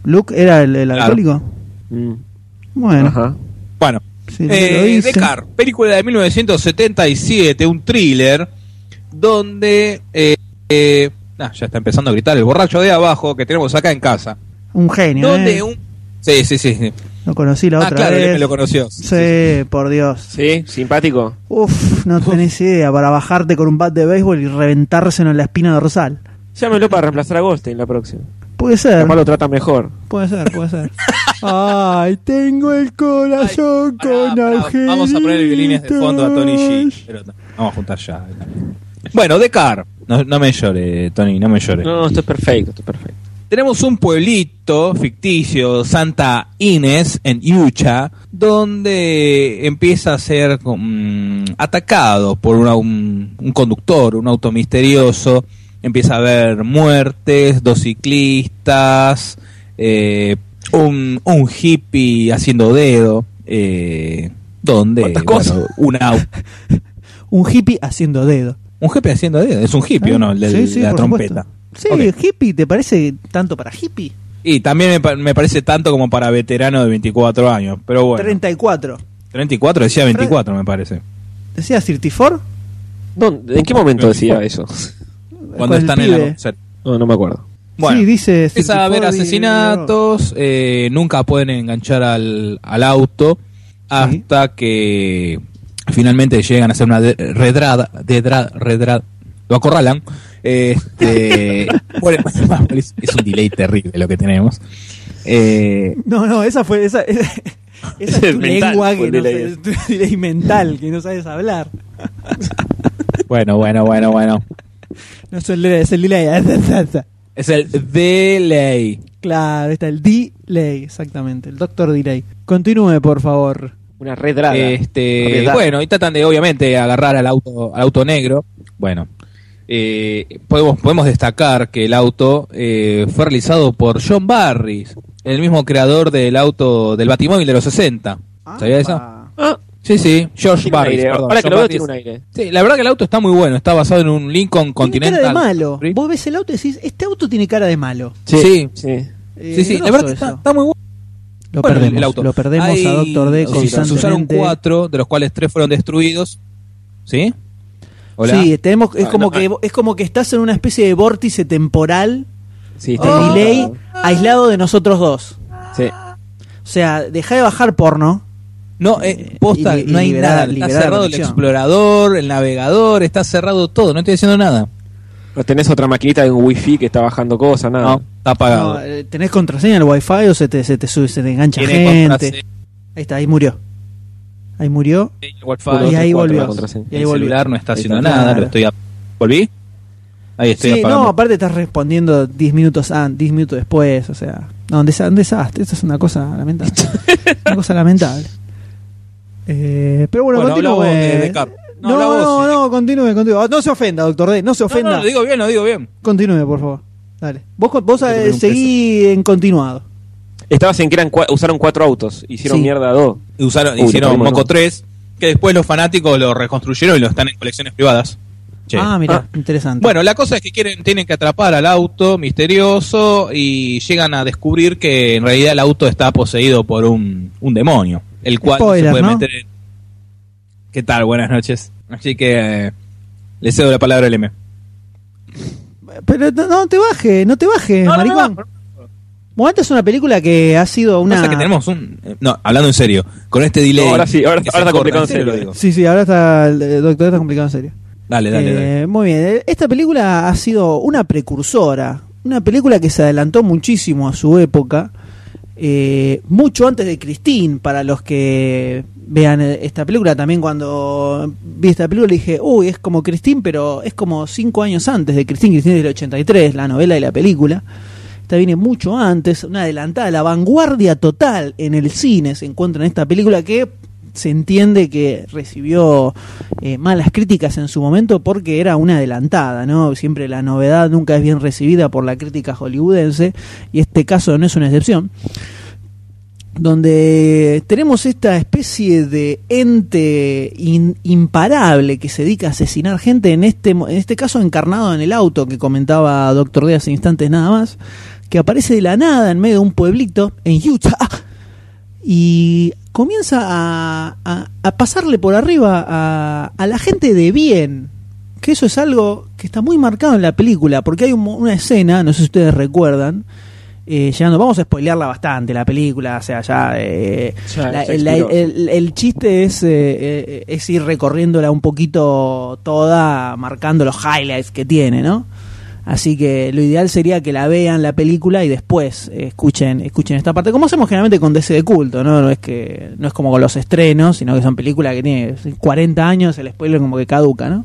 Speaker 9: ¿Luke era el, el
Speaker 10: Claro.
Speaker 9: alcohólico?
Speaker 7: Mm,
Speaker 9: Bueno,
Speaker 7: Ajá.
Speaker 10: Bueno,
Speaker 9: sí, lo
Speaker 10: eh,
Speaker 9: hice.
Speaker 10: Decar, película de 1977, un thriller donde... Eh, eh, ah, ya está empezando a gritar el borracho de abajo que tenemos acá en casa.
Speaker 9: Un genio.
Speaker 10: Donde
Speaker 9: eh.
Speaker 10: un... Sí, sí, sí. sí.
Speaker 9: Lo conocí la
Speaker 10: Ah,
Speaker 9: otra
Speaker 10: claro, él
Speaker 9: vez.
Speaker 10: me lo conoció.
Speaker 9: Sí, por Dios.
Speaker 7: Sí, simpático.
Speaker 9: Uf, no tenés idea. Para bajarte con un bat de béisbol y reventárselo en la espina dorsal.
Speaker 7: Llámelo para reemplazar a Goldstein la próxima.
Speaker 9: Puede ser.
Speaker 7: Capaz lo trata mejor.
Speaker 9: Puede ser, puede ser. Ay, tengo el corazón
Speaker 10: Pará,
Speaker 9: con
Speaker 10: pará,
Speaker 9: agujeritos.
Speaker 10: Vamos a poner violines de fondo a Tony G. Pero no, vamos a juntar ya. Bueno, Decar. No, no me llore, Tony, no me llore.
Speaker 7: No, esto es perfecto, esto es perfecto.
Speaker 10: Tenemos un pueblito ficticio, Santa Inés, en Utah, donde empieza a ser mm, atacado por una- un, un conductor, un auto misterioso. Empieza a haber muertes, dos ciclistas, eh, un, un hippie haciendo dedo. eh, donde
Speaker 7: ¿Cuántas
Speaker 10: bueno,
Speaker 7: cosas?
Speaker 10: un au-
Speaker 9: Un hippie haciendo dedo.
Speaker 10: un hippie haciendo dedo es un hippie o no el de,
Speaker 9: Ah, Sí, sí,
Speaker 10: la
Speaker 9: por
Speaker 10: trompeta
Speaker 9: supuesto. Sí,
Speaker 10: Ok.
Speaker 9: hippie, ¿te parece tanto para hippie?
Speaker 10: y también me, pa- me parece tanto como para veterano de 24 años pero bueno
Speaker 9: 34.
Speaker 10: 34, decía 24, me parece.
Speaker 9: ¿Decía Cirtifor?
Speaker 7: ¿Dónde- ¿En qué momento decía eso?
Speaker 10: Cuando están en la. o sea,
Speaker 7: No, no me acuerdo.
Speaker 10: Bueno,
Speaker 9: sí, dice
Speaker 10: empieza a haber
Speaker 9: Cirtifor y-
Speaker 10: asesinatos, eh, nunca pueden enganchar al, al auto hasta que finalmente llegan a hacer una de- redrada. Redrada. redrada lo acorralan. Este, bueno, es un delay terrible lo que tenemos. Eh,
Speaker 9: No, no, esa fue esa, esa, esa es
Speaker 7: Es
Speaker 9: tu
Speaker 7: mental,
Speaker 9: lengua que
Speaker 7: fue
Speaker 9: no
Speaker 7: delay.
Speaker 9: sabes, tu delay mental que no sabes hablar.
Speaker 10: bueno, bueno, bueno, bueno.
Speaker 9: No es el delay, es el delay.
Speaker 10: Es el delay.
Speaker 9: Claro, está el delay, exactamente, el doctor delay. Continúe, por favor.
Speaker 7: Una redrada.
Speaker 10: Este,
Speaker 7: Redrada.
Speaker 10: bueno, y tratan de obviamente agarrar al auto, al auto negro. Bueno, eh, podemos, podemos destacar que el auto eh, fue realizado por John Barris, el mismo creador del auto del Batimóvil de los 60. ¿Sabía eso?
Speaker 9: Apa.
Speaker 7: Ah,
Speaker 10: Sí, sí, George
Speaker 7: tiene un
Speaker 10: Barris.
Speaker 7: aire.
Speaker 10: perdón,
Speaker 7: Ahora que
Speaker 10: John
Speaker 7: lo veo,
Speaker 10: Barris.
Speaker 7: tiene un aire.
Speaker 10: Sí, la verdad que el auto está muy bueno, está basado en un Lincoln
Speaker 9: Tiene
Speaker 10: Continental.
Speaker 9: cara de malo.
Speaker 10: Sí,
Speaker 9: Vos ves el auto y decís, este auto tiene cara de malo.
Speaker 10: sí,
Speaker 7: Sí.
Speaker 9: Eh,
Speaker 10: sí, sí, la
Speaker 9: grosso
Speaker 10: verdad que está,
Speaker 9: eso.
Speaker 10: está muy bueno.
Speaker 9: Lo
Speaker 10: Bueno,
Speaker 9: perdemos,
Speaker 10: el auto.
Speaker 9: lo perdemos
Speaker 10: Hay-
Speaker 9: a Doctor D
Speaker 10: sí, se usaron
Speaker 9: constantemente.
Speaker 10: cuatro, de los cuales tres fueron destruidos. ¿Sí? Hola.
Speaker 9: Sí, tenemos, es,
Speaker 7: Ah,
Speaker 9: como
Speaker 7: no,
Speaker 9: que, es como que estás en una especie de vórtice temporal,
Speaker 7: Sí,
Speaker 9: del
Speaker 7: está
Speaker 9: delay,
Speaker 7: bien.
Speaker 9: aislado de nosotros dos.
Speaker 7: Sí.
Speaker 9: O sea, deja de bajar porno,
Speaker 10: No, eh, posta,
Speaker 9: y li-
Speaker 10: no hay
Speaker 9: y liberar-
Speaker 10: nada. Está
Speaker 9: liberar la
Speaker 10: cerrado el
Speaker 9: conexión.
Speaker 10: explorador, el navegador, está cerrado todo, no estoy haciendo nada.
Speaker 7: No tenés otra maquinita de un wifi que está bajando cosas, nada.
Speaker 10: está apagado.
Speaker 9: No, eh, ¿Tenés contraseña del wifi o se te, se te, sube, se te engancha
Speaker 10: Tiene
Speaker 9: gente?
Speaker 10: contraseña.
Speaker 9: Ahí está, ahí murió. Ahí murió.
Speaker 10: Wi-Fi,
Speaker 9: y ahí volvió. Y ahí
Speaker 10: El
Speaker 9: volvió.
Speaker 10: celular no está
Speaker 9: Ahí
Speaker 10: haciendo
Speaker 9: está,
Speaker 10: nada,
Speaker 9: claro.
Speaker 10: lo estoy ap- ¿Volví? Ahí estoy
Speaker 9: Sí, no,
Speaker 10: apagando.
Speaker 9: aparte estás respondiendo 10 minutos antes, 10 minutos después, o sea. No, un, desa- un desastre. Esto es una cosa lamentable. una cosa lamentable. Eh, pero bueno,
Speaker 10: Bueno, habla
Speaker 9: continúe.
Speaker 10: vos de- de Cap.
Speaker 9: No,
Speaker 10: No,
Speaker 9: no,
Speaker 10: habla vos,
Speaker 9: no, continúe, continúe. Ah, No se ofenda, doctor D, no se
Speaker 10: No,
Speaker 9: ofenda.
Speaker 10: no, lo digo bien, lo digo bien.
Speaker 9: Continúe, por favor. Dale. Vos, con- vos
Speaker 7: Hay que
Speaker 9: eh,
Speaker 7: poner un
Speaker 9: seguí en continuado.
Speaker 7: Estabas en que eran cua- usaron cuatro autos, hicieron
Speaker 9: Sí.
Speaker 7: mierda a dos.
Speaker 10: Usaron,
Speaker 7: Uy,
Speaker 10: hicieron
Speaker 7: perdimos,
Speaker 10: Moco
Speaker 7: ¿no?
Speaker 10: 3, que después los fanáticos lo reconstruyeron y lo están en colecciones privadas. Che.
Speaker 9: Ah, mira, interesante.
Speaker 10: Bueno, la cosa es que quieren, tienen que atrapar al auto misterioso y llegan a descubrir que en realidad el auto está poseído por un, un demonio, el cual no
Speaker 9: Spoiler,
Speaker 10: se puede
Speaker 9: ¿no?
Speaker 10: meter en... ¿Qué tal? Buenas noches. Así que eh, le cedo la palabra al M.
Speaker 9: Pero no, no te baje, no te baje,
Speaker 10: No, no me
Speaker 9: maricón. Momento es una película que ha sido una.
Speaker 10: Pasa que tenemos un... eh, No, hablando en serio, con este delay...
Speaker 7: No, ahora sí, ahora-
Speaker 10: que se
Speaker 7: ahora está
Speaker 10: corta,
Speaker 7: complicado
Speaker 10: en serio
Speaker 7: en
Speaker 10: lo
Speaker 7: serio.
Speaker 10: digo.
Speaker 9: Sí, sí, ahora está el eh, doctor está complicado en serio.
Speaker 10: Dale, dale,
Speaker 9: Eh,
Speaker 10: dale.
Speaker 9: Muy bien, eh, esta película ha sido una precursora, una película que se adelantó muchísimo a su época, eh, mucho antes de Christine, para los que vean eh, esta película. También cuando vi esta película dije, uy, es como Christine, pero es como cinco años antes de Christine, Christine es del 83, la novela y la película. Esta viene mucho antes, una adelantada, la vanguardia total en el cine se encuentra en esta película que se entiende que recibió eh, malas críticas en su momento porque era una adelantada, ¿no? Siempre la novedad nunca es bien recibida por la crítica hollywoodense y este caso no es una excepción. Donde tenemos esta especie de ente in- imparable que se dedica a asesinar gente, en este, mo- en este caso encarnado en el auto que comentaba Doctor D hace instantes nada más, que aparece de la nada en medio de un pueblito en Utah ah, y comienza a, a- a pasarle por arriba a, a la gente de bien. Que eso es algo que está muy marcado en la película, porque hay un mo- una escena, no sé si ustedes recuerdan, eh, llegando, vamos a spoilearla bastante la película, o sea, ya... eh,
Speaker 7: Ya,
Speaker 9: la-
Speaker 7: ya
Speaker 9: el,
Speaker 7: expiró.
Speaker 9: el- el chiste es, eh, eh, es ir recorriéndola un poquito toda, marcando los highlights que tiene, ¿no? Así que lo ideal sería que la vean la película y después eh, escuchen, escuchen esta parte. Como hacemos generalmente con DC de culto, ¿no? No es que no es como con los estrenos, sino que son películas que tienen 40 años, el spoiler como que caduca, ¿no?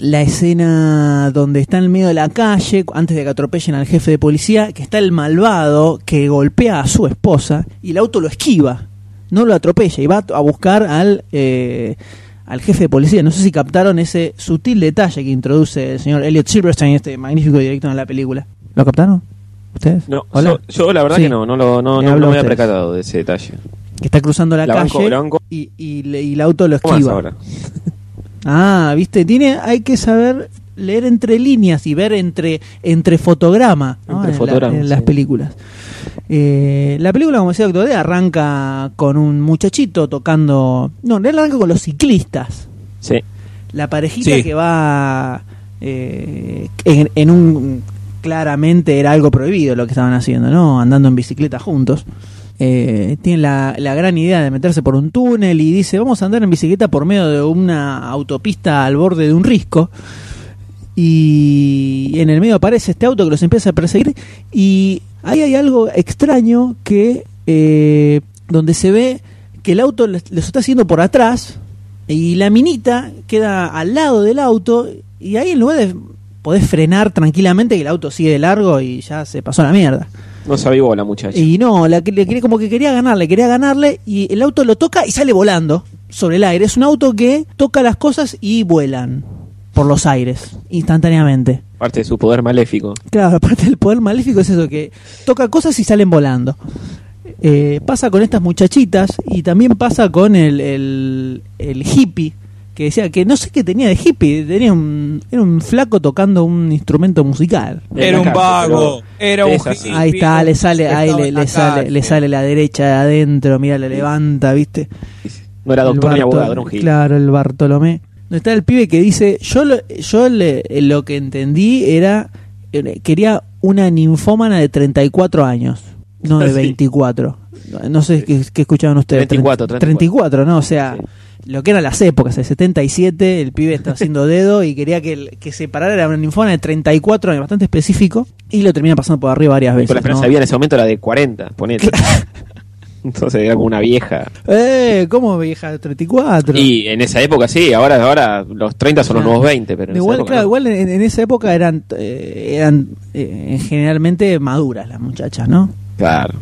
Speaker 9: La escena donde está en el medio de la calle, antes de que atropellen al jefe de policía, que está el malvado que golpea a su esposa y el auto lo esquiva, no lo atropella y va a buscar al, eh, al jefe de policía. No sé si captaron ese sutil detalle que introduce el señor Elliot Silverstein, este magnífico director de la película. ¿Lo captaron? ¿Ustedes?
Speaker 7: No,
Speaker 9: Hola.
Speaker 7: Yo, yo la verdad
Speaker 9: Sí.
Speaker 7: que no, no, lo, no,
Speaker 9: Le
Speaker 7: no,
Speaker 9: hablo
Speaker 7: no
Speaker 9: a
Speaker 7: me había
Speaker 9: ustedes.
Speaker 7: percatado de ese detalle.
Speaker 9: Que está cruzando la,
Speaker 7: La
Speaker 9: calle
Speaker 7: banco, la banco.
Speaker 9: Y, y le- y el auto lo
Speaker 7: ¿Cómo vas
Speaker 9: esquiva.
Speaker 7: ahora?
Speaker 9: Ah, viste, tiene, hay que saber leer entre líneas y ver entre, entre fotograma ¿no?
Speaker 7: Entre
Speaker 9: en, la-
Speaker 7: fotograma,
Speaker 9: en las
Speaker 7: sí.
Speaker 9: películas. Eh, la película, como decía Doctor D, arranca con un muchachito tocando. No, en realidad arranca con los ciclistas.
Speaker 7: Sí.
Speaker 9: La parejita
Speaker 10: Sí.
Speaker 9: que va eh, en, en un. Claramente era algo prohibido lo que estaban haciendo, ¿no? Andando en bicicleta juntos. Eh, tiene la, la gran idea de meterse por un túnel y dice: Vamos a andar en bicicleta por medio de una autopista al borde de un risco. Y en el medio aparece este auto que los empieza a perseguir. Y ahí hay algo extraño que. eh, donde se ve que el auto les- los está haciendo por atrás. Y la minita queda al lado del auto y ahí en lugar de podés frenar tranquilamente que el auto sigue de largo y ya se pasó la mierda.
Speaker 7: No se avivó la muchacha.
Speaker 9: Y no, la, que- le quería- como que quería ganarle, quería ganarle y el auto lo toca y sale volando sobre el aire. Es un auto que toca las cosas y vuelan por los aires instantáneamente.
Speaker 7: Parte de su poder maléfico.
Speaker 9: Claro, aparte del poder maléfico es eso, que toca cosas y salen volando. Eh, pasa con estas muchachitas y también pasa con el, el, el hippie, que decía que no sé qué tenía de hippie, tenía un, era un flaco tocando un instrumento musical.
Speaker 10: Era un vago, era un
Speaker 7: Es así.
Speaker 10: Eh, hippie,
Speaker 9: Ahí está, le
Speaker 10: un-
Speaker 9: sale, ahí
Speaker 10: estaba
Speaker 9: le,
Speaker 10: en la
Speaker 9: le sale,
Speaker 10: calle.
Speaker 9: le sale la derecha de adentro, mira, le levanta, ¿viste?
Speaker 7: No era
Speaker 9: El
Speaker 7: doctor ni
Speaker 9: Bartol-
Speaker 7: abogado, era un gil.
Speaker 9: Claro, el Bartolomé. Donde está el pibe que dice, yo lo, yo le- eh, lo que entendí era, eh, quería una ninfómana de 34 años, no de
Speaker 7: Sí.
Speaker 9: 24. No sé qué, qué escuchaban ustedes.
Speaker 7: 34,
Speaker 9: 34. 34, ¿no? O sea, lo que eran las épocas. El 77, el pibe estaba haciendo dedo y quería que, el- que se parara la ninfona de 34 años, bastante específico, y lo termina pasando por arriba varias
Speaker 7: Pero
Speaker 9: veces.
Speaker 7: la esperanza
Speaker 9: ¿no?
Speaker 7: de vida en ese momento era de 40, ponete. Entonces era como una vieja.
Speaker 9: Eh, ¿cómo vieja de 34?
Speaker 7: Y en esa época sí, ahora, ahora los 30 son los nuevos 20, pero en esa
Speaker 9: Igual,
Speaker 7: época
Speaker 9: claro,
Speaker 7: no.
Speaker 9: igual en, en esa época eran, eh, eran eh, generalmente maduras las muchachas, ¿no?
Speaker 7: Claro.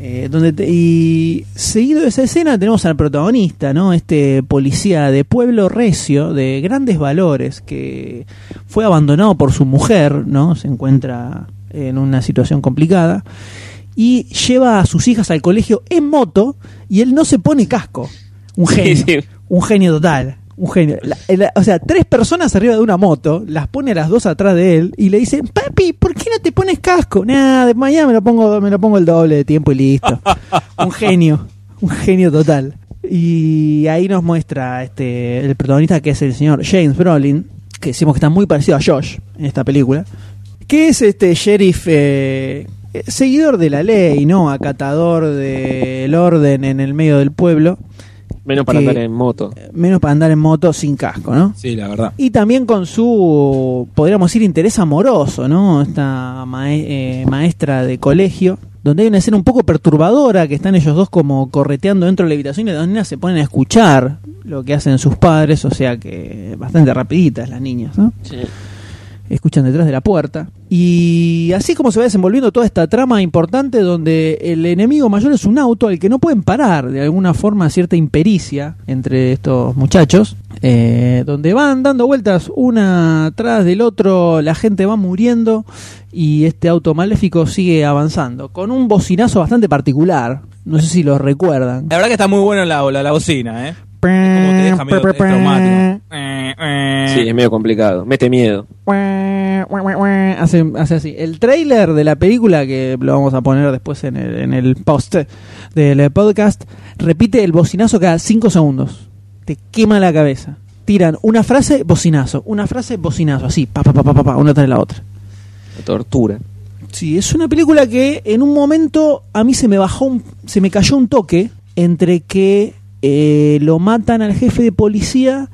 Speaker 9: Eh, donde te- y seguido de esa escena tenemos al protagonista, ¿no? Este policía de pueblo recio, de grandes valores, que fue abandonado por su mujer, ¿no? Se encuentra en una situación complicada. Y lleva a sus hijas al colegio en moto y él no se pone casco. Un genio.
Speaker 7: Sí, sí.
Speaker 9: Un genio total. Un genio. La- la- o sea, tres personas arriba de una moto, las pone a las dos atrás de él y le dice, papi, ¿por qué no te pones casco? Nada, de mañana me lo pongo, me lo pongo el doble de tiempo y listo. un genio, un genio total. Y ahí nos muestra este el protagonista que es el señor James Brolin, que decimos que está muy parecido a Josh en esta película, que es este sheriff eh, eh, seguidor de la ley, ¿no? Acatador del orden en el medio del pueblo,
Speaker 7: Menos para
Speaker 9: que-
Speaker 7: andar en moto.
Speaker 9: menos para andar en moto sin casco, ¿no?
Speaker 10: Sí, la verdad.
Speaker 9: Y también con su, podríamos decir, interés amoroso, ¿no? Esta mae- eh, maestra de colegio, donde hay una escena un poco perturbadora, que están ellos dos como correteando dentro de la habitación y las niñas se ponen a escuchar lo que hacen sus padres, o sea que bastante rapiditas las niñas, ¿no? escuchan detrás de la puerta. Y así es como se va desenvolviendo toda esta trama importante donde el enemigo mayor es un auto al que no pueden parar, de alguna forma cierta impericia entre estos muchachos, eh, donde van dando vueltas una tras del otro, la gente va muriendo y este auto maléfico sigue avanzando, con un bocinazo bastante particular, no sé si lo recuerdan.
Speaker 10: La verdad que está muy buena la, la, la bocina, ¿eh? Como te deja medio traumático. Eh, eh.
Speaker 7: Sí, es medio complicado. Mete miedo.
Speaker 9: hace, hace así. El trailer de la película, que lo vamos a poner después en el, en el post del podcast, repite el bocinazo cada 5 segundos. Te quema la cabeza. Tiran una frase, bocinazo. Una frase, bocinazo. Así, pa, pa, pa, pa, pa, pa, una tras la otra.
Speaker 7: La tortura.
Speaker 9: Sí, es una película que en un momento a mí se me bajó, un- se me cayó un toque entre que eh, lo matan al jefe de policía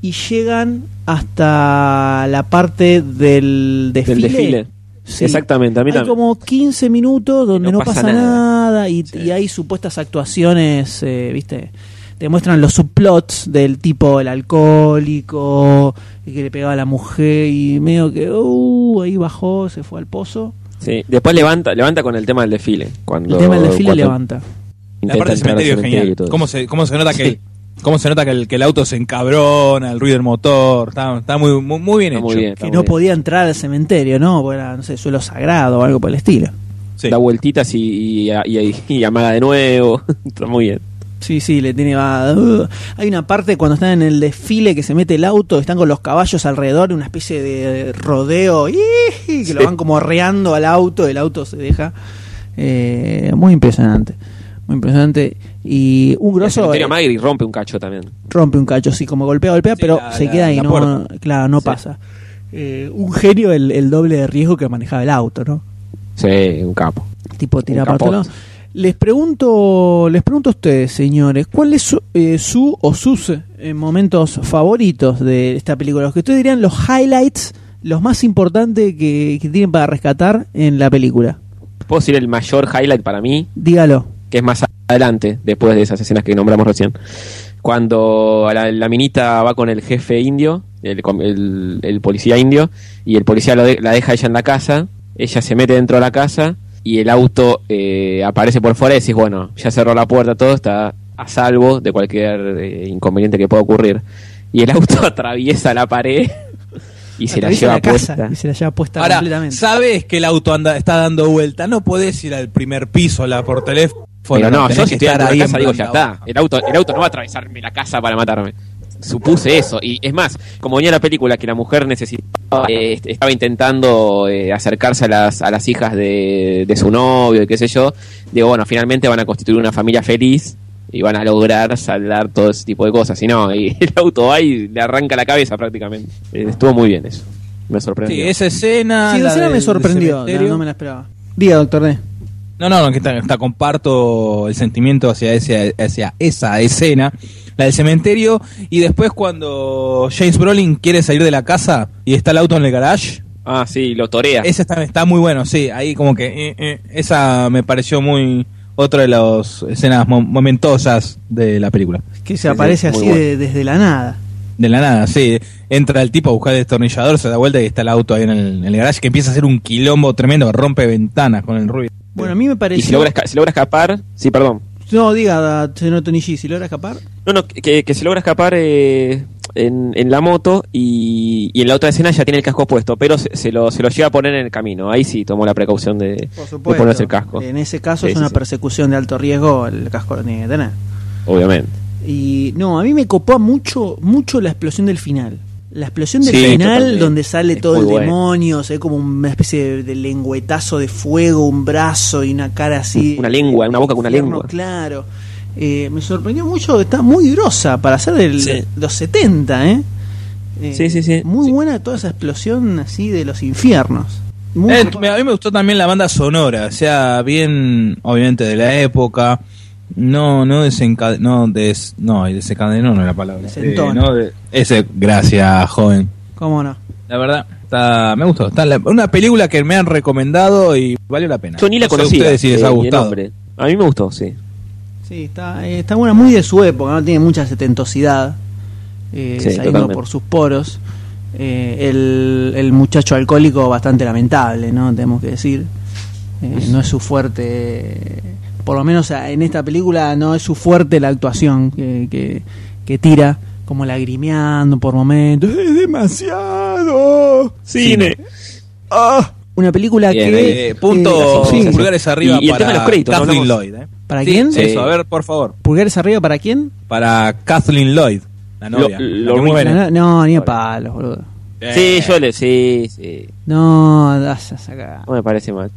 Speaker 9: y llegan hasta la parte del desfile.
Speaker 7: Del desfile.
Speaker 9: Sí.
Speaker 7: Exactamente, a mí
Speaker 9: Hay
Speaker 7: también.
Speaker 9: como 15 minutos donde no, pasa, nada, y, y hay supuestas actuaciones, eh, ¿viste? Te muestran los subplots del tipo el alcohólico, el que le pegaba a la mujer y medio que, uh, ahí bajó, se fue al pozo.
Speaker 7: Sí. Después levanta, levanta con el tema del desfile. Cuando,
Speaker 9: el tema del desfile
Speaker 7: cuando
Speaker 9: levanta.
Speaker 7: intenta
Speaker 10: La
Speaker 7: entrar
Speaker 10: parte del
Speaker 7: al
Speaker 10: cementerio es
Speaker 7: cementerio y
Speaker 10: genial.
Speaker 7: todo
Speaker 10: ¿Cómo
Speaker 7: eso.
Speaker 10: se, cómo se nota que
Speaker 7: Sí.
Speaker 10: el, cómo se nota que el, que el auto se encabrona, el ruido del motor? Está, está muy, muy, muy bien
Speaker 7: Está
Speaker 10: hecho.
Speaker 7: muy bien, está
Speaker 9: Que no podía entrar al cementerio, ¿no? Porque era, no sé, suelo sagrado o algo por el estilo.
Speaker 7: Da vueltitas y, y, y- y amaga de nuevo. Está muy bien.
Speaker 9: Sí, sí, le tiene... va- uh. Hay una parte cuando están en el desfile que se mete el auto, están con los caballos alrededor, una especie de rodeo, ¡ih! que lo van como reando al auto, el auto se deja. Eh, muy impresionante, muy impresionante. Y un
Speaker 7: El
Speaker 9: grosso... eh,
Speaker 7: cementerio amaga y rompe un cacho también.
Speaker 9: rompe un cacho, sí, como golpea, golpea, pero
Speaker 7: la-
Speaker 9: se
Speaker 7: la-
Speaker 9: queda ahí,
Speaker 7: la
Speaker 9: no,
Speaker 7: puerta.
Speaker 9: claro, no pasa. Eh, un genio el, el doble de riesgo que manejaba el auto, ¿no?
Speaker 7: Sí, un capo.
Speaker 9: Tipo tirar
Speaker 7: Un
Speaker 9: para otro
Speaker 7: capot.
Speaker 9: lado. Les pregunto, les pregunto a ustedes, señores, ¿cuál es su, eh, su o sus eh, momentos favoritos de esta película? Los que ustedes dirían los highlights, los más importantes que, que tienen para rescatar en la película.
Speaker 7: Puedo decir el mayor highlight para mí,
Speaker 9: Dígalo.
Speaker 7: que es más adelante, después de esas escenas que nombramos recién. Cuando la, la minita va con el jefe indio, el, com- el- el policía indio, y el policía lo de- la deja a ella en la casa, ella se mete dentro de la casa y el auto eh, aparece por fuera y decís, bueno, ya cerró la puerta, todo está a salvo de cualquier eh, inconveniente que pueda ocurrir. Y el auto atraviesa la pared y se la
Speaker 9: Atraviesa
Speaker 7: lleva
Speaker 9: casa
Speaker 7: puesta.
Speaker 9: y se la lleva puesta
Speaker 10: Ahora,
Speaker 9: completamente.
Speaker 10: sabes que el auto anda, está dando vuelta, no podés ir al primer piso la, por teléfono.
Speaker 7: Pero no,
Speaker 10: tenés
Speaker 7: yo
Speaker 10: que
Speaker 7: si estoy dentro de la
Speaker 10: en
Speaker 7: casa digo, ya
Speaker 10: planta
Speaker 7: está. El auto, el auto no va a atravesarme la casa para matarme. Supuse eso. Y es más, como venía la película que la mujer necesitaba, eh, est- estaba intentando eh, acercarse a las, a las hijas de, de su novio y qué sé yo, digo, bueno, finalmente van a constituir una familia feliz y van a lograr saldar todo ese tipo de cosas. Si no, y el auto va y le arranca la cabeza prácticamente. Eh, Estuvo muy bien eso. Me sorprendió.
Speaker 10: Sí, esa escena.
Speaker 9: Sí, esa
Speaker 10: la
Speaker 9: escena
Speaker 10: del-
Speaker 9: me
Speaker 10: del
Speaker 9: sorprendió, no,
Speaker 10: cementerio.
Speaker 9: no me la esperaba. Diga, doctor D.
Speaker 10: No, no, que está, está- comparto el sentimiento hacia, ese, hacia esa escena, la del cementerio, y después cuando James Brolin quiere salir de la casa y está el auto en el garage,
Speaker 7: Ah, sí, lo torea.
Speaker 10: esa está, está muy bueno, sí, ahí como que eh, eh, esa me pareció muy otra de las escenas mo- momentosas de la película.
Speaker 9: Que se aparece
Speaker 10: muy
Speaker 9: así
Speaker 10: bueno.
Speaker 9: de- desde la nada.
Speaker 10: De la nada, sí. Entra el tipo a buscar el destornillador, se da vuelta y está el auto ahí en el, en el garage que empieza a hacer un quilombo tremendo, rompe ventanas con el ruido.
Speaker 9: Bueno, a mí me
Speaker 7: Y si
Speaker 9: pareció.
Speaker 7: logra, esca- si logra escapar, sí, perdón.
Speaker 9: No, diga, señor Tony G, si logra escapar.
Speaker 7: No, no, que, que se logra escapar eh, en, en la moto y, y en la otra escena ya tiene el casco puesto, pero se, se lo, se lo lleva a poner en el camino. Ahí sí tomó la precaución de, de
Speaker 9: supuesto. eh.
Speaker 7: ponerse el casco,
Speaker 9: En ese caso es
Speaker 7: Sí, sí,
Speaker 9: una
Speaker 7: sí.
Speaker 9: persecución de alto riesgo, el casco lo tiene que tener.
Speaker 7: obviamente.
Speaker 9: Y no, a mí me copó mucho, mucho la explosión del final. La explosión del
Speaker 7: Sí,
Speaker 9: final,
Speaker 7: totalmente.
Speaker 9: donde sale
Speaker 7: Es
Speaker 9: todo
Speaker 7: muy
Speaker 9: el
Speaker 7: bueno.
Speaker 9: demonio, se ve como una especie de, de lengüetazo de fuego, un brazo y una cara así.
Speaker 7: Una lengua, una boca con una
Speaker 9: infierno,
Speaker 7: lengua.
Speaker 9: Claro. Eh, me sorprendió mucho, está muy grosa para ser del,
Speaker 7: Sí.
Speaker 9: los 70, ¿eh? Eh,
Speaker 7: Sí, sí, sí.
Speaker 9: Muy buena toda esa explosión así de los infiernos. Muy
Speaker 10: Eh, me- a mí me gustó también la banda sonora, o sea, bien, obviamente, de la época. No, no desencadenó, no, des, no, desencadenó no es la palabra.
Speaker 9: Desentona.
Speaker 10: Eh, no, de- ese, gracias, joven.
Speaker 9: ¿Cómo no?
Speaker 10: La verdad, está, me gustó. Está la- una película que me han recomendado y valió la pena.
Speaker 7: Yo ni la
Speaker 10: No sé
Speaker 7: conocía.
Speaker 10: ustedes si les ha
Speaker 7: eh, ni el
Speaker 10: gustado.
Speaker 7: nombre. A mí me gustó, sí.
Speaker 9: Sí, está, eh, está buena, muy de su época, no tiene mucha setentosidad, eh,
Speaker 7: Sí,
Speaker 9: saliendo
Speaker 7: totalmente.
Speaker 9: por sus poros. Eh, el, el muchacho alcohólico bastante lamentable, ¿no? Tenemos que decir. Eh, no es su fuerte, eh, por lo menos eh, en esta película no es su fuerte la actuación que, que- que tira, como lagrimeando por momentos. ¡Es demasiado!
Speaker 7: Cine.
Speaker 9: Ah, Una película
Speaker 10: Bien,
Speaker 9: que...
Speaker 10: eh, punto
Speaker 9: eh, sí.
Speaker 10: pulgares arriba
Speaker 7: Y- y el
Speaker 10: para
Speaker 7: tema de los créditos, ¿no?
Speaker 10: Kathleen
Speaker 7: Hablamos.
Speaker 10: Lloyd. ¿eh?
Speaker 9: ¿Para
Speaker 10: Sí,
Speaker 9: quién?
Speaker 10: Eso, a ver, por favor.
Speaker 9: ¿Pulgares arriba para quién?
Speaker 10: Para Kathleen Lloyd, la
Speaker 7: Lo-
Speaker 10: novia.
Speaker 7: lo
Speaker 10: la que mueve.
Speaker 9: No, no, ni a palos, boludo.
Speaker 10: Eh.
Speaker 7: Sí, yo le, sí, sí.
Speaker 9: No, das a sacar.
Speaker 7: No me parece mal.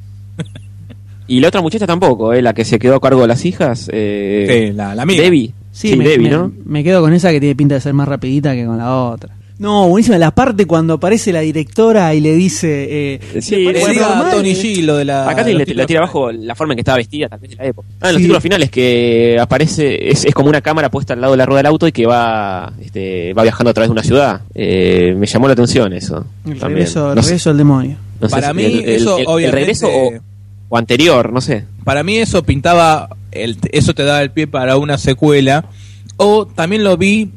Speaker 7: y la otra muchacha tampoco, eh, la que se quedó a cargo de las hijas. Eh,
Speaker 10: Sí, la- la amiga.
Speaker 7: Debbie.
Speaker 9: Sí,
Speaker 7: Sí,
Speaker 9: me,
Speaker 7: Debbie,
Speaker 9: me-
Speaker 7: ¿no?
Speaker 9: me quedo con esa que tiene pinta de ser más rapidita que con la otra. No, buenísima. La parte cuando aparece la directora y le dice... Eh,
Speaker 7: Sí,
Speaker 9: le
Speaker 10: Le
Speaker 9: pone
Speaker 10: diga
Speaker 9: normal,
Speaker 10: a Tony
Speaker 9: eh.
Speaker 10: G lo de la.
Speaker 7: Acá
Speaker 10: los
Speaker 7: le, le
Speaker 10: títulos
Speaker 7: tira abajo la forma en que estaba vestida, tal vez de la época. Ah, en los
Speaker 9: Sí.
Speaker 7: títulos finales que aparece, es, es como una cámara puesta al lado de la rueda del auto y que va este, va viajando a través de una ciudad. Eh, me llamó la atención eso.
Speaker 9: El
Speaker 7: también.
Speaker 9: regreso, el
Speaker 7: No sé-
Speaker 9: regreso del demonio.
Speaker 7: no sé
Speaker 10: Para
Speaker 7: si
Speaker 10: mí,
Speaker 7: el- el-
Speaker 10: eso
Speaker 7: el- el
Speaker 10: obviamente-
Speaker 7: regreso o, o anterior, no sé.
Speaker 10: Para mí eso pintaba, el, eso te daba el pie para una secuela. O también lo vi,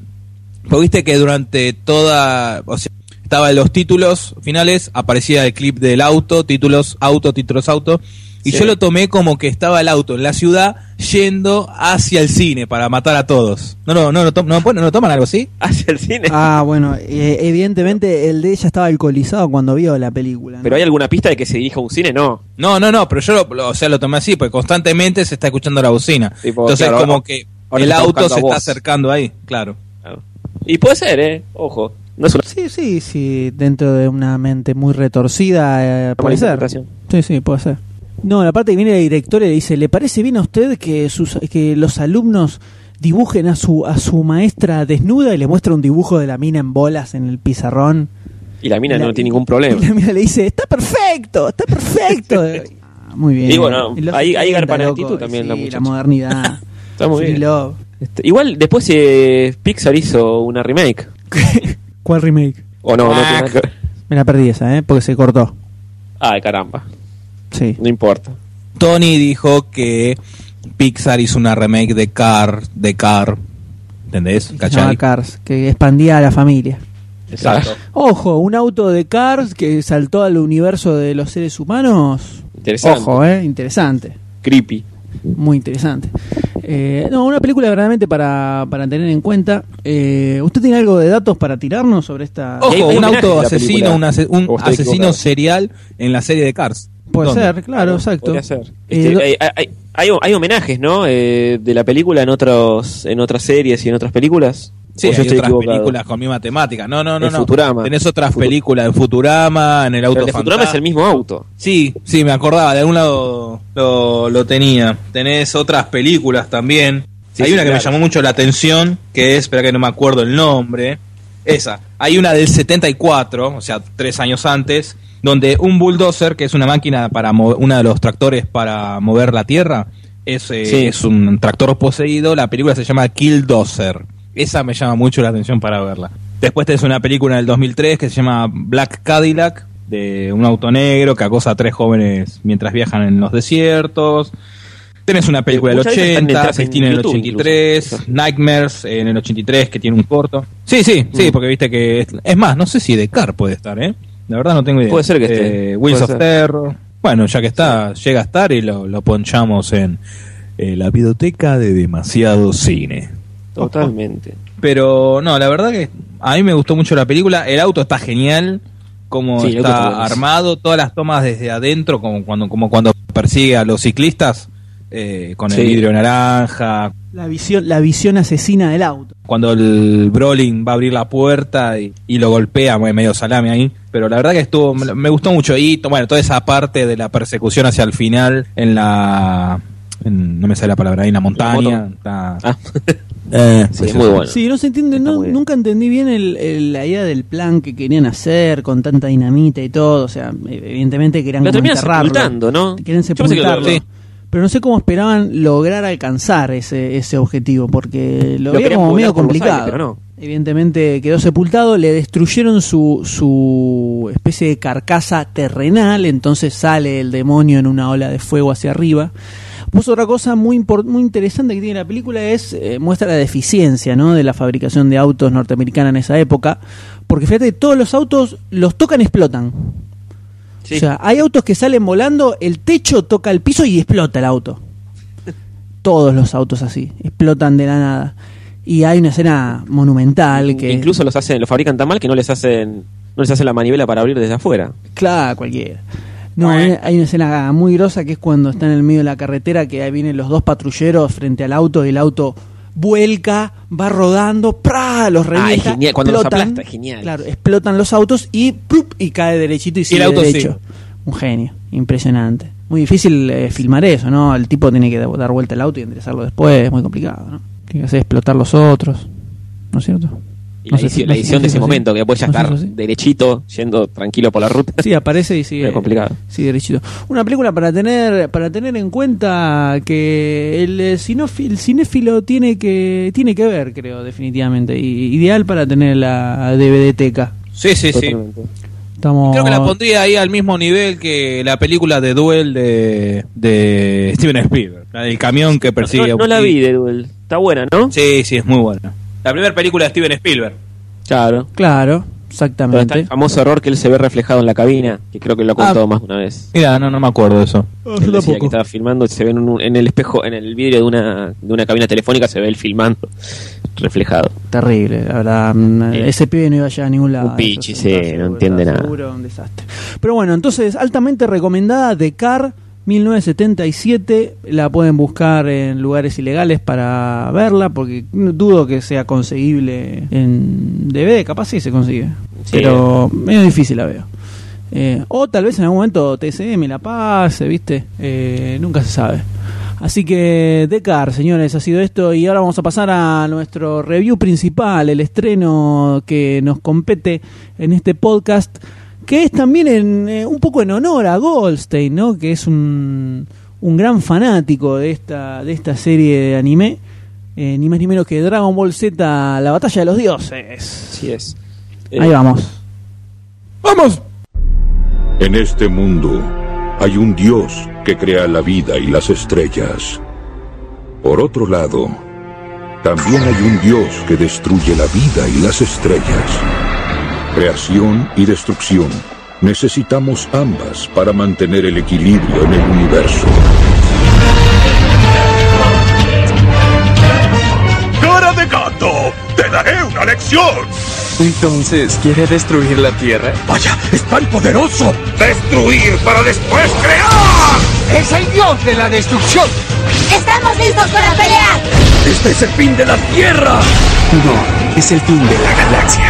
Speaker 10: porque viste que durante toda, o sea, estaba en los títulos finales, aparecía el clip del auto, títulos auto, títulos auto. Y
Speaker 7: Sí.
Speaker 10: yo lo tomé como que estaba el auto en la ciudad yendo hacia el cine para matar a todos. No, no, no, no, to- no, bueno, no toman algo así.
Speaker 7: Hacia el cine.
Speaker 9: Ah, bueno. eh, evidentemente el de ella estaba alcoholizado cuando vio la película. ¿no?
Speaker 7: ¿Pero hay alguna pista de que se dirija a un cine? No.
Speaker 10: No, no, no, pero yo lo, lo- o sea, lo tomé así, porque constantemente se está escuchando la bocina.
Speaker 7: Tipo,
Speaker 10: Entonces
Speaker 7: claro,
Speaker 10: como
Speaker 7: ahora-
Speaker 10: que
Speaker 7: ahora
Speaker 10: el
Speaker 7: se está
Speaker 10: auto
Speaker 7: buscando
Speaker 10: se
Speaker 7: a
Speaker 10: está
Speaker 7: vos.
Speaker 10: acercando ahí, claro.
Speaker 7: Y puede ser, ¿eh? Ojo. No es una
Speaker 9: Sí, sí, sí. Dentro de una mente muy retorcida eh, puede ser.
Speaker 7: interpretación.
Speaker 9: Sí, sí, puede ser. No, la parte que viene la directora y le dice, ¿le parece bien a usted que sus que los alumnos dibujen a su a su maestra desnuda y le muestra un dibujo de la mina en bolas en el pizarrón?
Speaker 7: Y la mina
Speaker 9: La-
Speaker 7: no tiene ningún problema.
Speaker 9: Y la mina le dice, "Está perfecto, está perfecto." Ah, Muy bien.
Speaker 7: Y bueno,
Speaker 9: los
Speaker 7: ahí- ahí
Speaker 9: 70,
Speaker 7: garpa la
Speaker 9: loco,
Speaker 7: actitud también
Speaker 9: sí,
Speaker 7: la muchacha.
Speaker 9: modernidad.
Speaker 7: Está muy
Speaker 9: Free
Speaker 7: bien.
Speaker 9: love.
Speaker 7: Este, igual después eh, Pixar hizo una remake.
Speaker 9: ¿Cuál remake?
Speaker 7: O no, no tiene nada que ver.
Speaker 9: Me la perdí esa, ¿eh? Porque se cortó.
Speaker 7: Ay, caramba.
Speaker 9: Sí.
Speaker 7: No importa.
Speaker 10: Tony dijo que Pixar hizo una remake de Car, de Car. ¿Entendés?
Speaker 9: Se llama
Speaker 10: ¿Cachai?
Speaker 9: Cars, que expandía a la familia.
Speaker 7: Exacto.
Speaker 9: Ojo, un auto de Cars que saltó al universo de los seres humanos.
Speaker 7: Interesante.
Speaker 9: Ojo, eh, interesante.
Speaker 7: Creepy.
Speaker 9: Muy interesante. Eh, no, una película verdaderamente para, para tener en cuenta. Eh, ¿Usted tiene algo de datos para tirarnos sobre esta?
Speaker 7: Y hay
Speaker 10: Ojo, un
Speaker 7: homenaje en
Speaker 10: auto
Speaker 7: la película.
Speaker 10: asesino, un, ase- un
Speaker 7: O estoy
Speaker 10: asesino
Speaker 7: equivocado.
Speaker 10: serial en la serie de Cars.
Speaker 9: Puede
Speaker 10: ¿Dónde?
Speaker 9: ser, claro, exacto.
Speaker 7: Podría ser.
Speaker 9: Eh,
Speaker 7: Este,
Speaker 9: do-
Speaker 7: hay, hay- hay- hay homenajes, ¿no? Eh, de la película en otros en otras series y en otras películas.
Speaker 10: Sí,
Speaker 7: ¿O
Speaker 10: hay
Speaker 7: yo estoy
Speaker 10: otras
Speaker 7: equivocado?
Speaker 10: películas con misma temática. No, no, no.
Speaker 7: En
Speaker 10: no.
Speaker 7: Futurama.
Speaker 10: Tenés otras
Speaker 7: Futu-
Speaker 10: películas en Futurama, en el auto
Speaker 7: Pero el de Futurama
Speaker 10: fantasma.
Speaker 7: es el mismo auto.
Speaker 10: Sí, sí, me acordaba, de algún lado lo, lo tenía. Tenés otras películas también.
Speaker 7: Sí,
Speaker 10: Hay
Speaker 7: sí,
Speaker 10: una que me
Speaker 7: claro.
Speaker 10: llamó mucho la atención, que es, espera que no me acuerdo el nombre. Esa. Hay una del 74, o sea, tres años antes, donde un bulldozer, que es una máquina para mover, uno de los tractores para mover la tierra, es, eh,
Speaker 7: Sí.
Speaker 10: es un tractor poseído. La película se llama Killdozer. Esa me llama mucho la atención para verla. Después tenés una película del 2003 que se llama Black Cadillac, de un auto negro que acosa a tres jóvenes mientras viajan en los desiertos. Tenés una película del
Speaker 7: Muchas veces están en
Speaker 10: 80,
Speaker 7: el-
Speaker 10: Sixteen en
Speaker 7: en
Speaker 10: el
Speaker 7: YouTube
Speaker 10: 83, Nightmares en el 83 que tiene un corto. Sí, sí,
Speaker 7: Mm.
Speaker 10: sí, porque viste que... Es, es más, no sé si de Car puede estar, ¿eh? La verdad no tengo idea.
Speaker 7: Puede ser que esté.
Speaker 10: Eh, Wheels
Speaker 7: Puede
Speaker 10: of
Speaker 7: ser.
Speaker 10: Terror. Bueno, ya que está, llega a estar y lo, lo ponchamos en eh, la biblioteca de demasiado cine.
Speaker 7: Totalmente.
Speaker 10: Pero no, la verdad que a mí me gustó mucho la película. El auto está genial, como
Speaker 7: Sí, el auto está
Speaker 10: está
Speaker 7: buenísimo.
Speaker 10: armado, todas las tomas desde adentro, como cuando, como cuando persigue a los ciclistas eh, con
Speaker 9: Sí.
Speaker 10: el vidrio naranja,
Speaker 9: La visión, la visión asesina del auto.
Speaker 10: cuando el Brolin va a abrir la puerta y, y lo golpea, bueno, medio salame ahí. Pero la verdad que estuvo, me, me gustó mucho. Y to- bueno, toda esa parte de la persecución hacia el final en la. en- no me sale la palabra, ahí en la montaña. está- Eh,
Speaker 7: Ah. Sí,
Speaker 10: pues
Speaker 7: es muy
Speaker 10: eso.
Speaker 7: bueno.
Speaker 9: Sí, no se entiende, no- nunca entendí bien el- el- la idea del plan que querían hacer con tanta dinamita y todo. O sea, evidentemente querían
Speaker 7: Lo
Speaker 9: como
Speaker 7: terminan
Speaker 9: enterrarlo.
Speaker 7: sepultando, ¿no?
Speaker 9: Quieren
Speaker 7: Yo pensé que lo-
Speaker 9: sepultarlo. Pero no sé cómo esperaban lograr alcanzar ese, ese objetivo, porque lo,
Speaker 7: Lo
Speaker 9: veía
Speaker 7: querían
Speaker 9: como
Speaker 7: volar
Speaker 9: medio
Speaker 7: por Buenos Aires,
Speaker 9: complicado.
Speaker 7: pero no.
Speaker 9: Evidentemente quedó sepultado, le destruyeron su, su especie de carcasa terrenal, entonces sale el demonio en una ola de fuego hacia arriba. Pues otra cosa muy, impor- muy interesante que tiene la película es, eh, muestra la deficiencia ¿no? de la fabricación de autos norteamericana en esa época, porque fíjate, todos los autos los tocan, explotan. O sea, hay autos que salen volando, el techo toca el piso y explota el auto. Todos los autos así, explotan de la nada. Y hay una escena monumental que...
Speaker 7: Incluso los hacen, los fabrican tan mal que no les hacen, no les hacen la manivela para abrir desde afuera.
Speaker 9: Claro, cualquiera. No, hay, hay una escena muy grosa que es cuando está en el medio de la carretera que ahí vienen los dos patrulleros frente al auto y el auto vuelca, va rodando, ¡pra! los
Speaker 7: Ah, es
Speaker 9: revienta,
Speaker 7: genial, cuando los
Speaker 9: explotan,
Speaker 7: aplasta, es genial.
Speaker 9: claro, explotan los autos y ¡plup! y cae derechito y sigue
Speaker 7: auto
Speaker 9: derecho. Un genio, impresionante. Muy difícil eh, filmar eso, ¿no? El tipo tiene que dar vuelta el auto y enderezarlo después, es muy complicado, ¿no? Tiene que hacer explotar los otros, ¿no es cierto?
Speaker 7: Y
Speaker 9: No
Speaker 7: la,
Speaker 9: sé si-
Speaker 7: edición,
Speaker 9: no
Speaker 7: la
Speaker 9: sé
Speaker 7: edición
Speaker 9: si
Speaker 7: de
Speaker 9: es
Speaker 7: ese
Speaker 9: así.
Speaker 7: momento, que después ya
Speaker 9: No sé si
Speaker 7: estar
Speaker 9: es así.
Speaker 7: derechito, yendo tranquilo por la ruta.
Speaker 9: Sí, aparece y sigue.
Speaker 7: Es complicado.
Speaker 9: Sí, derechito. Una película para tener para tener en cuenta que el, eh, cinófi- el cinéfilo tiene que tiene que ver, creo, definitivamente. Y, ideal para tener la DVDteca.
Speaker 10: Sí, sí, sí.
Speaker 9: Estamos
Speaker 10: Creo que la pondría ahí al mismo nivel que la película de Duel de, de Steven Spielberg. La del camión que persigue
Speaker 7: no,
Speaker 10: a un
Speaker 7: no la vi,
Speaker 10: tipo.
Speaker 7: de Duel. Está buena, ¿no?
Speaker 10: Sí, sí, es muy buena. La primera película de Steven Spielberg.
Speaker 7: Claro.
Speaker 9: Claro,
Speaker 7: Pero está el
Speaker 9: exactamente.
Speaker 7: este famoso error que él se ve reflejado en la cabina, que creo que lo ha contado
Speaker 10: Ah.
Speaker 7: más de una vez.
Speaker 10: Mira, no, no me acuerdo de eso.
Speaker 7: Él decía que estaba filmando y se ve en, un- en el espejo, en el vidrio de una, de una cabina telefónica, se ve él filmando, reflejado.
Speaker 9: Terrible, la verdad. mm,
Speaker 7: Eh,
Speaker 9: Ese pibe no iba allá a ningún lado.
Speaker 7: un pichi,
Speaker 9: Eso es un
Speaker 7: sí,
Speaker 9: caso,
Speaker 7: no entiende
Speaker 9: ¿verdad?
Speaker 7: nada.
Speaker 9: Seguro, un desastre. Pero bueno, entonces, altamente recomendada de Car 1977. La pueden buscar en lugares ilegales para verla, porque dudo que sea conseguible en DVD. Capaz sí se consigue,
Speaker 7: Sí.
Speaker 9: pero medio difícil la veo. Eh, o tal vez en algún momento TCM la pase, ¿viste? Eh, nunca se sabe. Así que, Decar, señores, ha sido esto. Y ahora vamos a pasar a nuestro review principal, el estreno que nos compete en este podcast, que es también en, eh, un poco en honor a Goldstein, ¿no? Que es un, un gran fanático de esta, de esta serie de anime. Eh, ni más ni menos que Dragon Ball Z, la batalla de los dioses.
Speaker 7: Así es.
Speaker 9: Ahí vamos.
Speaker 1: ¡Vamos!
Speaker 13: En este mundo hay un Dios que crea la vida y las estrellas. Por otro lado, también hay un Dios que destruye la vida y las estrellas. Creación y destrucción. Necesitamos ambas para mantener el equilibrio en el universo.
Speaker 14: ¡Cara de gato! ¡Te daré una lección!
Speaker 1: Entonces, ¿quiere destruir la Tierra? ¡Vaya! ¡Es tan poderoso!
Speaker 14: ¡Destruir para después crear! ¡Es el dios de la destrucción!
Speaker 15: ¡Estamos listos para pelear!
Speaker 14: ¡Este es el fin de la Tierra!
Speaker 1: No, es el fin de la galaxia.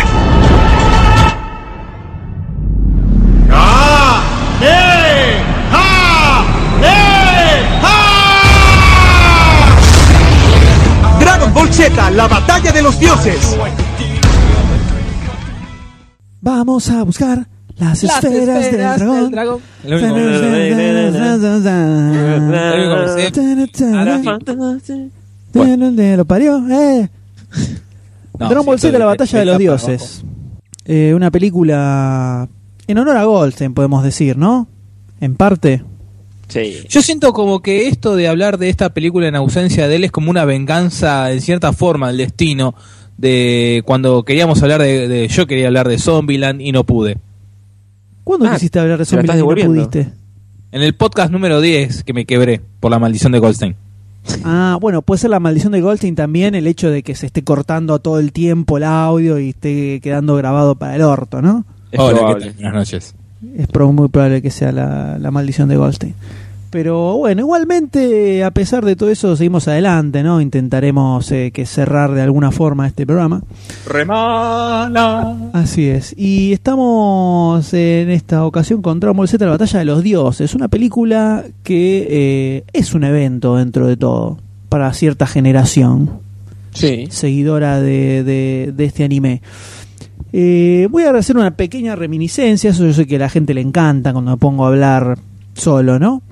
Speaker 14: Dragon Ball Z, la batalla de los dioses.
Speaker 9: Vamos a buscar Las,
Speaker 1: Las
Speaker 9: esferas,
Speaker 1: esferas
Speaker 9: del dragón.
Speaker 1: del dragón.
Speaker 10: Lo único que- Lo único que- Ahora sí.
Speaker 9: Lo parió, eh.
Speaker 10: No,
Speaker 9: Dragon Ball
Speaker 10: sí,
Speaker 9: Z, la
Speaker 10: estoy-
Speaker 9: batalla de los
Speaker 10: estoy acá
Speaker 9: dioses. Eh, una película en honor a Goldstein, podemos decir, ¿no? En parte.
Speaker 7: Sí.
Speaker 10: Yo siento como que esto de hablar de esta película en ausencia de él es como una venganza, en cierta forma, del destino. De cuando queríamos hablar de, de- Yo quería hablar de Zombieland y no pude.
Speaker 9: ¿Cuándo quisiste hablar de
Speaker 7: te Ah, la
Speaker 9: Zombieland
Speaker 7: estás
Speaker 9: y no
Speaker 7: devolviendo.
Speaker 9: pudiste?
Speaker 10: En el podcast número 10 que me quebré por la maldición de Goldstein.
Speaker 9: Ah, bueno, puede ser la maldición de Goldstein también el hecho de que se esté cortando todo el tiempo el audio y esté quedando grabado para el orto, ¿no?
Speaker 10: Hola, ¿qué tal? Buenas noches.
Speaker 9: Es pro- muy probable que sea la, la maldición de Goldstein. Pero bueno, igualmente, a pesar de todo eso, seguimos adelante, ¿no? Intentaremos eh, que cerrar de alguna forma este programa.
Speaker 1: Remala.
Speaker 9: Así es. Y estamos en esta ocasión con Dragon Ball Z, la batalla de los dioses. Una película que eh, es un evento dentro de todo para cierta generación
Speaker 7: Sí.
Speaker 9: seguidora de, de- de este anime. Eh, voy a hacer una pequeña reminiscencia, eso yo sé que a la gente le encanta cuando me pongo a hablar solo, ¿no?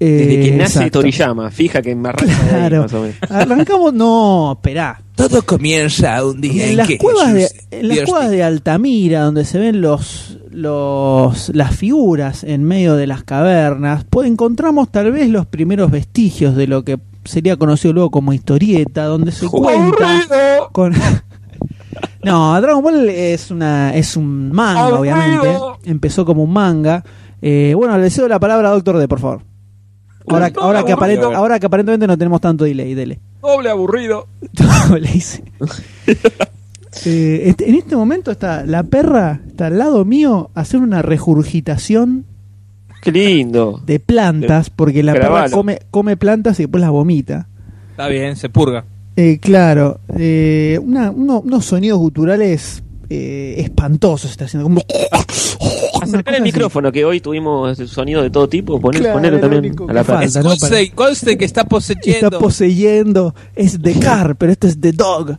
Speaker 7: Desde
Speaker 9: Eh,
Speaker 7: que nace
Speaker 9: exacto.
Speaker 7: Toriyama, fija que me arranca de ahí,
Speaker 9: Claro.
Speaker 7: más o menos.
Speaker 9: Arrancamos, no, esperá.
Speaker 10: Todo comienza un día
Speaker 9: En
Speaker 10: en
Speaker 9: las
Speaker 10: que
Speaker 9: cuevas de,
Speaker 10: Jesús-
Speaker 9: en las
Speaker 10: Dios-
Speaker 9: cuevas de Altamira, donde se ven los, los las figuras en medio de las cavernas, pues encontramos tal vez los primeros vestigios de lo que sería conocido luego como historieta, donde se cuenta con No, Dragon Ball es una es un manga,
Speaker 1: Aburrido.
Speaker 9: obviamente. Empezó como un manga. Eh, bueno, le cedo la palabra a Doctor D, por favor. Ahora,
Speaker 1: Doctor
Speaker 9: ahora, que
Speaker 1: aburrido.
Speaker 9: aparent- ahora que aparentemente no tenemos tanto delay, dele.
Speaker 1: Doble aburrido.
Speaker 9: Le hice. Eh, este- en este momento está la perra, está al lado mío, haciendo una regurgitación
Speaker 7: Qué lindo.
Speaker 9: de plantas, porque la perra
Speaker 10: Grabalo.
Speaker 9: come, come plantas y después las vomita.
Speaker 10: Está bien, se purga.
Speaker 9: Eh, claro, eh, una- uno- unos sonidos guturales eh, espantosos está haciendo. Como...
Speaker 7: Acercar el micrófono, que hoy tuvimos sonido de todo tipo, poner,
Speaker 9: Claro,
Speaker 7: ponerlo
Speaker 9: lo
Speaker 7: también
Speaker 9: único
Speaker 7: a la
Speaker 9: que falta,
Speaker 7: parte.
Speaker 9: ¿no?
Speaker 10: Goldstein, Goldstein que está poseyendo.
Speaker 9: Está poseyendo, es de car, pero esto es de dog.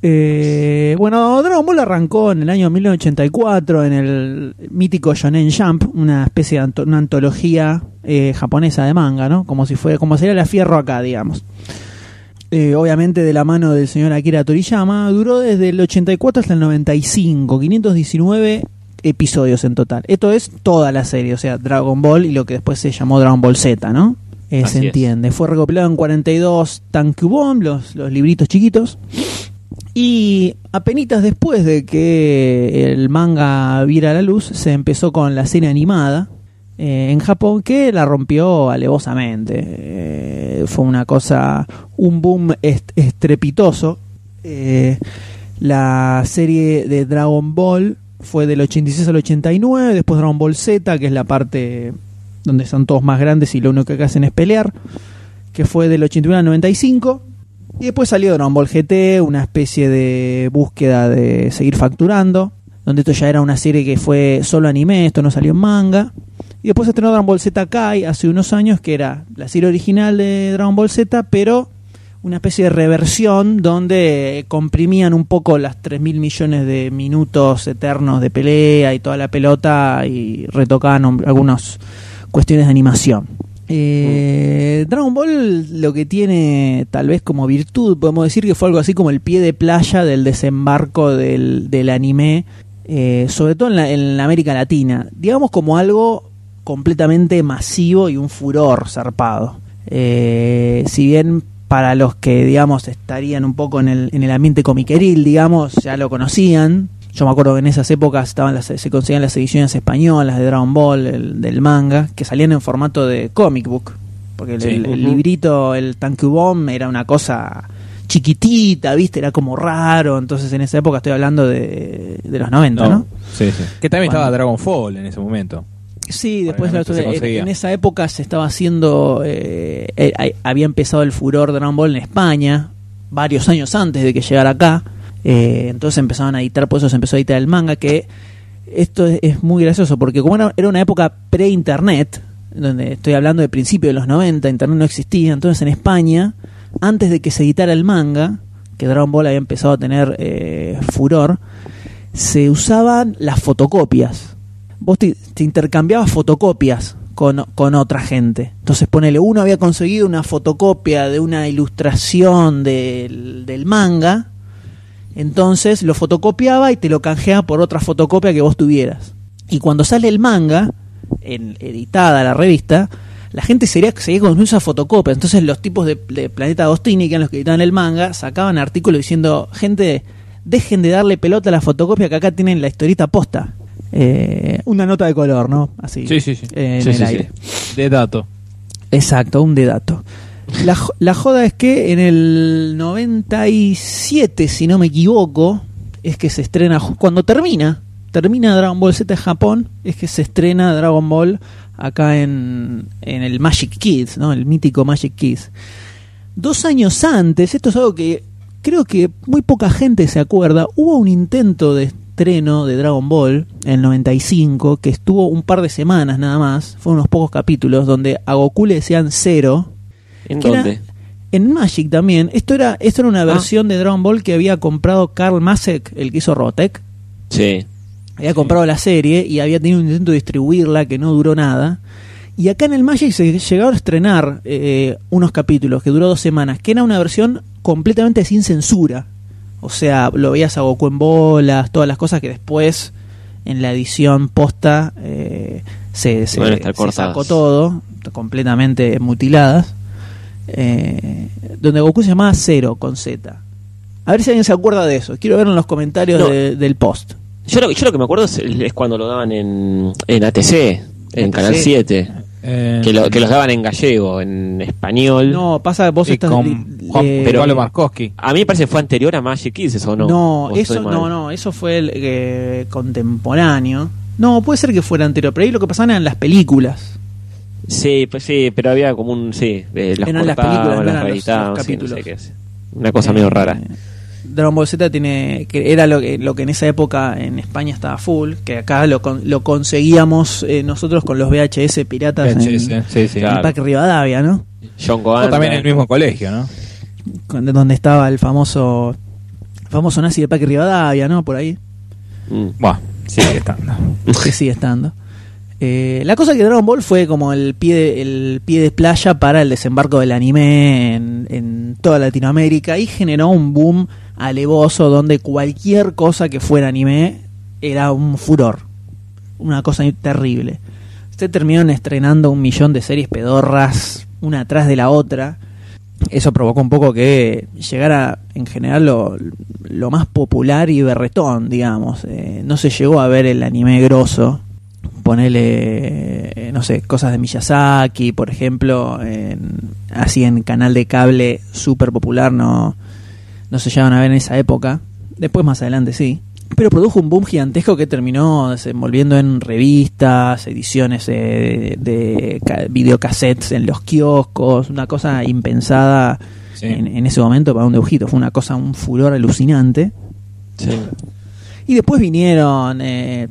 Speaker 9: Eh, bueno, Dragon Ball arrancó en el año 1984 en el mítico Shonen Jump, una especie de anto- una antología eh, japonesa de manga, ¿no? Como si fuera, como sería la fierro acá, digamos. Eh, obviamente de la mano del señor Akira Toriyama, duró desde el 84 hasta el 95, 519 episodios en total. Esto es toda la serie, o sea, Dragon Ball y lo que después se llamó Dragon Ball Z, ¿no? Eh,
Speaker 1: Así
Speaker 9: se
Speaker 1: es.
Speaker 9: entiende. Fue recopilado en 42 Tankubon, los, los libritos chiquitos. Y apenitas después de que el manga viera la luz, se empezó con la serie animada eh, en Japón que la rompió alevosamente. Eh, fue una cosa, un boom est- estrepitoso. Eh, la serie de Dragon Ball fue del 86 al 89, después Dragon Ball Z, que es la parte donde son todos más grandes y lo único que hacen es pelear, que fue del 81 al 95. Y después salió Dragon Ball GT, una especie de búsqueda de seguir facturando, donde esto ya era una serie que fue solo anime, esto no salió en manga. Y después se estrenó Dragon Ball Z Kai hace unos años, que era la serie original de Dragon Ball Z, pero una especie de reversión donde comprimían un poco las 3.000 millones de minutos eternos de pelea y toda la pelota y retocaban hom- algunas cuestiones de animación. Eh, Dragon Ball lo que tiene tal vez como virtud, podemos decir que fue algo así como el pie de playa del desembarco del, del anime, eh, sobre todo en, la, en la América Latina, digamos como algo completamente masivo y un furor zarpado. Eh, si bien para los que, digamos, estarían un poco en el, en el ambiente comiqueril, digamos, ya lo conocían. Yo me acuerdo que en esas épocas estaban las- se conseguían las ediciones españolas de Dragon Ball, el- del manga, que salían en formato de comic book. Porque el,
Speaker 1: Sí.
Speaker 9: el- el
Speaker 1: Ujú.
Speaker 9: librito, el Tankubon, era una cosa chiquitita, ¿viste? Era como raro. Entonces en esa época estoy hablando de, de los 90, ¿no?
Speaker 10: Sí, sí. Que también
Speaker 9: Bueno.
Speaker 10: estaba Dragon Fall en ese momento.
Speaker 9: Sí, después
Speaker 10: Obviamente
Speaker 9: la-
Speaker 10: se conseguía.
Speaker 9: en esa época se estaba haciendo, eh, eh, eh, había empezado el furor de Dragon Ball en España, varios años antes de que llegara acá, eh, entonces empezaban a editar, por eso se empezó a editar el manga, que esto es, es muy gracioso, porque como era, era una época pre-internet, donde estoy hablando de principio de los 90, internet no existía, entonces en España, antes de que se editara el manga, que Dragon Ball había empezado a tener eh, furor, se usaban las fotocopias. Vos te, te intercambiabas fotocopias con, con otra gente. Entonces, ponele, uno había conseguido una fotocopia de una ilustración del, del manga, entonces lo fotocopiaba y te lo canjeaba por otra fotocopia que vos tuvieras. Y cuando sale el manga, en, editada la revista, la gente sería, seguía con esa fotocopia. Entonces los tipos de, de Planeta Agostini, que eran los que editaban el manga, sacaban artículos diciendo, gente, dejen de darle pelota a la fotocopia que acá tienen la historita posta. Eh, una nota de color, ¿no? Así.
Speaker 10: Sí, sí, sí.
Speaker 9: eh, en
Speaker 10: Sí,
Speaker 9: el
Speaker 10: sí, sí.
Speaker 9: aire.
Speaker 10: De dato.
Speaker 9: Exacto, un dedato. La, jo- la joda es que en el 97, si no me equivoco, es que se estrena, ju- cuando termina, termina Dragon Ball Z en Japón, es que se estrena Dragon Ball acá en, en el Magic Kids, ¿no? El mítico Magic Kids. Dos años antes, esto es algo que creo que muy poca gente se acuerda, hubo un intento de estreno de Dragon Ball en el 95 que estuvo un par de semanas nada más, fueron unos pocos capítulos donde a Goku le decían cero.
Speaker 7: ¿En
Speaker 9: que era-
Speaker 7: dónde? Ah.
Speaker 9: en Magic también. Esto era, esto era una versión de Dragon Ball que había comprado Karl Masek, el que hizo Rotek.
Speaker 7: Sí.
Speaker 9: Había comprado la serie y había tenido un intento de distribuirla que no duró nada. Y acá en el Magic se llegaron a estrenar eh, unos capítulos que duró dos semanas, que era una versión completamente sin censura. O sea, lo veías a Goku en bolas, todas las cosas que después en la edición posta eh, se, se-
Speaker 7: Bueno, están
Speaker 9: se
Speaker 7: cortadas.
Speaker 9: sacó todo, completamente mutiladas. eh, donde Goku se llamaba Cero con Z. A ver si alguien se acuerda de eso. Quiero verlo en los comentarios
Speaker 7: No.
Speaker 9: de- del post.
Speaker 7: Yo lo, yo lo que me acuerdo es, es cuando lo daban en, en ATC, en Canal 7.
Speaker 10: Eh,
Speaker 7: Que, lo- que los daban en gallego, en español.
Speaker 9: No, pasa, vos
Speaker 7: Y
Speaker 9: estás.
Speaker 7: con
Speaker 9: li-
Speaker 7: Juan
Speaker 9: eh,
Speaker 7: Pablo
Speaker 10: Markowski.
Speaker 7: A mí me parece que fue anterior a Magic Kids, ¿eso o no?
Speaker 9: No,
Speaker 7: ¿O
Speaker 9: eso,
Speaker 7: estoy mal?
Speaker 9: no, no, eso fue el eh, contemporáneo. No, puede ser que fuera anterior, pero ahí lo que pasaban eran las películas.
Speaker 7: Sí, pues sí, pero había como un. Sí, eh, las
Speaker 9: Eran las
Speaker 7: cortaban,
Speaker 9: películas, no
Speaker 7: las
Speaker 9: eran los-
Speaker 7: reeditaban,
Speaker 9: los
Speaker 7: sí, no sé
Speaker 9: capítulos. Eh,
Speaker 7: qué es. Una cosa medio rara.
Speaker 9: Dragon Ball Z tiene, que era lo que, lo que en esa época en España estaba full, que acá lo, con- lo conseguíamos eh, nosotros con los VHS piratas
Speaker 10: VHS,
Speaker 9: en,
Speaker 10: sí, sí.
Speaker 9: en
Speaker 10: Claro.
Speaker 9: Parque Rivadavia, ¿no?
Speaker 7: John eh,
Speaker 10: O también en el mismo colegio, ¿no?
Speaker 9: Con- Donde estaba el famoso famoso nazi de Parque Rivadavia, ¿no? Por ahí.
Speaker 7: mm,
Speaker 10: Buah, sigue estando.
Speaker 9: que sigue estando. Eh, la cosa que Dragon Ball fue como el pie de, el pie de playa para el desembarco del anime en, en toda Latinoamérica y generó un boom alevoso donde cualquier cosa que fuera anime era un furor, una cosa terrible. Se terminaron estrenando un millón de series pedorras, una atrás de la otra. Eso provocó un poco que llegara en general lo, lo más popular y berretón, digamos. Eh, no se llegó a ver el anime grosso. Ponele, eh, no sé, cosas de Miyazaki, por ejemplo, en- así en canal de cable súper popular, no, no se llegaron a ver en esa época. Después, más adelante, sí. Pero produjo un boom gigantesco que terminó desenvolviendo en revistas, ediciones eh, de, de ca- videocassettes en los kioscos, una cosa impensada
Speaker 10: Sí.
Speaker 9: en, en ese momento para un dibujito. Fue una cosa, un furor alucinante. Y después vinieron eh,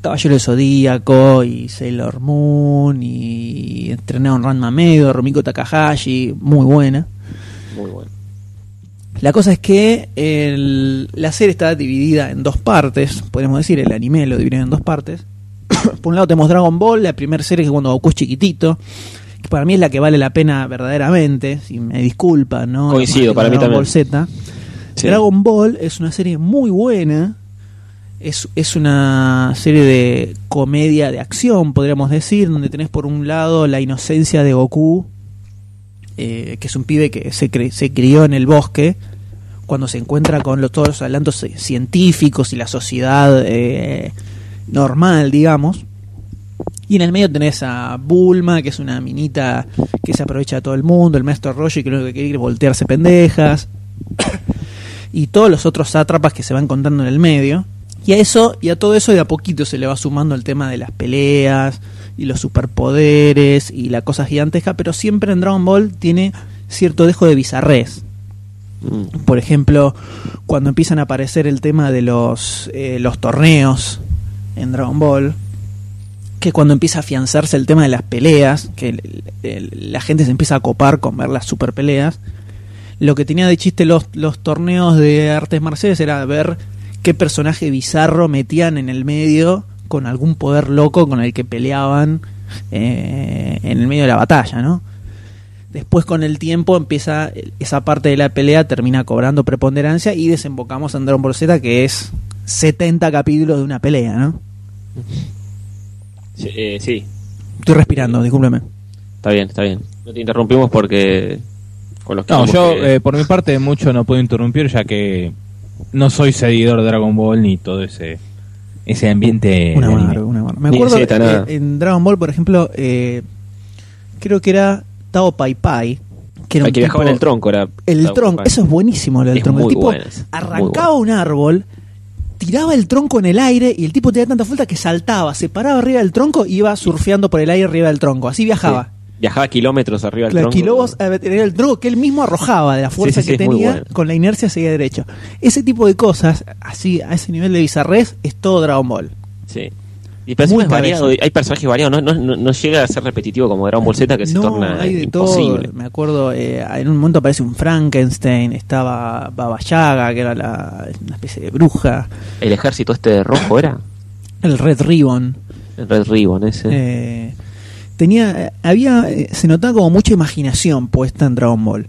Speaker 9: Caballero del Zodíaco y Sailor Moon y entrenaron Ranma Medio, Rumiko Takahashi, muy buena.
Speaker 7: Muy bueno.
Speaker 9: La cosa es que el- la serie está dividida en dos partes, podemos decir, el anime lo dividieron en dos partes. Por un lado tenemos Dragon Ball, la primera serie que cuando Goku es chiquitito, que para mí es la que vale la pena verdaderamente, si me disculpa, ¿no?
Speaker 7: Coincido,
Speaker 9: Con
Speaker 7: para mí
Speaker 9: Dragon
Speaker 7: también.
Speaker 9: Ball Z.
Speaker 7: Sí.
Speaker 9: Dragon Ball es una serie muy buena, es, es una serie de comedia de acción, podríamos decir, donde tenés por un lado la inocencia de Goku, eh, que es un pibe que se, cre- se crió en el bosque, cuando se encuentra con lo- todos los adelantos ci- científicos y la sociedad eh, normal, digamos. Y en el medio tenés a Bulma, que es una minita que se aprovecha de todo el mundo, el maestro Roger, que lo único que quiere es voltearse pendejas, y todos los otros sátrapas que se van encontrando en el medio. Y a eso, y a todo eso de a poquito se le va sumando el tema de las peleas y los superpoderes y la cosa gigantesca, pero siempre en Dragon Ball tiene cierto dejo de bizarrés.
Speaker 7: mm.
Speaker 9: Por ejemplo, cuando empiezan a aparecer el tema de los, eh, los torneos en Dragon Ball, que cuando empieza a afianzarse el tema de las peleas, que el- el- la gente se empieza a copar con ver las super peleas, lo que tenía de chiste los, los torneos de artes marciales era ver qué personaje bizarro metían en el medio con algún poder loco con el que peleaban eh, en el medio de la batalla, ¿no? Después con el tiempo empieza esa parte de la pelea, termina cobrando preponderancia y desembocamos en Dragon Ball Z, que es 70 capítulos de una pelea, ¿no?
Speaker 7: Sí, eh, sí.
Speaker 9: Estoy respirando, discúlpeme.
Speaker 7: Está bien, está bien. No te interrumpimos porque con los que
Speaker 10: No,
Speaker 7: vamos
Speaker 10: yo
Speaker 7: que-
Speaker 10: eh, por mi parte mucho no puedo interrumpir ya que no soy seguidor de Dragon Ball ni todo ese ese ambiente.
Speaker 9: Una
Speaker 10: de
Speaker 9: barba,
Speaker 10: anime.
Speaker 9: una barba. Me acuerdo eh, en, Dragon Ball, por ejemplo, eh, creo que era Tao Pai Pai. Que era
Speaker 7: Hay
Speaker 9: un tipo,
Speaker 7: que viajaba en el tronco, era.
Speaker 9: El
Speaker 7: estaba
Speaker 9: tronco,
Speaker 7: ocupado.
Speaker 9: eso es buenísimo lo del
Speaker 7: Es
Speaker 9: tronco. El
Speaker 7: muy
Speaker 9: tipo
Speaker 7: bueno, es muy
Speaker 9: arrancaba un árbol, tiraba el tronco en el aire y el tipo tenía tanta vuelta que saltaba, se paraba arriba del tronco y iba surfeando por el aire arriba del tronco. Así viajaba.
Speaker 7: Viajaba kilómetros arriba del
Speaker 9: Claro,
Speaker 7: tronco.
Speaker 9: kilobos eh, tenía el tronco que él mismo arrojaba de la fuerza
Speaker 7: Sí, sí,
Speaker 9: que
Speaker 7: sí, es muy
Speaker 9: tenía,
Speaker 7: bueno.
Speaker 9: con la inercia seguía derecho. Ese tipo de cosas, así, a ese nivel de bizarrez, es todo Dragon Ball.
Speaker 7: Sí. Y pero encima
Speaker 9: Muy
Speaker 7: es variado,
Speaker 9: cabeza.
Speaker 7: hay personajes variados, no, no, no- no llega a ser repetitivo como Dragon Ball Z que se
Speaker 9: No,
Speaker 7: torna
Speaker 9: hay de
Speaker 7: imposible.
Speaker 9: todo. Me acuerdo, eh, en un momento aparece un Frankenstein, estaba Baba Yaga, que era la, una especie de bruja,
Speaker 7: El ejército este de rojo era
Speaker 9: el Red Ribbon.
Speaker 7: el Red Ribbon ese.
Speaker 9: Eh, tenía, eh, había, eh, se notaba como mucha imaginación puesta en Dragon Ball.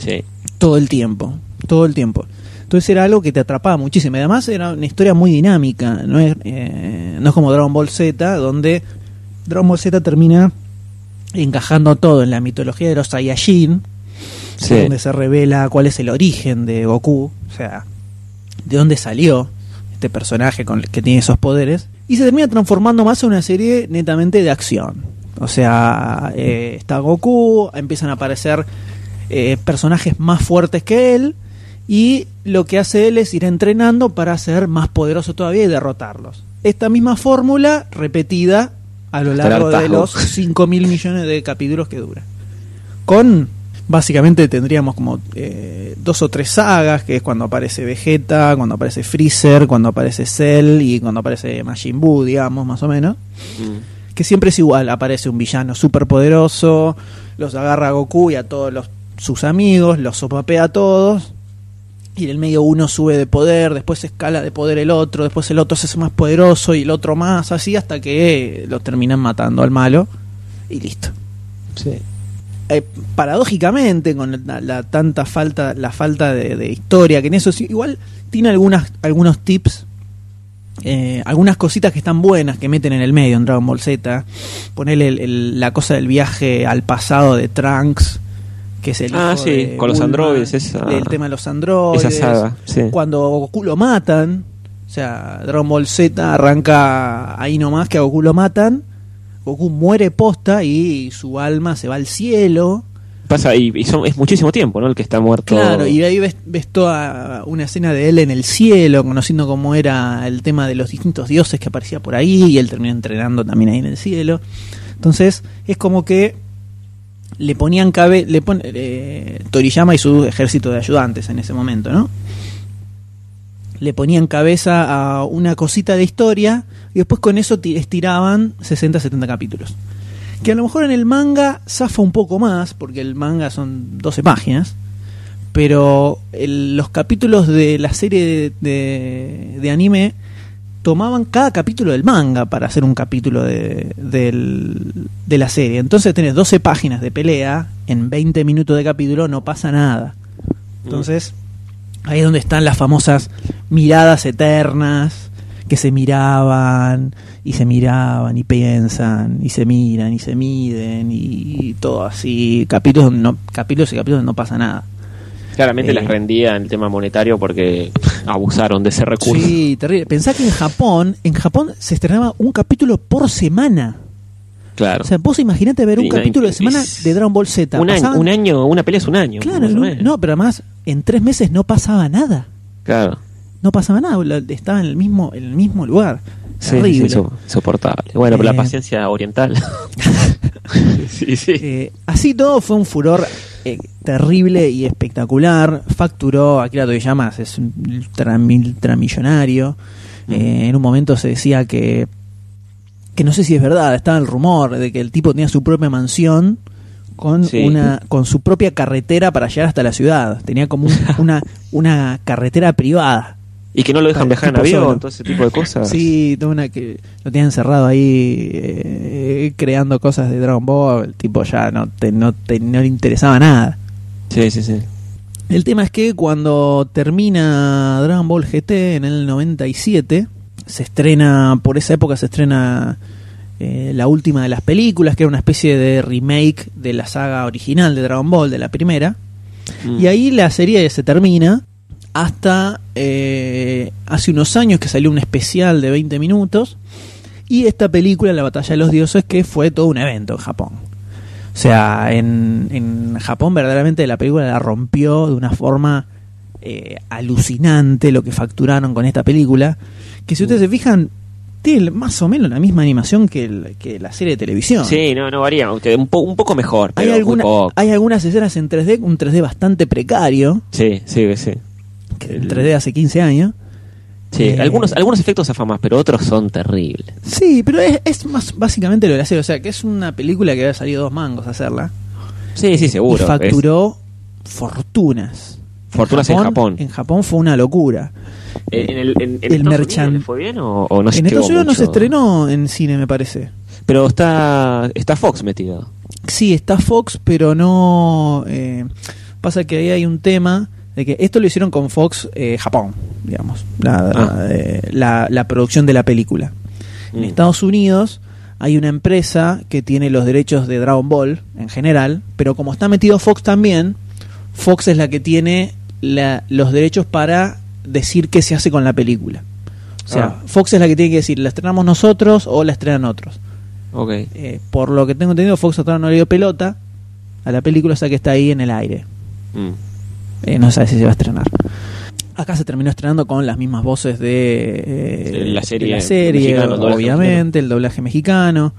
Speaker 7: Sí.
Speaker 9: Todo el tiempo, todo el tiempo. Entonces era algo que te atrapaba muchísimo. Y además era una historia muy dinámica. No es, eh, no es como Dragon Ball Z, donde Dragon Ball Z termina encajando todo en la mitología de los Saiyajin,
Speaker 7: Sí.
Speaker 9: donde se revela cuál es el origen de Goku, o sea, de dónde salió este personaje con el que tiene esos poderes, y se termina transformando más en una serie netamente de acción. O sea, eh, está Goku, empiezan a aparecer eh, personajes más fuertes que él, y lo que hace él es ir entrenando para ser más poderoso todavía y derrotarlos. Esta misma fórmula repetida a lo
Speaker 7: Hasta el
Speaker 9: largo de
Speaker 7: hartazgo.
Speaker 9: los 5 mil millones de capítulos que dura. Con, básicamente tendríamos como eh, dos o tres sagas, que es cuando aparece Vegeta, cuando aparece Freezer, cuando aparece Cell y cuando aparece Majin Buu, digamos, más o menos. Que siempre es igual, aparece un villano superpoderoso, los agarra a Goku y a todos los- sus amigos, los sopapea a todos. Y en el medio uno sube de poder, después escala de poder el otro, después el otro se hace más poderoso y el otro más, así hasta que lo terminan matando al malo y listo. Eh, paradójicamente, con la, la tanta falta, la falta de, de historia que en eso, sí, igual tiene algunas, algunos tips eh, algunas cositas que están buenas que meten en el medio en Dragon Ball Z. Ponele el- el- la cosa del viaje al pasado de Trunks, que es el
Speaker 7: Ah,
Speaker 9: hijo
Speaker 7: sí,
Speaker 9: de
Speaker 7: con los
Speaker 9: Bulma,
Speaker 7: androides, esa-
Speaker 9: El tema de los androides.
Speaker 7: esa saga, sí.
Speaker 9: Cuando a Goku lo matan, o sea, Dragon Ball Z arranca ahí nomás que a Goku lo matan. Goku muere posta y su alma se va al cielo.
Speaker 7: Pasa y, y son- es muchísimo tiempo, ¿no? El que está muerto.
Speaker 9: Claro, y ahí ves, ves toda una escena de él en el cielo, conociendo cómo era el tema de los distintos dioses que aparecía por ahí, y él terminó entrenando también ahí en el cielo. Entonces, es como que le ponían cabe, le pon- eh, Toriyama y su ejército de ayudantes en ese momento, ¿no? Le ponían cabeza a una cosita de historia y después con eso ti- estiraban 60, 70 capítulos. Que a lo mejor en el manga zafa un poco más, porque el manga son 12 páginas, pero el- los capítulos de la serie de, de- de anime tomaban cada capítulo del manga para hacer un capítulo de, del- de la serie. Entonces tenés 12 páginas de pelea, en 20 minutos de capítulo no pasa nada. Entonces ahí es donde están las famosas miradas eternas que se miraban y se miraban y piensan y se miran y se miden y, todo así capítulos donde no capítulos y capítulos donde no pasa nada
Speaker 7: Claramente
Speaker 9: Eh.
Speaker 7: las rendía en el tema monetario porque abusaron de ese recurso.
Speaker 9: Sí, terrible. Pensá que en Japón, en Japón se estrenaba un capítulo por semana.
Speaker 7: Claro.
Speaker 9: O sea, vos imaginate ver un
Speaker 7: Sí, no,
Speaker 9: capítulo de
Speaker 7: es-
Speaker 9: semana de Dragon Ball Z.
Speaker 7: un, año,
Speaker 9: Pasaban-
Speaker 7: un año, una pelea es un año.
Speaker 9: Claro,
Speaker 7: más o
Speaker 9: en un-
Speaker 7: menos.
Speaker 9: no, pero además en tres meses no pasaba nada.
Speaker 7: Claro.
Speaker 9: No pasaba nada, la- estaba en el mismo, en el mismo lugar.
Speaker 7: Sí,
Speaker 9: Terrible.
Speaker 7: sí, so- soportable. Bueno, pero
Speaker 9: Eh.
Speaker 7: la paciencia oriental. sí, sí.
Speaker 9: Eh, Así todo fue un furor eh, terrible y espectacular. Facturó, Akira Toriyama es un ultramil- ultramillonario.
Speaker 7: Mm.
Speaker 9: Eh, en un momento se decía que, que no sé si es verdad, estaba el rumor de que el tipo tenía su propia mansión con
Speaker 7: Sí.
Speaker 9: una con su propia carretera para llegar hasta la ciudad. Tenía como un- una, una carretera privada
Speaker 7: y que no lo dejan
Speaker 9: Está
Speaker 7: viajar en
Speaker 9: el tipo
Speaker 7: avión,
Speaker 9: solo.
Speaker 7: todo ese tipo de cosas.
Speaker 9: Sí, toda una que lo tienen cerrado ahí eh, eh, creando cosas de Dragon Ball. El tipo ya no, te, no, te- no le interesaba nada.
Speaker 7: Sí, sí, sí.
Speaker 9: El tema es que cuando termina Dragon Ball GT en el 97, se estrena, por esa época se estrena eh, la última de las películas, que era una especie de remake de la saga original de Dragon Ball, de la primera. Y ahí la serie se termina hasta eh, hace unos años que salió un especial de 20 minutos y esta película, La Batalla de los Dioses, que fue todo un evento en Japón. O sea, en, en Japón verdaderamente la película la rompió de una forma eh, alucinante lo que facturaron con esta película. Que si ustedes se fijan, tiene más o menos la misma animación que, el- que la serie de televisión.
Speaker 7: Sí, no, no varía. Usted, un, po- un poco mejor, pero
Speaker 9: Hay, alguna-
Speaker 7: muy poco.
Speaker 9: hay algunas escenas en 3D, un 3D bastante precario,
Speaker 7: Sí, sí, sí.
Speaker 9: en 3D hace 15 años.
Speaker 7: Sí,
Speaker 9: Eh,
Speaker 7: algunos, algunos efectos zafan más, pero otros son terribles.
Speaker 9: Sí, pero es, es más básicamente lo de la serie. O sea, que es una película que había salido dos mangos hacerla.
Speaker 7: Sí, sí, seguro.
Speaker 9: Eh, Y facturó fortunas.
Speaker 7: Fortunas en Japón.
Speaker 9: En Japón fue una locura.
Speaker 7: ¿En, en el, en- en
Speaker 9: El
Speaker 7: Estados Unidos
Speaker 9: merchan-
Speaker 7: le fue bien o, o no se
Speaker 9: en
Speaker 7: llevó
Speaker 9: Estados Unidos no
Speaker 7: mucho?
Speaker 9: se estrenó en cine, me parece.
Speaker 7: Pero está, está Fox metido.
Speaker 9: Sí, está Fox, pero no... eh, pasa que ahí hay un tema de que esto lo hicieron con Fox eh, Japón, digamos. La, eh, la- la producción de la película. En Estados Unidos hay una empresa que tiene los derechos de Dragon Ball en general, pero como está metido Fox también, Fox es la que tiene la- los derechos para decir qué se hace con la película. O sea,
Speaker 7: Ah.
Speaker 9: Fox es la que tiene que decir, la estrenamos nosotros o la estrenan otros.
Speaker 7: Ok.
Speaker 9: Eh, por lo que tengo entendido, Fox hasta ahora no le dio pelota a la película, o sea que está ahí en el aire.
Speaker 7: Mm.
Speaker 9: Eh, no sabe si se va a estrenar. Acá se terminó estrenando con las mismas voces de eh,
Speaker 7: La serie
Speaker 9: de la serie,
Speaker 7: mexicana, el doblaje
Speaker 9: obviamente, el doblaje mexicano,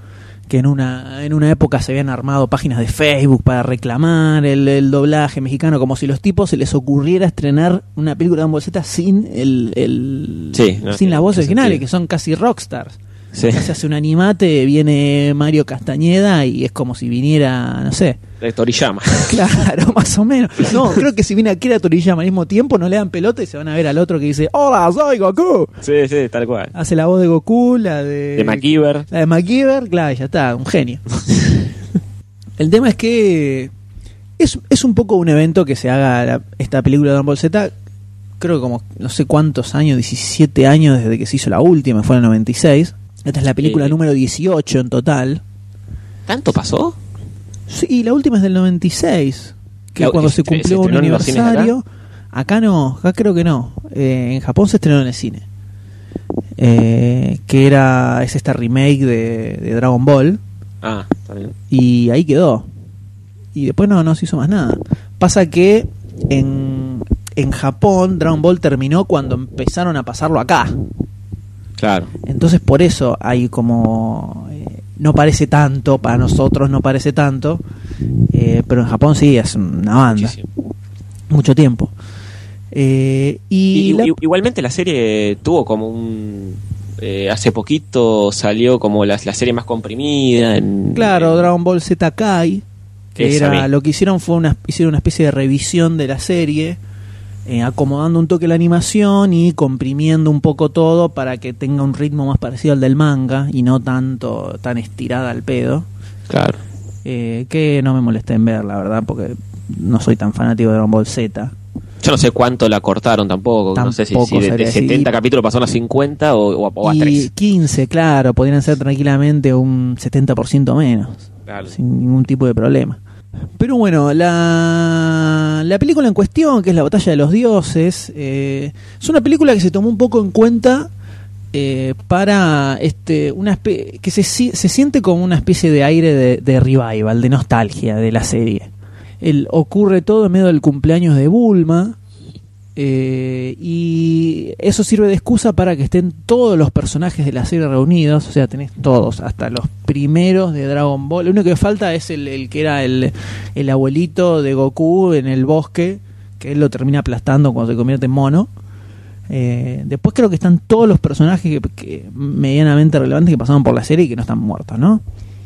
Speaker 9: que en una, en una época se habían armado páginas de Facebook para reclamar el, el doblaje mexicano, como si los tipos se les ocurriera estrenar una película de Dragon Ball Z sin, el, el-
Speaker 7: Sí, no,
Speaker 9: sin las
Speaker 7: no
Speaker 9: voces
Speaker 7: tiene
Speaker 9: originales,
Speaker 7: sentido.
Speaker 9: que son casi rockstars.
Speaker 7: Sí.
Speaker 9: Se hace un animate, viene Mario Castañeda y es como si viniera, no sé,
Speaker 7: De Toriyama.
Speaker 9: Claro, más o menos. No, creo que si viene Akira Toriyama al mismo tiempo, no le dan pelota y se van a ver al otro que dice, hola, soy Goku.
Speaker 7: sí, sí, tal cual.
Speaker 9: Hace la voz de Goku, la de...
Speaker 7: De MacGyver.
Speaker 9: La de MacGyver, claro, ya está, un genio. El tema es que es, es un poco un evento que se haga la- esta película de Dragon Ball Z, creo que como no sé cuántos años, 17 años desde que se hizo la última, fue en el 96. Esta es la película
Speaker 7: Eh.
Speaker 9: número 18 en total.
Speaker 7: ¿Tanto pasó?
Speaker 9: Sí, la última es del 96, que
Speaker 7: La-
Speaker 9: es cuando
Speaker 7: ¿se
Speaker 9: se
Speaker 7: estre- se
Speaker 9: cumplió un
Speaker 7: estrenó en los cines acá?
Speaker 9: aniversario. Acá? no, acá creo que no. Eh, en Japón se estrenó en el cine. Eh, que era es esta remake de, de Dragon Ball
Speaker 7: Ah, está bien.
Speaker 9: y ahí quedó. Y después no, no se hizo más nada. Pasa que en, en Japón Dragon Ball terminó cuando empezaron a pasarlo acá.
Speaker 7: Claro.
Speaker 9: Entonces por eso hay como... eh, no parece tanto, para nosotros no parece tanto, eh, pero en Japón sí, es una banda. Mucho tiempo. Eh, y,
Speaker 7: Y-
Speaker 9: la-
Speaker 7: i- Igualmente la serie tuvo como un... eh, hace poquito salió como la, la serie más comprimida. En,
Speaker 9: claro, Dragon Ball Z Kai, que
Speaker 7: Eh, Esa
Speaker 9: era
Speaker 7: vi.
Speaker 9: lo que hicieron fue una, hicieron una especie de revisión de la serie, eh, acomodando un toque la animación y comprimiendo un poco todo para que tenga un ritmo más parecido al del manga y no tanto tan estirada al pedo.
Speaker 7: Claro.
Speaker 9: Eh, que no me molesté en ver, la verdad, porque no soy tan fanático de Dragon Ball Z.
Speaker 7: Yo no sé cuánto la cortaron tampoco. no sé si,
Speaker 9: Tampoco
Speaker 7: si de, de
Speaker 9: sabría
Speaker 7: 70
Speaker 9: decir.
Speaker 7: capítulos pasaron a 50 o, o a- o a
Speaker 9: y
Speaker 7: 3.
Speaker 9: 15, claro, podrían ser tranquilamente un 70% menos, sin ningún tipo de problema. Pero bueno, la, la película en cuestión, que es La Batalla de los Dioses, eh, es una película que se tomó un poco en cuenta eh, para este una espe- que se, si- se siente como una especie de aire de, de revival, de nostalgia de la serie. El, ocurre todo en medio del cumpleaños de Bulma. eh, y eso sirve de excusa para que estén todos los personajes de la serie reunidos. O sea, tenés todos, hasta los primeros de Dragon Ball. Lo único que falta es el, el que era el, el abuelito de Goku en el bosque, que él lo termina aplastando cuando se convierte en mono. Eh, después creo que están todos los personajes que, que medianamente relevantes que pasaron por la serie y que no están muertos, ¿no?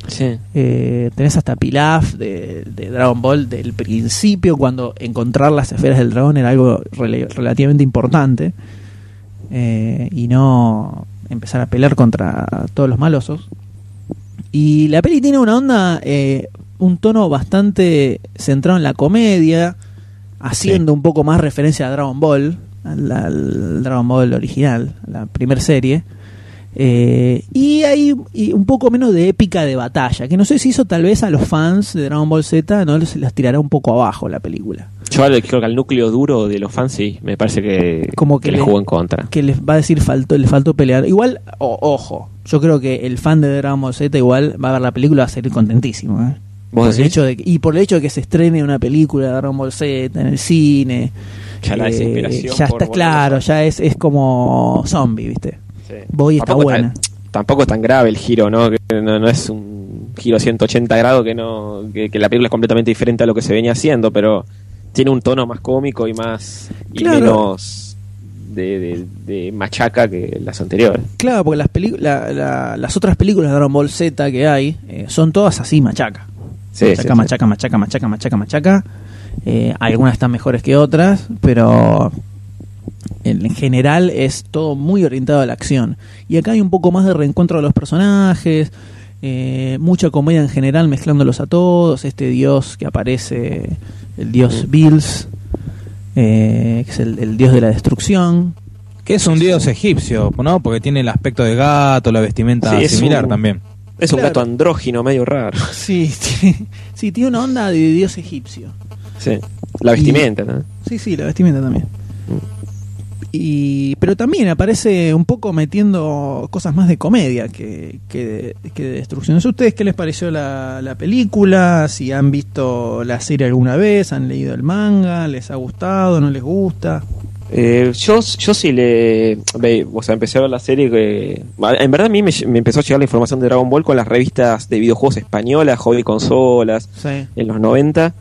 Speaker 7: Sí.
Speaker 9: Eh, tenés hasta Pilaf de, de Dragon Ball del principio, cuando encontrar las esferas del dragón era algo rele- relativamente importante. eh, y no empezar a pelear contra todos los malosos. Y la peli tiene una onda, eh, un tono bastante centrado en la comedia, haciendo un poco más referencia a Dragon Ball, al, al Dragon Ball original, la primera serie. Eh, y hay y un poco menos de épica de batalla, que no sé si eso tal vez a los fans de Dragon Ball Z no les, les tirará un poco abajo la película.
Speaker 7: Yo al- creo que al núcleo duro de los fans sí, me parece que,
Speaker 9: Como que
Speaker 7: que le
Speaker 9: le-
Speaker 7: jugó en contra.
Speaker 9: que les va a decir faltó, les faltó pelear. Igual, o- ojo, yo creo que el fan de Dragon Ball Z igual va a ver la película va a salir contentísimo. ¿eh? Por
Speaker 7: ¿Vos
Speaker 9: el
Speaker 7: decís?
Speaker 9: hecho de que- y por el hecho de que se estrene una película de Dragon Ball Z en el cine. eh,
Speaker 7: Ya la desesperación
Speaker 9: ya
Speaker 7: por
Speaker 9: está
Speaker 7: volver
Speaker 9: claro, ya es, es como zombie, ¿viste? Voy está
Speaker 7: Tampoco
Speaker 9: buena.
Speaker 7: Tampoco es tan grave el giro, ¿no? Que no, no es un giro 180 grados que no que, que la película es completamente diferente a lo que se venía haciendo, pero tiene un tono más cómico y más y
Speaker 9: Claro.
Speaker 7: menos de, de- de machaca que las anteriores.
Speaker 9: Claro, porque las, pelicu- la- la- las otras películas de Dragon Ball Z que hay eh, son todas así, machaca.
Speaker 7: Sí,
Speaker 9: machaca,
Speaker 7: sí, sí.
Speaker 9: machaca, machaca, machaca, machaca, machaca. Eh, algunas están mejores que otras, pero en general es todo muy orientado a la acción. Y acá hay un poco más de reencuentro de los personajes, eh, mucha comedia en general mezclándolos a todos. Este dios que aparece, el dios Bills, eh, que es el- el dios de la destrucción.
Speaker 10: Que es un dios egipcio, ¿no? Porque tiene el aspecto de gato, la vestimenta
Speaker 7: Sí, es
Speaker 10: similar
Speaker 7: un-
Speaker 10: también.
Speaker 7: Es un
Speaker 9: Claro.
Speaker 7: gato andrógino medio raro.
Speaker 9: Sí, tiene, sí, tiene una onda de dios egipcio.
Speaker 7: Sí. La vestimenta, ¿no?
Speaker 9: Sí, sí, la vestimenta también. Y, pero también aparece un poco metiendo cosas más de comedia que, que, que de destrucción. ¿A ustedes qué les pareció la, la película? Si han visto la serie alguna vez, han leído el manga, les ha gustado, no les gusta.
Speaker 7: Eh, yo, yo sí le. ve, O sea, empecé a ver la serie. que- en verdad, a mí me, me empezó a llegar la información de Dragon Ball con las revistas de videojuegos españolas, Hobby Consolas,
Speaker 9: Sí.
Speaker 7: en los 90,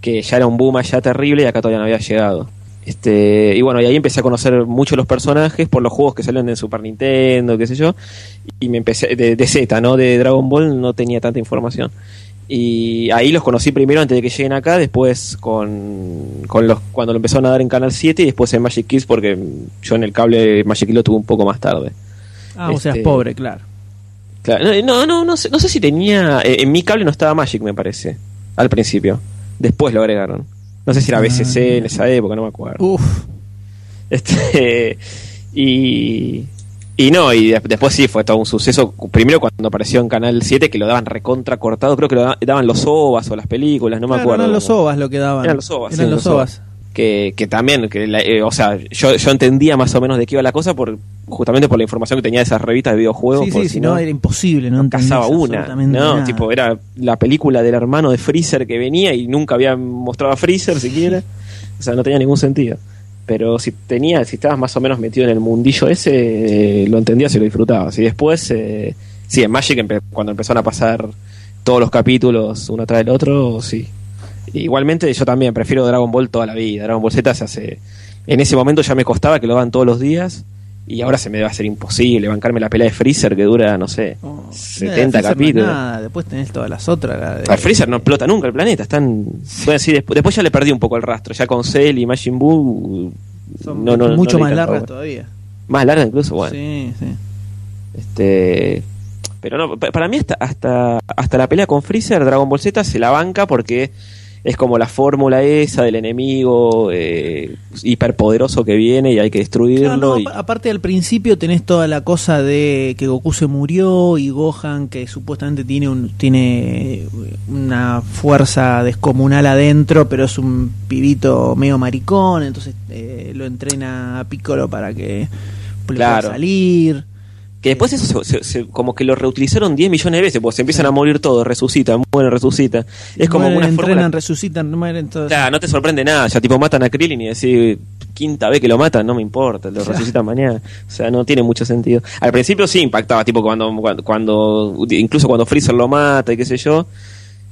Speaker 7: que ya era un boom allá terrible y acá todavía no había llegado. Este, y bueno, y ahí empecé a conocer mucho los personajes por los juegos que salen en Super Nintendo, qué sé yo. Y me empecé, de, de Z, ¿no? De Dragon Ball no tenía tanta información. Y ahí los conocí primero antes de que lleguen acá, después con, con los cuando lo empezaron a dar en Canal 7 y después en Magic Kids porque yo en el cable Magic Kids lo tuve un poco más tarde.
Speaker 9: Ah, o sea, es
Speaker 7: Este,
Speaker 9: pobre, claro.
Speaker 7: Claro, no, no, no, no sé, no sé si tenía. eh, en mi cable no estaba Magic, me parece. Al principio. Después lo agregaron. No sé si era BCC
Speaker 9: Ah.
Speaker 7: en esa época, no me acuerdo.
Speaker 9: Uf.
Speaker 7: Este, y. Y no, y de- después sí fue todo un suceso. Primero cuando apareció en Canal 7, que lo daban recontra cortado. Creo que lo da- daban los OVAs o las películas, no me
Speaker 9: Claro,
Speaker 7: acuerdo.
Speaker 9: eran los ovas lo que daban.
Speaker 7: Eran los ovas,
Speaker 9: Eran
Speaker 7: sí,
Speaker 9: los
Speaker 7: los
Speaker 9: ovas.
Speaker 7: que, que también, que la- eh, o sea, yo, yo entendía más o menos de qué iba la cosa por justamente por la información que tenía de esas revistas de videojuegos.
Speaker 9: Sí,
Speaker 7: porque
Speaker 9: sí, si no era imposible, no entendés
Speaker 7: cazaba una.
Speaker 9: absolutamente
Speaker 7: No,
Speaker 9: nada.
Speaker 7: tipo, era la película del hermano de Freezer que venía y nunca había mostrado a Freezer siquiera. o sea, no tenía ningún sentido. Pero si tenía, si estabas más o menos metido en el mundillo ese, eh, lo entendías y lo disfrutabas. Y después, eh, sí, en Magic, empe- cuando empezaron a pasar todos los capítulos uno tras el otro, sí. Igualmente, yo también prefiero Dragon Ball toda la vida. Dragon Ball Z se hace. En ese momento ya me costaba que lo hagan todos los días. Y ahora se me va a hacer imposible bancarme la pelea de Freezer que dura, no sé,
Speaker 9: Nada,
Speaker 7: 70
Speaker 9: Oh, Freezer no es
Speaker 7: capítulos.
Speaker 9: nada, eh. después tenés todas las otras. la de-
Speaker 7: A Freezer no explota nunca el planeta. Están. Bueno, sí, despu- después ya le perdí un poco el rastro. Ya con Cell y Majin Buu.
Speaker 9: Son
Speaker 7: no, no, no
Speaker 9: mucho
Speaker 7: le
Speaker 9: más
Speaker 7: alcanza,
Speaker 9: largas
Speaker 7: bueno.
Speaker 9: todavía.
Speaker 7: Más larga incluso, bueno.
Speaker 9: Sí, sí.
Speaker 7: Este, pero no, pa- para mí hasta, hasta, hasta la pelea con Freezer, Dragon Ball Z se la banca porque es como la fórmula esa del enemigo eh, hiperpoderoso que viene y hay que destruirlo.
Speaker 9: Claro, no,
Speaker 7: y-
Speaker 9: apa- aparte al principio tenés toda la cosa de que Goku se murió y Gohan que supuestamente tiene un tiene eh, una fuerza descomunal adentro, pero es un pibito medio maricón, entonces eh, lo entrena a Piccolo para que le
Speaker 7: Claro.
Speaker 9: pueda salir.
Speaker 7: Que después eso se- se- se- como que lo reutilizaron 10 millones de veces, porque se empiezan a morir todos, resucitan, mueren, resucitan. Es como
Speaker 9: Mueren,
Speaker 7: una
Speaker 9: entrenan,
Speaker 7: fórmula.
Speaker 9: resucitan, mueren todos.
Speaker 7: Claro, no te sorprende nada, ya tipo matan a Krillin y decís, quinta vez que lo matan, no me importa, lo
Speaker 9: Claro.
Speaker 7: resucitan mañana. O sea, no tiene mucho sentido. Al principio sí impactaba, tipo cuando, cuando, cuando- incluso cuando Freezer lo mata y qué sé yo,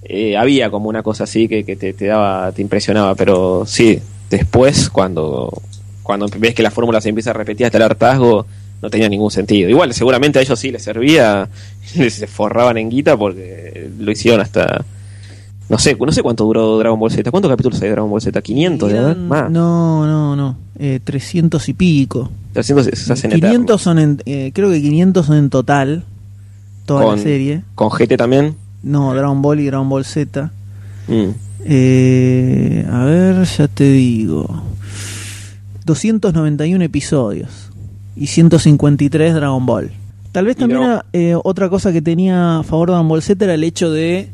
Speaker 7: eh, había como una cosa así que, que te, te daba, te impresionaba, pero sí, después cuando, cuando ves que la fórmula se empieza a repetir hasta el hartazgo, no tenía ningún sentido. Igual, seguramente a ellos sí les servía, se forraban en guita porque lo hicieron hasta... No sé, no sé cuánto duró Dragon Ball Z. ¿Cuántos capítulos hay de Dragon Ball Z? ¿500? de verdad?
Speaker 9: Eran-
Speaker 7: Más.
Speaker 9: No, no, no. Eh, 300 y pico.
Speaker 7: 300 se se hacen eternos.
Speaker 9: 500 son en, eh, creo que 500 son en total toda
Speaker 7: Con- Eh.
Speaker 9: la serie.
Speaker 7: Con GT también.
Speaker 9: No, Dragon Ball y Dragon Ball Z.
Speaker 7: Mm.
Speaker 9: Eh, a ver, ya te digo. 291 episodios y 153 Dragon Ball. Tal vez también eh, otra cosa que tenía a favor de Dragon Ball Z era el hecho de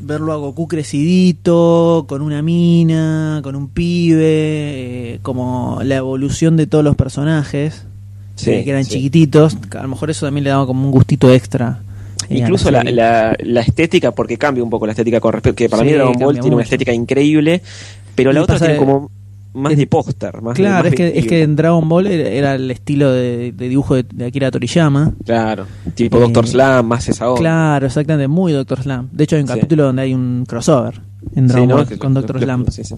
Speaker 9: verlo a Goku crecidito, con una mina, con un pibe, eh, como la evolución de todos los personajes,
Speaker 7: Sí,
Speaker 9: eh, que eran
Speaker 7: sí.
Speaker 9: chiquititos. A lo mejor eso también le daba como un gustito extra. eh, a
Speaker 7: Incluso la,
Speaker 9: serie.
Speaker 7: la- la estética, porque cambia un poco la estética con respecto, que para
Speaker 9: Sí,
Speaker 7: mí Dragon Ball
Speaker 9: cambia
Speaker 7: tiene una
Speaker 9: mucho.
Speaker 7: estética increíble, pero la
Speaker 9: Y
Speaker 7: otra
Speaker 9: pasa
Speaker 7: tiene
Speaker 9: de-
Speaker 7: como más de póster, más de-
Speaker 9: Claro,
Speaker 7: más
Speaker 9: es que, es
Speaker 7: vestido.
Speaker 9: que en Dragon Ball era, era el estilo de, de dibujo de, de Akira Toriyama.
Speaker 7: Claro, tipo Doctor Slam, más esa
Speaker 9: eh,
Speaker 7: onda.
Speaker 9: Claro, exactamente, muy Doctor Slam. De hecho, hay un
Speaker 7: Oh. Sí.
Speaker 9: capítulo donde hay un crossover en
Speaker 7: Sí,
Speaker 9: Dragon
Speaker 7: ¿no?
Speaker 9: Ball
Speaker 7: Que-
Speaker 9: con Doctor
Speaker 7: lo-
Speaker 9: Slam.
Speaker 7: sí, sí.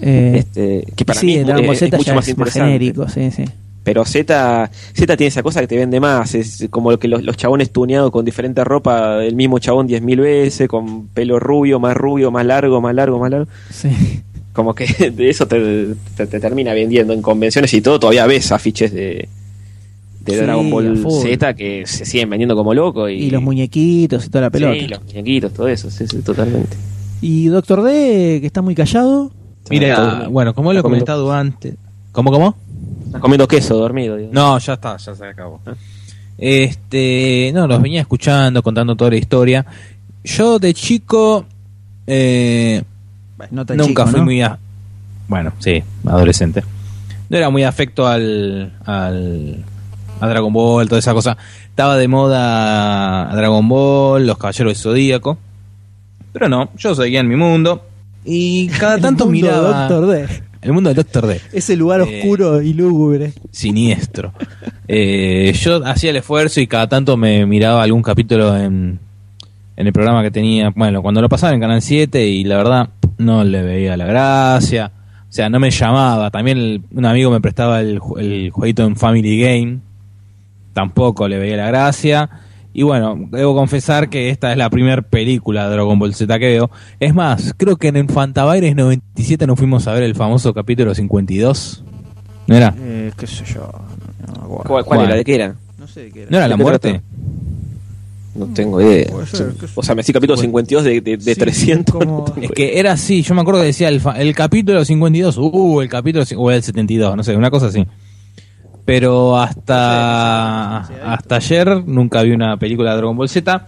Speaker 9: Eh,
Speaker 7: Este, que para
Speaker 9: sí,
Speaker 7: mí es
Speaker 9: en
Speaker 7: mu-
Speaker 9: Dragon Ball
Speaker 7: es-
Speaker 9: Z
Speaker 7: es mucho
Speaker 9: ya
Speaker 7: más
Speaker 9: es más
Speaker 7: interesante.
Speaker 9: genérico, sí, sí.
Speaker 7: Pero Z, Z tiene esa cosa que te vende más, es como que los, los chabones tuneados con diferente ropa, el mismo chabón 10.000 veces, con pelo rubio, más rubio, más largo, más largo, más largo.
Speaker 9: Sí.
Speaker 7: Como que de eso te, te- te termina vendiendo en convenciones y todo, todavía ves afiches de, de
Speaker 9: Sí,
Speaker 7: Dragon
Speaker 9: a
Speaker 7: Ball
Speaker 9: full.
Speaker 7: Z que se siguen vendiendo como loco y,
Speaker 9: Y los muñequitos y toda la pelota.
Speaker 7: Sí, los muñequitos, todo eso, sí, sí, totalmente.
Speaker 9: Y Doctor D, que está muy callado.
Speaker 10: Mira, ah, bueno, como lo he
Speaker 7: Está comiendo-
Speaker 10: comentado antes. ¿Cómo, cómo?
Speaker 7: Está comiendo queso dormido. digo.
Speaker 10: No, ya está, ya se acabó.
Speaker 7: ¿Eh?
Speaker 10: Este, no, los venía escuchando, contando toda la historia. Yo de chico eh,
Speaker 9: No tan
Speaker 10: nunca
Speaker 9: chico,
Speaker 10: fui
Speaker 9: ¿no?
Speaker 10: muy a- bueno, sí, adolescente. No era muy afecto al, al a Dragon Ball, toda esa cosa. Estaba de moda Dragon Ball, los Caballeros del Zodíaco. Pero no, yo seguía en mi mundo y cada tanto
Speaker 9: mundo de
Speaker 10: miraba
Speaker 9: Dr. D.
Speaker 10: el mundo de Doctor D
Speaker 9: Ese lugar
Speaker 10: Eh,
Speaker 9: oscuro y lúgubre.
Speaker 10: siniestro. Eh, yo hacía el esfuerzo y cada tanto me miraba algún capítulo en, en el programa que tenía, bueno, cuando lo pasaba en Canal 7 y la verdad no le veía la gracia, o sea, no me llamaba, también el- un amigo me prestaba el, ju- el jueguito en Family Game, tampoco le veía la gracia. Y bueno, debo confesar que esta es la primera película de Dragon Ball Z que veo. Es más, creo que en el Fantabaires 97 nos fuimos a ver el famoso capítulo 52. ¿No era?
Speaker 9: Eh, qué sé yo. no me acuerdo.
Speaker 7: ¿Cuál, cuál era? ¿De qué era?
Speaker 9: No sé de qué era.
Speaker 10: ¿No era la
Speaker 7: ¿De qué
Speaker 10: muerte?
Speaker 7: No tengo idea.
Speaker 10: puede ser, qué sé
Speaker 7: O sea, me decís capítulo 52 de, de, de 300. no tengo
Speaker 10: Es que era así, yo me acuerdo que decía el, fa- el capítulo 52, uh, el capítulo cin- o el 72, no sé, una cosa así. Pero hasta hasta ayer nunca vi una película de Dragon Ball Z.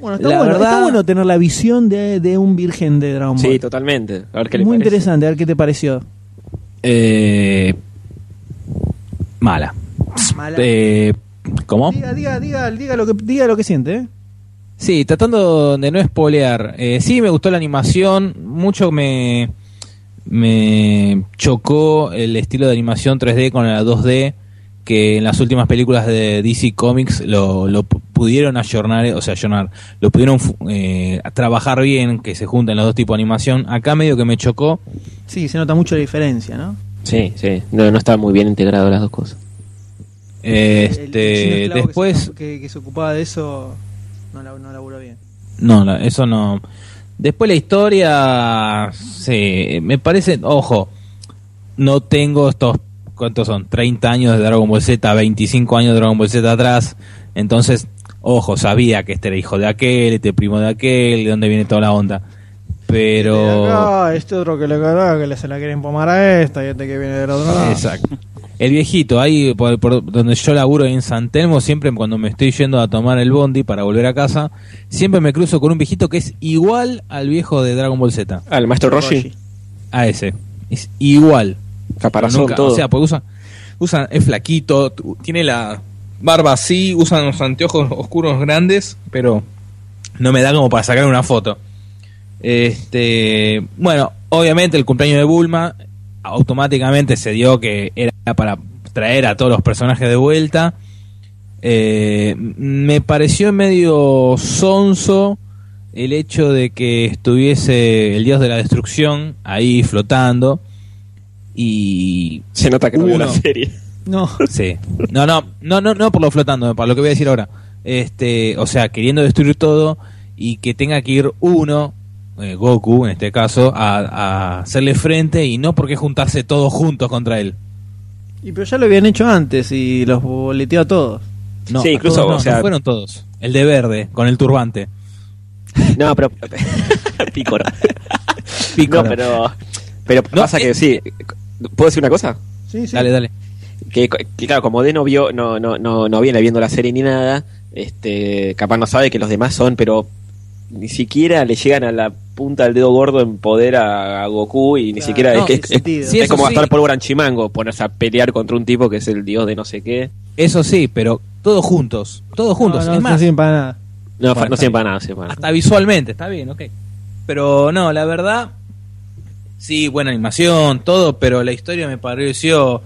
Speaker 9: Bueno, está,
Speaker 10: La
Speaker 9: bueno
Speaker 10: verdad-
Speaker 9: está bueno tener la visión de, de un virgen de Dragon Ball.
Speaker 7: Sí, totalmente. A ver qué le
Speaker 9: Muy
Speaker 7: parece.
Speaker 9: interesante, a ver qué te pareció.
Speaker 10: Eh, mala.
Speaker 9: Mala.
Speaker 10: Eh, ¿Cómo?
Speaker 9: Diga, diga, diga, diga lo que, diga lo que siente, ¿eh?
Speaker 10: Sí, tratando de no espolear. Eh, sí, me gustó la animación. Mucho me, me chocó el estilo de animación 3D con la 2D, que en las últimas películas de DC Comics lo, lo pu- pudieron ayornar, o sea, ayornar, lo pudieron fu- eh, trabajar bien, que se juntan los dos tipos de animación. Acá medio que me chocó.
Speaker 9: Sí, se nota mucho la diferencia, ¿no?
Speaker 7: Sí, sí. No, no está muy bien integrado las dos cosas.
Speaker 9: chino
Speaker 10: Este,
Speaker 9: esclavo que se-
Speaker 10: después...
Speaker 9: Que, que se ocupaba de eso, no, la- no laburó bien.
Speaker 10: No, no, eso no. Después la historia, sí, me parece, ojo, no tengo estos, ¿cuántos son? 30 años de Dragon Ball Z, 25 años de Dragon Ball Z atrás, entonces, ojo, sabía que este era hijo de aquel, este primo de aquel, de dónde viene toda la onda. Pero...
Speaker 9: Ah, este otro que le cagaba, que le se la quieren pomar a esta y este que viene del otro lado.
Speaker 10: Exacto. El viejito, ahí por, por donde yo laburo en San Telmo, siempre cuando me estoy yendo a tomar el bondi para volver a casa, siempre me cruzo con un viejito que es igual al viejo de Dragon Ball Z.
Speaker 7: Ah, el maestro Roshi.
Speaker 10: A ese. Es igual.
Speaker 7: Caparazón,
Speaker 10: Nunca-
Speaker 7: todo.
Speaker 10: O sea, porque usan, usan, es flaquito, tu- tiene la barba así, usan los anteojos oscuros grandes, pero no me da como para sacar una foto. Este, bueno, obviamente el cumpleaños de Bulma automáticamente se dio que era para traer a todos los personajes de vuelta. Eh, me pareció medio sonso el hecho de que estuviese el dios de la destrucción ahí flotando y
Speaker 7: se nota que no vio la serie.
Speaker 9: No.
Speaker 10: Sí. No, no, no, no, no por lo flotando, para lo que voy a decir ahora. Este, o sea, queriendo destruir todo y que tenga que ir uno, eh, Goku en este caso, a, a hacerle frente y no porque juntarse todos juntos contra él.
Speaker 9: Y pero ya lo habían hecho antes y los boleteó a todos.
Speaker 10: No, sí, incluso todos, no, o sea, no fueron todos. El de verde, con el turbante.
Speaker 7: No, pero. Pícoro. Pícoro. No, pero. Pero pasa que sí. ¿Puedo decir una cosa?
Speaker 9: Sí, sí.
Speaker 10: Dale, dale.
Speaker 7: Que, que claro, como D no vio, no, no, no, no viene viendo la serie ni nada, este, capaz no sabe que los demás son, pero ni siquiera le llegan a la punta del dedo gordo en poder a, a Goku y ni
Speaker 9: Claro,
Speaker 7: siquiera
Speaker 9: no,
Speaker 7: es que
Speaker 9: sin
Speaker 7: es, es-
Speaker 9: sentido.
Speaker 7: es
Speaker 9: Sí, eso
Speaker 7: como
Speaker 9: sí.
Speaker 7: gastar pólvora en chimango, ponerse a pelear contra un tipo que es el dios de no sé qué.
Speaker 10: Eso sí, pero todos juntos. Todos juntos.
Speaker 9: No, no,
Speaker 10: es
Speaker 9: no
Speaker 10: más,
Speaker 9: sirven para nada.
Speaker 7: No, fa-
Speaker 10: Bueno,
Speaker 7: no
Speaker 10: está bien.
Speaker 7: sirve para nada, no sirve para nada.
Speaker 10: hasta visualmente, está bien, ok. Pero no, la verdad, sí, buena animación, todo, pero la historia me pareció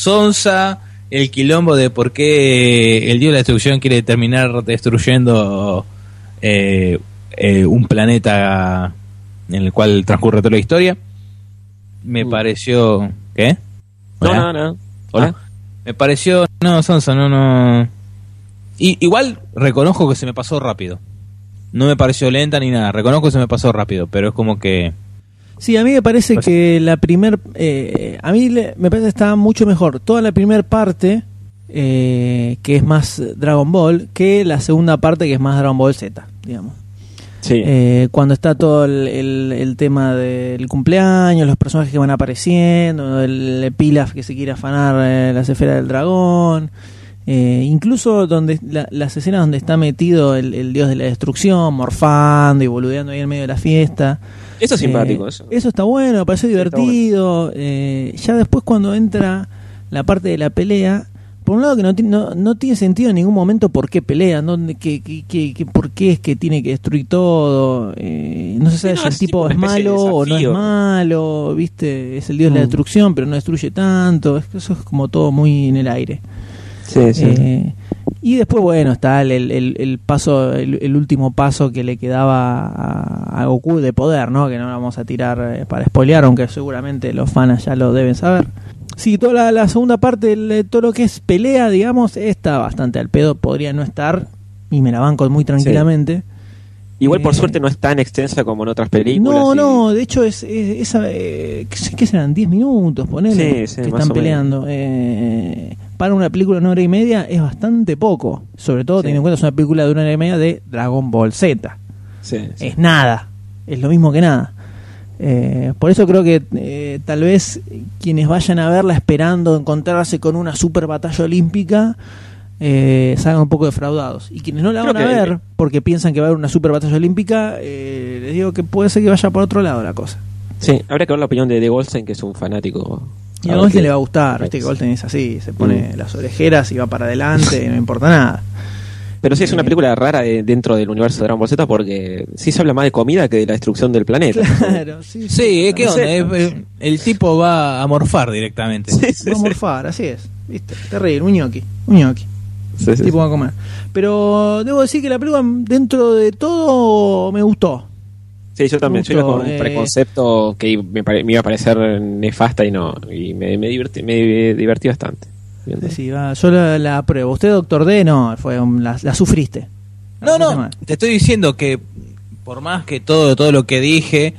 Speaker 10: sonsa, el quilombo de por qué eh, el dios de la destrucción quiere terminar destruyendo eh, eh, un planeta en el cual transcurre toda la historia. Me pareció... ¿Qué?
Speaker 7: No,
Speaker 10: Hola.
Speaker 7: no, no. Hola.
Speaker 10: Ah, me pareció... No, sonsa, no, no... Y, igual reconozco que se me pasó rápido. No me pareció lenta ni nada. Reconozco que se me pasó rápido, pero es como que.
Speaker 9: Sí, a mí me parece
Speaker 7: Pues
Speaker 9: que la primer... eh, a mí le- me parece que está mucho mejor toda la primera parte, eh, que es más Dragon Ball, que la segunda parte, que es más Dragon Ball Z, digamos.
Speaker 7: Sí.
Speaker 9: Eh, cuando está todo el, el- el tema del cumpleaños, los personajes que van apareciendo, el, Pilaf que se quiere afanar eh, las esferas del dragón, eh, incluso donde la- las escenas donde está metido el, el dios de la destrucción, morfando y boludeando ahí en medio de la fiesta.
Speaker 7: Eso es
Speaker 9: Eh,
Speaker 7: simpático, eso.
Speaker 9: está bueno, me pareció divertido. eh, ya después cuando entra la parte de la pelea, por un lado que no, ti- no, no tiene sentido en ningún momento por qué pelean, dónde, qué, qué, qué- qué- por qué es que tiene que destruir todo. eh, no se sabe
Speaker 7: Sí, no,
Speaker 9: si el
Speaker 7: es
Speaker 9: tipo
Speaker 7: tipo
Speaker 9: es
Speaker 7: una especie de
Speaker 9: malo o no es
Speaker 7: desafío.
Speaker 9: malo, viste, es el dios de la
Speaker 7: Mm.
Speaker 9: destrucción, pero no destruye tanto. es que Eso es como todo muy en el aire.
Speaker 7: Sí, sí.
Speaker 9: Eh, y después, bueno, está el, el- el- el paso, el, el último paso que le quedaba a, a Goku de poder, ¿no? Que no lo vamos a tirar eh, para spoilear, aunque seguramente los fans ya lo deben saber. Sí, toda la, la segunda parte, el- todo lo que es pelea, digamos, está bastante al pedo, podría no estar, y me la banco muy tranquilamente.
Speaker 7: Igual por suerte no es tan extensa como en otras películas.
Speaker 9: Eh, No,
Speaker 7: y-
Speaker 9: no, de hecho es, es- esa, eh, qué sé- qué serán 10 minutos, ponele,
Speaker 7: Sí, sí,
Speaker 9: que están
Speaker 7: más o menos.
Speaker 9: peleando. Eh, para una película de una hora y media es bastante poco, sobre todo teniendo en cuenta que es una película de una hora y media de Dragon Ball Z.
Speaker 7: Sí, sí.
Speaker 9: Es nada, es lo mismo que nada. Eh, por eso creo que eh, tal vez quienes vayan a verla esperando encontrarse con una super batalla olímpica eh, salgan un poco defraudados. Y quienes no la
Speaker 7: Creo
Speaker 9: van a
Speaker 7: que-
Speaker 9: ver porque piensan que va a haber una super batalla olímpica, eh, les digo que puede ser que vaya por otro lado la cosa.
Speaker 7: Sí, habrá que ver la opinión de De Golsen, que es un fanático.
Speaker 9: Y
Speaker 7: A
Speaker 9: a
Speaker 7: ver
Speaker 9: Golden
Speaker 7: qué-
Speaker 9: le va a gustar, viste que
Speaker 7: Sí.
Speaker 9: Golden es así, se pone las orejeras y va para adelante, no importa nada.
Speaker 7: Pero sí es
Speaker 9: Eh.
Speaker 7: una película rara de- dentro del universo de Dragon Ball Z porque sí se habla más de comida que de la destrucción del planeta.
Speaker 9: Claro, sí,
Speaker 10: Sí, ¿eh? ¿qué
Speaker 9: No
Speaker 10: onda?
Speaker 9: sé.
Speaker 10: Es- es- el tipo va a morfar directamente.
Speaker 9: va a morfar, así es, viste, terrible, un ñoqui, un ñoqui. El tipo va a comer. Pero debo decir que la película, dentro de todo, me gustó.
Speaker 7: Sí, yo también. Yo iba con
Speaker 9: Justo,
Speaker 7: un
Speaker 9: eh.
Speaker 7: preconcepto que me, pare- me iba a parecer nefasta y no. Y me, me, divertí, me divertí bastante. viendo.
Speaker 9: Sí, va, yo la, la apruebo. Usted, doctor D, no, fue un- la, la sufriste.
Speaker 10: No, no, te estoy diciendo que por más que todo, todo lo que dije,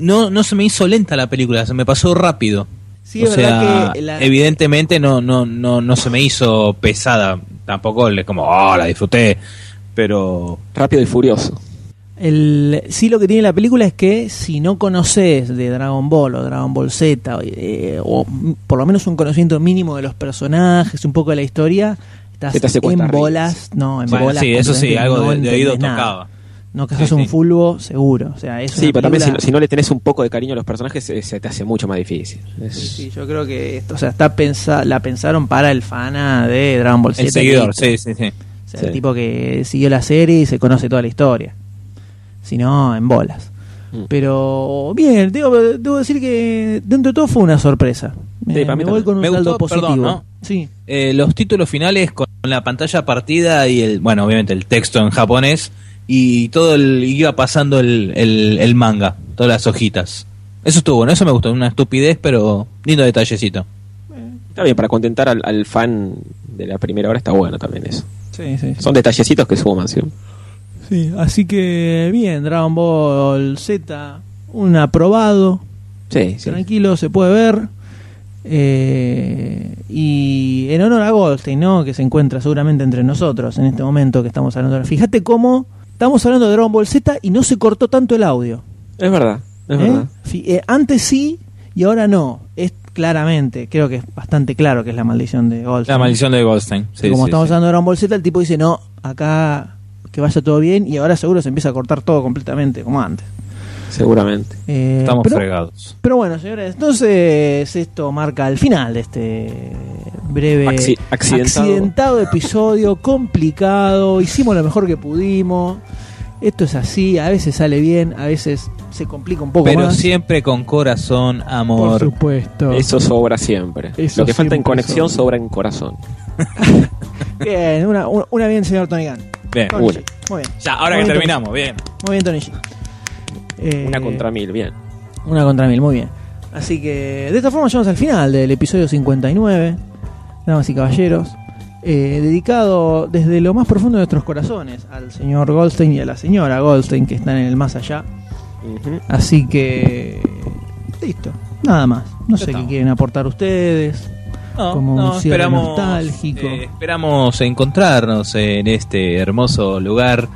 Speaker 10: no, no se me hizo lenta la película, se me pasó rápido.
Speaker 9: Sí,
Speaker 10: o
Speaker 9: es verdad
Speaker 10: sea,
Speaker 9: que la-
Speaker 10: evidentemente no, no, no, no se me hizo pesada. Tampoco le como, oh, la disfruté. Pero.
Speaker 7: Rápido y furioso.
Speaker 9: El, sí, lo que tiene la película es que si no conoces de Dragon Ball o Dragon Ball Z, eh, o m- por lo menos un conocimiento mínimo de los personajes, un poco de la historia, estás
Speaker 7: Se te hace cuesta
Speaker 9: en
Speaker 7: arriba,
Speaker 9: bolas. No, en
Speaker 10: Bueno,
Speaker 9: bolas.
Speaker 10: sí, eso sí,
Speaker 9: completamente,
Speaker 10: algo
Speaker 9: no
Speaker 10: de, de oído
Speaker 9: entendés nada.
Speaker 10: tocaba.
Speaker 9: No, que sos un fulbo, seguro. O sea, es
Speaker 7: Sí,
Speaker 9: una
Speaker 7: pero también si,
Speaker 9: película-
Speaker 7: no- si no le tenés un poco de cariño a los personajes, eh, se, se te hace mucho más difícil. Es-
Speaker 9: Sí, yo creo que esto, o sea, está pensa, la pensaron para el fana de Dragon Ball Z.
Speaker 10: El seguidor,
Speaker 9: listo.
Speaker 10: sí, sí, sí.
Speaker 9: O sea, El tipo que siguió la serie y se conoce toda la historia. Si no, en bolas.
Speaker 10: Mm.
Speaker 9: Pero bien, digo, pero debo decir que dentro de todo fue una sorpresa. Me,
Speaker 10: para mí
Speaker 9: me voy
Speaker 10: también.
Speaker 9: con un
Speaker 10: Me
Speaker 9: saldo
Speaker 10: gustó,
Speaker 9: positivo.
Speaker 10: perdón, ¿no?
Speaker 9: Sí.
Speaker 10: Eh, los títulos finales con la pantalla partida y el, bueno, obviamente el texto en japonés y todo el, iba pasando el, el, el manga, todas las hojitas. Eso estuvo bueno, eso me gustó, una estupidez, pero lindo detallecito.
Speaker 7: Está bien, para contentar al, al fan de la primera hora está bueno también eso.
Speaker 9: Sí, sí, sí.
Speaker 7: Son detallecitos que suman, ¿sí?
Speaker 9: Sí, así que bien, Dragon Ball Z, un aprobado.
Speaker 7: Sí, sí.
Speaker 9: Tranquilo, se puede ver. Eh, y en honor a Goldstein, ¿no? Que se encuentra seguramente entre nosotros en este momento que estamos hablando. ahora. Fíjate cómo estamos hablando de Dragon Ball Z y no se cortó tanto el audio.
Speaker 7: Es verdad, es
Speaker 9: ¿eh?
Speaker 7: verdad.
Speaker 9: Fi- eh, antes sí y ahora no. Es claramente, creo que es bastante claro que es la maldición de Goldstein.
Speaker 10: La maldición de Goldstein. Sí,
Speaker 9: como
Speaker 10: sí,
Speaker 9: estamos
Speaker 10: sí.
Speaker 9: hablando de Dragon Ball Z, el tipo dice, no, acá que vaya todo bien y ahora seguro se empieza a cortar todo completamente, como antes.
Speaker 7: Seguramente.
Speaker 9: Eh,
Speaker 10: Estamos
Speaker 9: pero-
Speaker 10: fregados.
Speaker 9: Pero bueno, señores, entonces esto marca el final de este breve
Speaker 7: Acci- accidentado.
Speaker 9: accidentado episodio, complicado, hicimos lo mejor que pudimos. Esto es así, a veces sale bien, a veces se complica un poco
Speaker 10: Pero
Speaker 9: más.
Speaker 10: siempre con corazón, amor.
Speaker 9: Por supuesto.
Speaker 7: Eso sobra siempre.
Speaker 9: Eso
Speaker 7: Lo que falta en
Speaker 9: siempre
Speaker 7: conexión
Speaker 9: sobra.
Speaker 7: sobra en corazón.
Speaker 9: Bien, una, una- una bien, señor Tony Gunn.
Speaker 7: Bien,
Speaker 9: Tony
Speaker 7: una.
Speaker 9: G, Muy bien.
Speaker 10: Ya, ahora
Speaker 9: Muy
Speaker 10: que
Speaker 9: bien,
Speaker 10: terminamos,
Speaker 9: Tony.
Speaker 10: bien.
Speaker 9: Muy bien, Tony. G. Eh,
Speaker 7: Una contra mil, bien.
Speaker 9: Una contra mil, muy bien. Así que de esta forma llegamos al final del episodio 59, damas y caballeros, eh, dedicado desde lo más profundo de nuestros corazones al señor Goldstein y a la señora Goldstein que están en el más allá.
Speaker 7: Ujú.
Speaker 9: Así que listo, nada más. No sé qué quieren aportar ustedes.
Speaker 10: No,
Speaker 9: como
Speaker 10: no,
Speaker 9: un cierre
Speaker 10: esperamos,
Speaker 9: nostálgico.
Speaker 10: eh, esperamos encontrarnos en este hermoso lugar,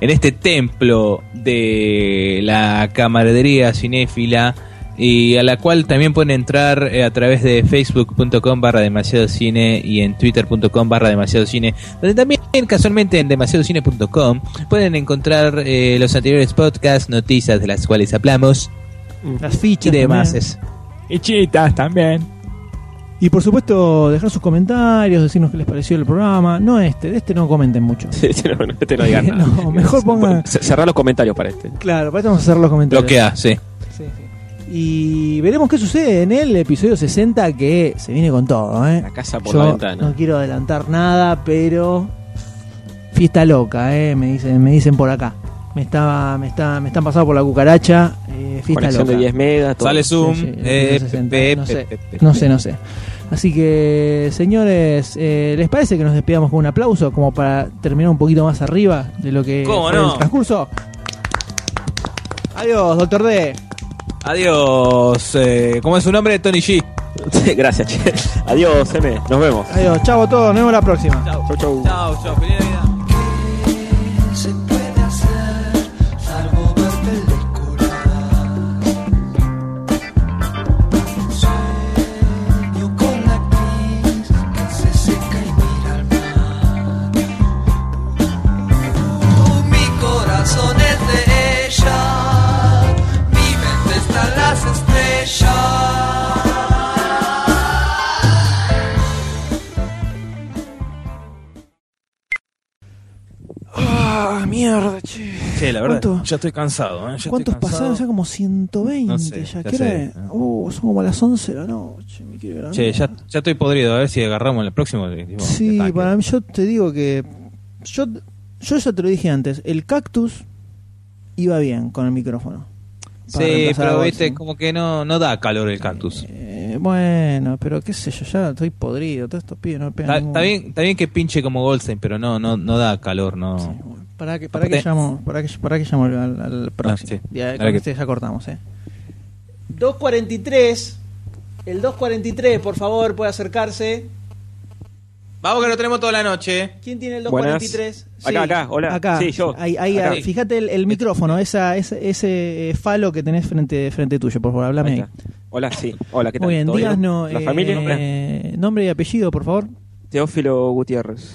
Speaker 10: en este templo de la camaradería cinéfila y a la cual también pueden entrar eh, a través de facebook.com barra demasiado cine y en twitter.com barra demasiado cine donde también casualmente en demasiadocine.com pueden encontrar eh, los anteriores podcasts noticias de las cuales hablamos
Speaker 9: las fichas
Speaker 10: y demás
Speaker 9: también.
Speaker 10: y chitas también
Speaker 9: Y por supuesto, dejar sus comentarios, decirnos qué les pareció el programa. No este, de este no comenten mucho.
Speaker 7: Este no, no- este no digas nada.
Speaker 9: No, mejor pongan.
Speaker 7: C- Cerrá los comentarios para este.
Speaker 9: Claro, para esto vamos a hacer los comentarios.
Speaker 10: bloquea sí
Speaker 9: Y veremos qué sucede en el episodio 60 que se viene con todo, ¿eh? La
Speaker 7: casa
Speaker 10: por la ventana.
Speaker 9: No quiero adelantar nada, pero fiesta loca, ¿eh? Me dicen, me dicen por acá. Me estaba, me está, me están pasando por la cucaracha. eh, fiesta
Speaker 7: Conexión
Speaker 9: loca.
Speaker 7: de 10 megas. todo.
Speaker 10: Sale Zoom.
Speaker 9: Sí, sí,
Speaker 10: eh,
Speaker 9: 60,
Speaker 10: pe-
Speaker 9: no
Speaker 10: pe-
Speaker 9: sé.
Speaker 10: pe- pe-
Speaker 9: No sé, no sé. Así que, señores, eh, ¿les parece que nos despidamos con un aplauso como para terminar un poquito más arriba de lo que
Speaker 10: ¿Cómo
Speaker 9: fue
Speaker 10: no?
Speaker 9: el transcurso? Adiós, doctor D.
Speaker 10: Adiós. eh, ¿Cómo es su nombre? Tony G.
Speaker 7: Gracias, che. Adiós, M. Nos vemos.
Speaker 9: Adiós, chavo a todos, nos vemos la próxima.
Speaker 7: Chau, chau.
Speaker 10: Chao, chao. Feliz Navidad.
Speaker 15: se puede hacer salvo ver películas? Sueño con la actriz que se seca y mira al mar. Oh, Mi corazón es de ella, mi mente está en las estrellas.
Speaker 9: Ah, mierda, che.
Speaker 10: Sí, la verdad.
Speaker 9: ¿Cuánto-
Speaker 10: Ya estoy cansado. ¿eh? Ya estoy
Speaker 9: ¿Cuántos
Speaker 10: cansado.
Speaker 9: pasaron? Ya como 120.
Speaker 10: No sé,
Speaker 9: ya,
Speaker 10: ya
Speaker 9: ¿Qué hora
Speaker 10: sé.
Speaker 9: es? Uh, son como las 11 de la noche. Me quiero ir a la
Speaker 10: Che,
Speaker 9: mierda.
Speaker 10: ya, ya estoy podrido. A ver si agarramos el próximo. eh, tipo,
Speaker 9: Sí,
Speaker 10: ataque.
Speaker 9: para mí, yo te digo que. Yo, yo ya te lo dije antes. El cactus iba bien con el micrófono. para
Speaker 10: Sí,
Speaker 9: reemplazar a
Speaker 10: pero
Speaker 9: Goldstein.
Speaker 10: viste, como que no, no da calor el cactus.
Speaker 9: Eh, bueno, pero qué sé yo, ya estoy podrido. Todos estos pibes no me pegan.
Speaker 10: Está,
Speaker 9: ningún-
Speaker 10: está bien, está bien que pinche como Goldstein, pero no, no, no da calor, no.
Speaker 9: ¿Para que, para que
Speaker 10: Aparte-
Speaker 9: llamo, para que, para que llamo al, al-
Speaker 7: Ah,
Speaker 9: al próximo?
Speaker 10: sí.
Speaker 9: Ya, con
Speaker 10: Ahora que-
Speaker 9: este ya cortamos, eh. 243. El 243, por favor, puede acercarse.
Speaker 10: Vamos que lo tenemos toda la noche.
Speaker 9: ¿Quién tiene el
Speaker 7: Buenas.
Speaker 9: 243?
Speaker 7: Acá, acá, hola.
Speaker 9: Acá.
Speaker 7: Sí, yo.
Speaker 9: Ahí, ahí,
Speaker 7: Acá.
Speaker 9: ah, Fíjate el, el micrófono, esa, ese, ese eh, falo que tenés frente, frente tuyo, por favor, hablame ahí.
Speaker 7: Hola, sí. Hola, ¿qué tal?
Speaker 9: Muy bien,
Speaker 7: ¿Todo
Speaker 9: díganos
Speaker 7: ¿La
Speaker 9: eh,
Speaker 7: familia?
Speaker 9: nombre y apellido, por favor.
Speaker 7: Teófilo Gutiérrez.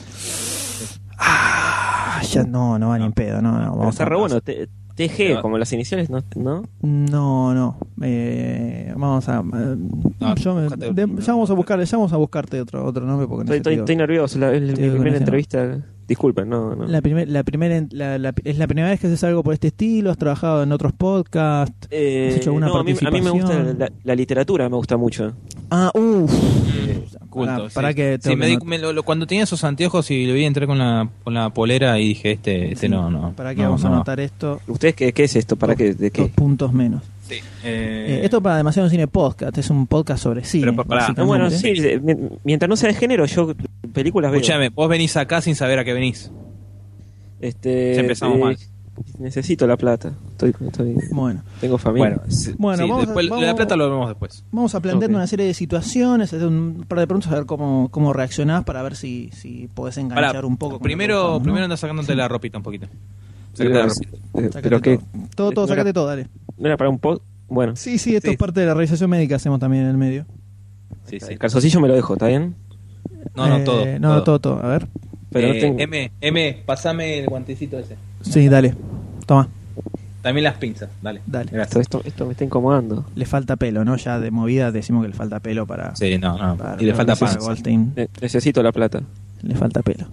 Speaker 9: Ah, ya no, no va ni en pedo, no, no.
Speaker 7: Pero
Speaker 9: Vamos
Speaker 7: está
Speaker 9: a-
Speaker 7: re bueno. T- TG, como las iniciales, ¿no? ¿No?
Speaker 9: No, no. Eh, vamos a. eh, yo me- de- ya vamos a buscarle, ya vamos a buscarte otro, otro nombre porque
Speaker 7: Estoy,
Speaker 9: no sé,
Speaker 7: estoy,
Speaker 9: tío.
Speaker 7: estoy nervioso. La, es la-
Speaker 9: Te
Speaker 7: mi
Speaker 9: digo que no
Speaker 7: primera
Speaker 9: sé, no.
Speaker 7: entrevista. Disculpen, no, no.
Speaker 9: La primer- la primera en- la- la- es la primera vez que haces algo por este estilo, has trabajado en otros podcasts,
Speaker 7: Eh,
Speaker 9: has hecho alguna
Speaker 7: no, a, mí, a mí
Speaker 9: participación.
Speaker 7: me gusta la, la literatura, me gusta mucho.
Speaker 9: Ah, uff. Pará,
Speaker 7: eh,
Speaker 10: Culto,
Speaker 9: pará
Speaker 10: sí.
Speaker 9: que
Speaker 10: Sí,
Speaker 9: tengo
Speaker 10: me
Speaker 9: que
Speaker 10: di-
Speaker 9: not-
Speaker 10: me lo- lo- cuando tenía esos anteojos y lo vi entrar con la, con la polera y dije, este, este
Speaker 9: eh, Sí,
Speaker 10: no, no.
Speaker 9: pará que
Speaker 10: no,
Speaker 9: vamos a
Speaker 10: no.
Speaker 9: anotar esto.
Speaker 7: ¿Ustedes qué, qué es esto? ¿Para qué?
Speaker 9: Dos
Speaker 7: ¿De qué?
Speaker 9: puntos menos.
Speaker 10: Sí,
Speaker 9: Eh, esto para demasiado cine podcast, es un podcast sobre cine.
Speaker 10: pa- pará.
Speaker 9: básicamente.
Speaker 7: Ah, bueno, sí, eh, mi- mientras no sea de género, yo películas veo.
Speaker 10: Escuchame, vos venís acá sin saber a qué venís.
Speaker 7: Este,
Speaker 10: Ya empezamos mal.
Speaker 7: Necesito la plata. Estoy, estoy-
Speaker 9: Bueno.
Speaker 7: Tengo familia.
Speaker 10: Bueno, sí,
Speaker 9: Bueno,
Speaker 10: sí,
Speaker 9: vamos a-
Speaker 10: después-
Speaker 9: vamos-
Speaker 10: la plata lo vemos después.
Speaker 9: Vamos a plantear una serie de situaciones, hacer un par de preguntas, a ver cómo, cómo reaccionás para ver si, si podés enganchar
Speaker 10: Pará,
Speaker 9: un poco. con lo que
Speaker 10: primero,
Speaker 9: buscamos, ¿no?
Speaker 10: primero anda sacándote la ropita un poquito.
Speaker 7: Pero,
Speaker 10: Sacate la
Speaker 7: es-
Speaker 10: ropita.
Speaker 7: eh,
Speaker 9: Sácate
Speaker 7: pero que
Speaker 9: Todo, todo,
Speaker 7: no
Speaker 9: sácate
Speaker 7: era-
Speaker 9: todo, dale.
Speaker 7: no era para un pod. Bueno,
Speaker 9: Sí, sí, esto es parte de la realización médica, hacemos también en el medio.
Speaker 7: sí, sí. el calzoncillo me lo dejo, ¿está bien?
Speaker 10: No, no,
Speaker 9: Eh,
Speaker 10: todo.
Speaker 9: No, todo, todo, a ver.
Speaker 7: Pero no
Speaker 10: Eh,
Speaker 7: tengo-
Speaker 10: M, M, pasame el guantecito ese.
Speaker 9: Sí, dale. Toma,
Speaker 10: También las pinzas, dale.
Speaker 9: dale.
Speaker 7: Esto, esto, esto me está incomodando.
Speaker 9: Le falta pelo, ¿no? Ya de movida decimos que le falta pelo para.
Speaker 10: Sí, no, no.
Speaker 9: para-
Speaker 10: y le falta
Speaker 9: para
Speaker 10: panza.
Speaker 9: Goldstein.
Speaker 7: Ne- necesito la plata.
Speaker 9: Le falta pelo.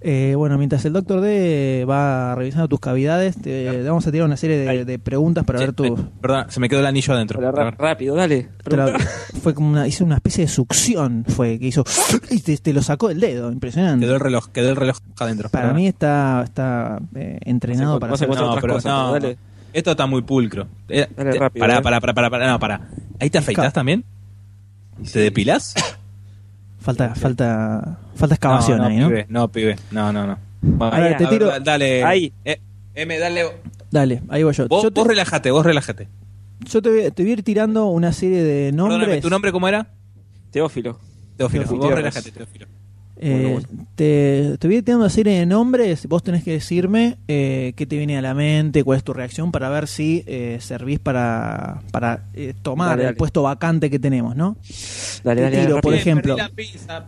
Speaker 9: Eh, bueno, mientras el doctor D va revisando tus cavidades, te, le vamos a tirar una serie de, de preguntas para ver tu.
Speaker 10: eh, Perdón, se me quedó el anillo adentro. A ver.
Speaker 7: Rápido, dale.
Speaker 9: te la- fue como una, hizo una especie de succión, fue que hizo y te, te lo sacó del dedo, impresionante.
Speaker 10: Quedó el reloj, quedó el reloj adentro.
Speaker 9: Para mí está está eh, entrenado para
Speaker 10: Vas a
Speaker 9: hacer
Speaker 10: encontrar
Speaker 9: eso.
Speaker 10: otras cosas,
Speaker 9: no.
Speaker 10: pero dale. Esto está muy pulcro. Eh,
Speaker 9: Dale
Speaker 10: te-
Speaker 9: rápido,
Speaker 10: pará,
Speaker 9: eh.
Speaker 10: pará, pará, pará, pará, no, pará. ¿Ahí te afeitas también? ¿Te depilás?
Speaker 9: falta falta falta excavación
Speaker 10: no,
Speaker 9: ahí, ¿no?
Speaker 10: Pibe, no, pibe. No, no, no. Bueno,
Speaker 9: A ver, te tiro-
Speaker 10: da- dale.
Speaker 9: Ahí.
Speaker 10: Eh, M, dale.
Speaker 9: Dale, ahí voy yo.
Speaker 10: Vos,
Speaker 9: yo te,
Speaker 10: vos relájate, vos relájate.
Speaker 9: yo te voy, te voy a ir tirando una serie de
Speaker 10: Perdóname,
Speaker 9: nombres.
Speaker 10: ¿tu nombre cómo era?
Speaker 7: Teófilo.
Speaker 9: Teófilo.
Speaker 10: Teófilo, vos
Speaker 9: Teófilo.
Speaker 10: relájate, Teófilo.
Speaker 9: Eh, te, te voy a ir tirando una serie de nombres. Vos tenés que decirme eh, qué te viene a la mente, cuál es tu reacción para ver si eh, servís para, para eh, tomar
Speaker 7: Dale,
Speaker 9: el
Speaker 7: dale.
Speaker 9: puesto vacante que tenemos, ¿no?
Speaker 7: Dale,
Speaker 9: Te tiro,
Speaker 7: dale, dale,
Speaker 9: por
Speaker 7: rápido.
Speaker 9: ejemplo,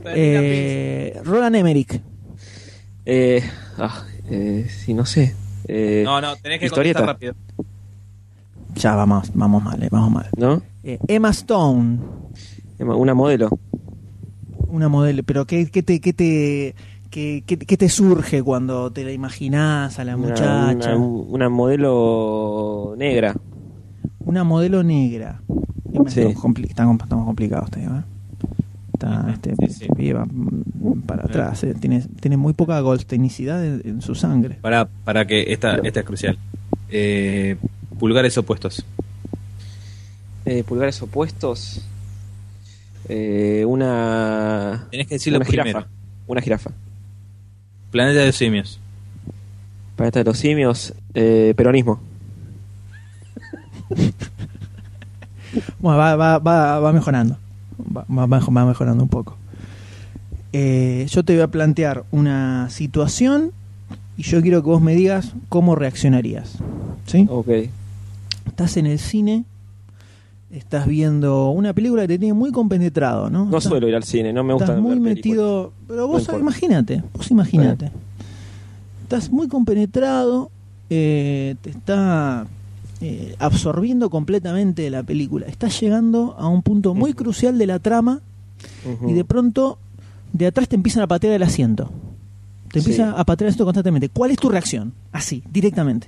Speaker 9: eh, Roland Emmerich.
Speaker 7: Eh, ah, eh, sí, no sé. Eh,
Speaker 10: No, no, tenés que
Speaker 7: historieta,
Speaker 10: contestar rápido.
Speaker 9: Ya vamos, vamos mal, eh, vamos mal.
Speaker 7: ¿No?
Speaker 9: Eh, Emma Stone,
Speaker 7: Una modelo.
Speaker 9: una modelo. Pero ¿qué, qué te... Qué te qué- qué- qué te surge cuando te la imaginás a la
Speaker 7: Una-
Speaker 9: muchacha?
Speaker 7: Una, una modelo negra.
Speaker 9: Una modelo negra.
Speaker 7: Sí.
Speaker 9: Estamos, compli- estamos- estamos complicados, te digo, ¿eh? Está este, este pibe va, mm, para atrás. eh. Tiene, tiene muy poca golstenicidad en, en su sangre.
Speaker 10: Para, para que esta, esta es crucial. Eh, pulgares opuestos.
Speaker 7: Eh, pulgares opuestos. Eh, una.
Speaker 10: Tenés que decirlo
Speaker 7: una
Speaker 10: primero.
Speaker 7: jirafa. Una jirafa.
Speaker 10: Planeta de los simios.
Speaker 7: Planeta de los simios. eh, peronismo.
Speaker 9: Bueno, va, va, va, va mejorando. Va, va- va mejorando un poco. Eh, yo te voy a plantear una situación y yo quiero que vos me digas cómo reaccionarías. ¿Sí?
Speaker 7: Ok.
Speaker 9: Estás en el cine, estás viendo una película que te tiene muy compenetrado, ¿no?
Speaker 7: No
Speaker 9: Estás-
Speaker 7: suelo ir al cine, no me gusta.
Speaker 9: Estás muy metido. Pero vos, imagínate, vos imagínate. Estás muy compenetrado, eh, te está eh, absorbiendo completamente la película. Estás llegando a un punto muy crucial de la trama y de pronto de atrás te empiezan a patear el asiento. Te
Speaker 7: Sí.
Speaker 9: empiezan a patear el asiento constantemente. ¿Cuál es tu reacción? Así, directamente.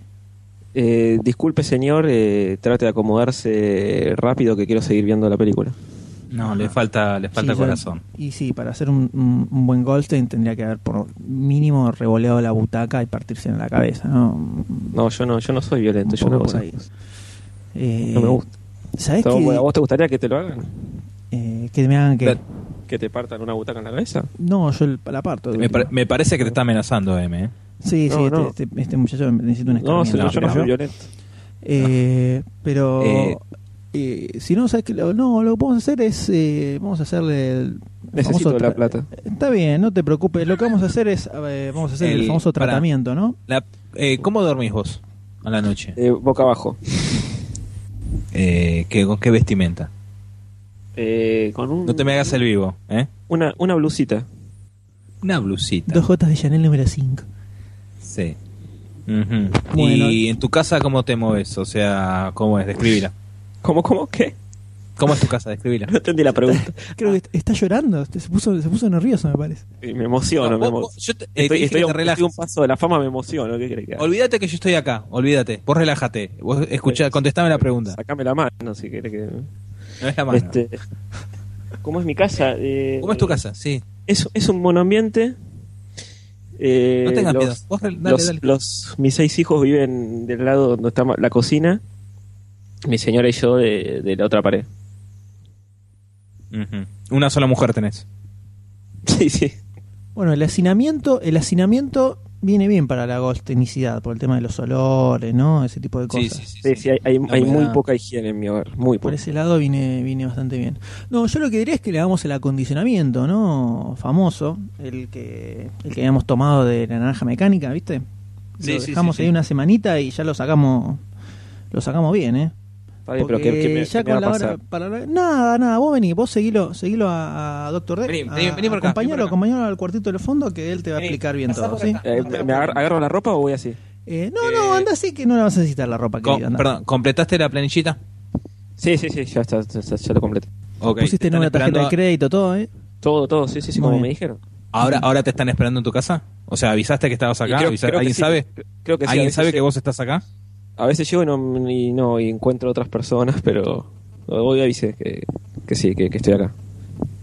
Speaker 7: Eh, disculpe, señor, eh, trate de acomodarse rápido que quiero seguir viendo la película.
Speaker 10: No, le falta, le falta
Speaker 9: Sí, yo-
Speaker 10: corazón.
Speaker 9: Y sí, para hacer un, un- un buen Goldstein tendría que haber por mínimo revoleado la butaca y partirse en la cabeza, ¿no?
Speaker 7: No, yo no, yo no soy violento,
Speaker 9: Un
Speaker 7: yo no
Speaker 9: poco
Speaker 7: hago
Speaker 9: por
Speaker 7: esas
Speaker 9: Eh,
Speaker 7: No me gusta.
Speaker 9: ¿Sabes
Speaker 7: cosas. ¿A
Speaker 9: que,
Speaker 7: vos te gustaría que te lo hagan?
Speaker 9: eh, que me hagan que.?
Speaker 7: ¿Que te partan una butaca en la cabeza?
Speaker 9: No, yo el- la parto. de
Speaker 10: Me,
Speaker 9: última.
Speaker 10: par- me parece que te está amenazando, M. ¿eh?
Speaker 9: Sí,
Speaker 7: No,
Speaker 9: sí, este-
Speaker 7: no.
Speaker 9: Este, este muchacho necesita una
Speaker 7: No, señor, yo no soy
Speaker 9: escarmiento.
Speaker 7: violento.
Speaker 9: Eh, pero.
Speaker 7: Eh.
Speaker 9: eh, si no, ¿sabes que lo, No, lo que podemos hacer es. eh, vamos a hacerle. El
Speaker 7: Necesito
Speaker 9: famoso
Speaker 7: la
Speaker 9: tra-
Speaker 7: plata.
Speaker 9: Está bien, no te preocupes. Lo que vamos a hacer es. eh, vamos a hacer el,
Speaker 10: El-
Speaker 9: famoso
Speaker 10: pará.
Speaker 9: tratamiento, ¿no?
Speaker 10: La- eh, ¿Cómo dormís vos a la noche?
Speaker 7: Eh, boca abajo.
Speaker 10: Eh, ¿qué- ¿Con qué vestimenta?
Speaker 7: Eh, con un-
Speaker 10: No te me hagas el vivo, ¿eh?
Speaker 7: una, una blusita.
Speaker 10: Una blusita.
Speaker 9: Dos gotas de Chanel número 5.
Speaker 10: Sí. Ujú.
Speaker 9: Bueno.
Speaker 10: ¿Y en tu casa cómo te mueves? O sea, ¿cómo es? Describila.
Speaker 7: ¿Cómo, cómo, qué?
Speaker 10: ¿Cómo es tu casa? Describila.
Speaker 7: No entendí la pregunta.
Speaker 9: Creo que est- está llorando. Se puso, se puso nervioso, me parece.
Speaker 7: Y Me emociono, me
Speaker 10: vos-
Speaker 7: emociono.
Speaker 10: vos- yo te- eh, te
Speaker 7: estoy,
Speaker 10: dije
Speaker 7: estoy
Speaker 10: que
Speaker 7: a un-
Speaker 10: te relajes.
Speaker 7: estoy a un paso de la fama, me emociono. ¿Qué querés que haga?
Speaker 10: Olvídate que yo estoy acá, olvídate. Vos relájate. Vos escuchá, contestame la pregunta.
Speaker 7: Sacame la mano si querés que.
Speaker 10: No es la mano.
Speaker 7: Este, ¿Cómo es mi casa? Eh,
Speaker 10: ¿Cómo es tu casa? Sí.
Speaker 7: Es, es un monoambiente. Eh,
Speaker 10: No tengas
Speaker 7: los-
Speaker 10: miedo. Vos re- dale,
Speaker 7: los-
Speaker 10: dale.
Speaker 7: los- mis seis hijos viven del lado donde está ma- la cocina. Mi señora y yo de, de la otra pared.
Speaker 10: Ujú. Una sola mujer tenés.
Speaker 7: Sí, sí.
Speaker 9: Bueno, el hacinamiento, el hacinamiento viene bien para la tenicidad por el tema de los olores, ¿no? Ese tipo de
Speaker 7: Sí,
Speaker 9: cosas.
Speaker 7: sí, sí, sí, hay, hay-
Speaker 9: La
Speaker 7: hay muy
Speaker 9: humedad.
Speaker 7: poca higiene en mi hogar, muy
Speaker 9: Por
Speaker 7: poca.
Speaker 9: ese lado viene, viene bastante bien. No, yo lo que diría es que le damos el acondicionamiento, ¿no? Famoso, el que, el que habíamos tomado de la naranja mecánica, ¿viste?
Speaker 7: Sí,
Speaker 9: lo
Speaker 7: sí,
Speaker 9: dejamos
Speaker 7: sí,
Speaker 9: ahí
Speaker 7: sí.
Speaker 9: una semanita y ya lo sacamos, lo sacamos bien, ¿eh?
Speaker 7: Está bien, pero ¿qué- qué me-
Speaker 9: ya
Speaker 7: qué
Speaker 9: con
Speaker 7: me va a
Speaker 9: la hora-
Speaker 7: pasar?
Speaker 9: para la- nada, nada, vos vení, vos seguilo, seguilo a, Doctor D.
Speaker 7: Vení,
Speaker 9: a-
Speaker 7: vení, vení por acá,
Speaker 9: acompañalo,
Speaker 7: vení por acá.
Speaker 9: acompañalo al cuartito del fondo que él te va a explicar bien todo, ¿sí?
Speaker 7: Eh, ¿me- ¿Me agar- agarro la ropa o voy así?
Speaker 9: Eh, no, no, anda así que no la vas a necesitar la ropa,
Speaker 10: Com-
Speaker 9: querida, anda.
Speaker 10: perdón, ¿completaste la planillita?
Speaker 7: Sí, sí, sí, ya está, ya, está, ya lo completé.
Speaker 10: Ok, te
Speaker 9: Pusiste
Speaker 10: están
Speaker 9: nueva tarjeta
Speaker 10: esperando-
Speaker 9: de crédito, todo, ¿eh?
Speaker 7: Todo, todo, sí, sí, sí,
Speaker 9: Muy
Speaker 7: como
Speaker 9: bien.
Speaker 7: me dijeron.
Speaker 10: ¿Ahora, ¿Ahora te están esperando en tu casa? O sea, ¿avisaste que estabas acá?
Speaker 7: Y creo-
Speaker 10: ¿Avisa-
Speaker 7: creo que
Speaker 10: ¿Alguien
Speaker 7: sí,
Speaker 10: sabe?
Speaker 7: creo que sí, a
Speaker 10: ¿Alguien
Speaker 7: veces
Speaker 10: sabe
Speaker 7: sí.
Speaker 10: que vos estás acá?
Speaker 7: A veces llego y no, y no y encuentro otras personas, pero hoy avisé que, que sí, que, que estoy acá.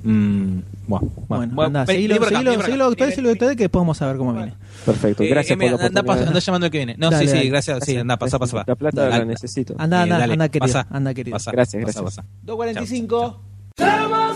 Speaker 7: Mm,
Speaker 10: bueno,
Speaker 9: Bueno, andá, seguilo, seguilo,
Speaker 10: vení por acá, vení por acá.
Speaker 9: seguilo, doctor, seguilo, doctor, que después vamos a ver cómo viene.
Speaker 7: Perfecto,
Speaker 10: Eh,
Speaker 7: gracias por
Speaker 10: M,
Speaker 7: la
Speaker 10: anda,
Speaker 7: oportunidad.
Speaker 10: pas- anda llamando al que viene. No,
Speaker 7: Dale,
Speaker 10: sí, sí,
Speaker 7: dale.
Speaker 10: gracias. Sí, anda, pasá, pasá.
Speaker 7: La plata
Speaker 10: Dale,
Speaker 7: la
Speaker 10: dale.
Speaker 7: necesito.
Speaker 9: Anda,
Speaker 10: Eh,
Speaker 9: anda,
Speaker 10: dale,
Speaker 9: anda, querido,
Speaker 10: pasa.
Speaker 9: anda, querido.
Speaker 10: Pasa,
Speaker 7: Gracias,
Speaker 10: pasa,
Speaker 7: gracias.
Speaker 10: pasa.
Speaker 9: 2.45.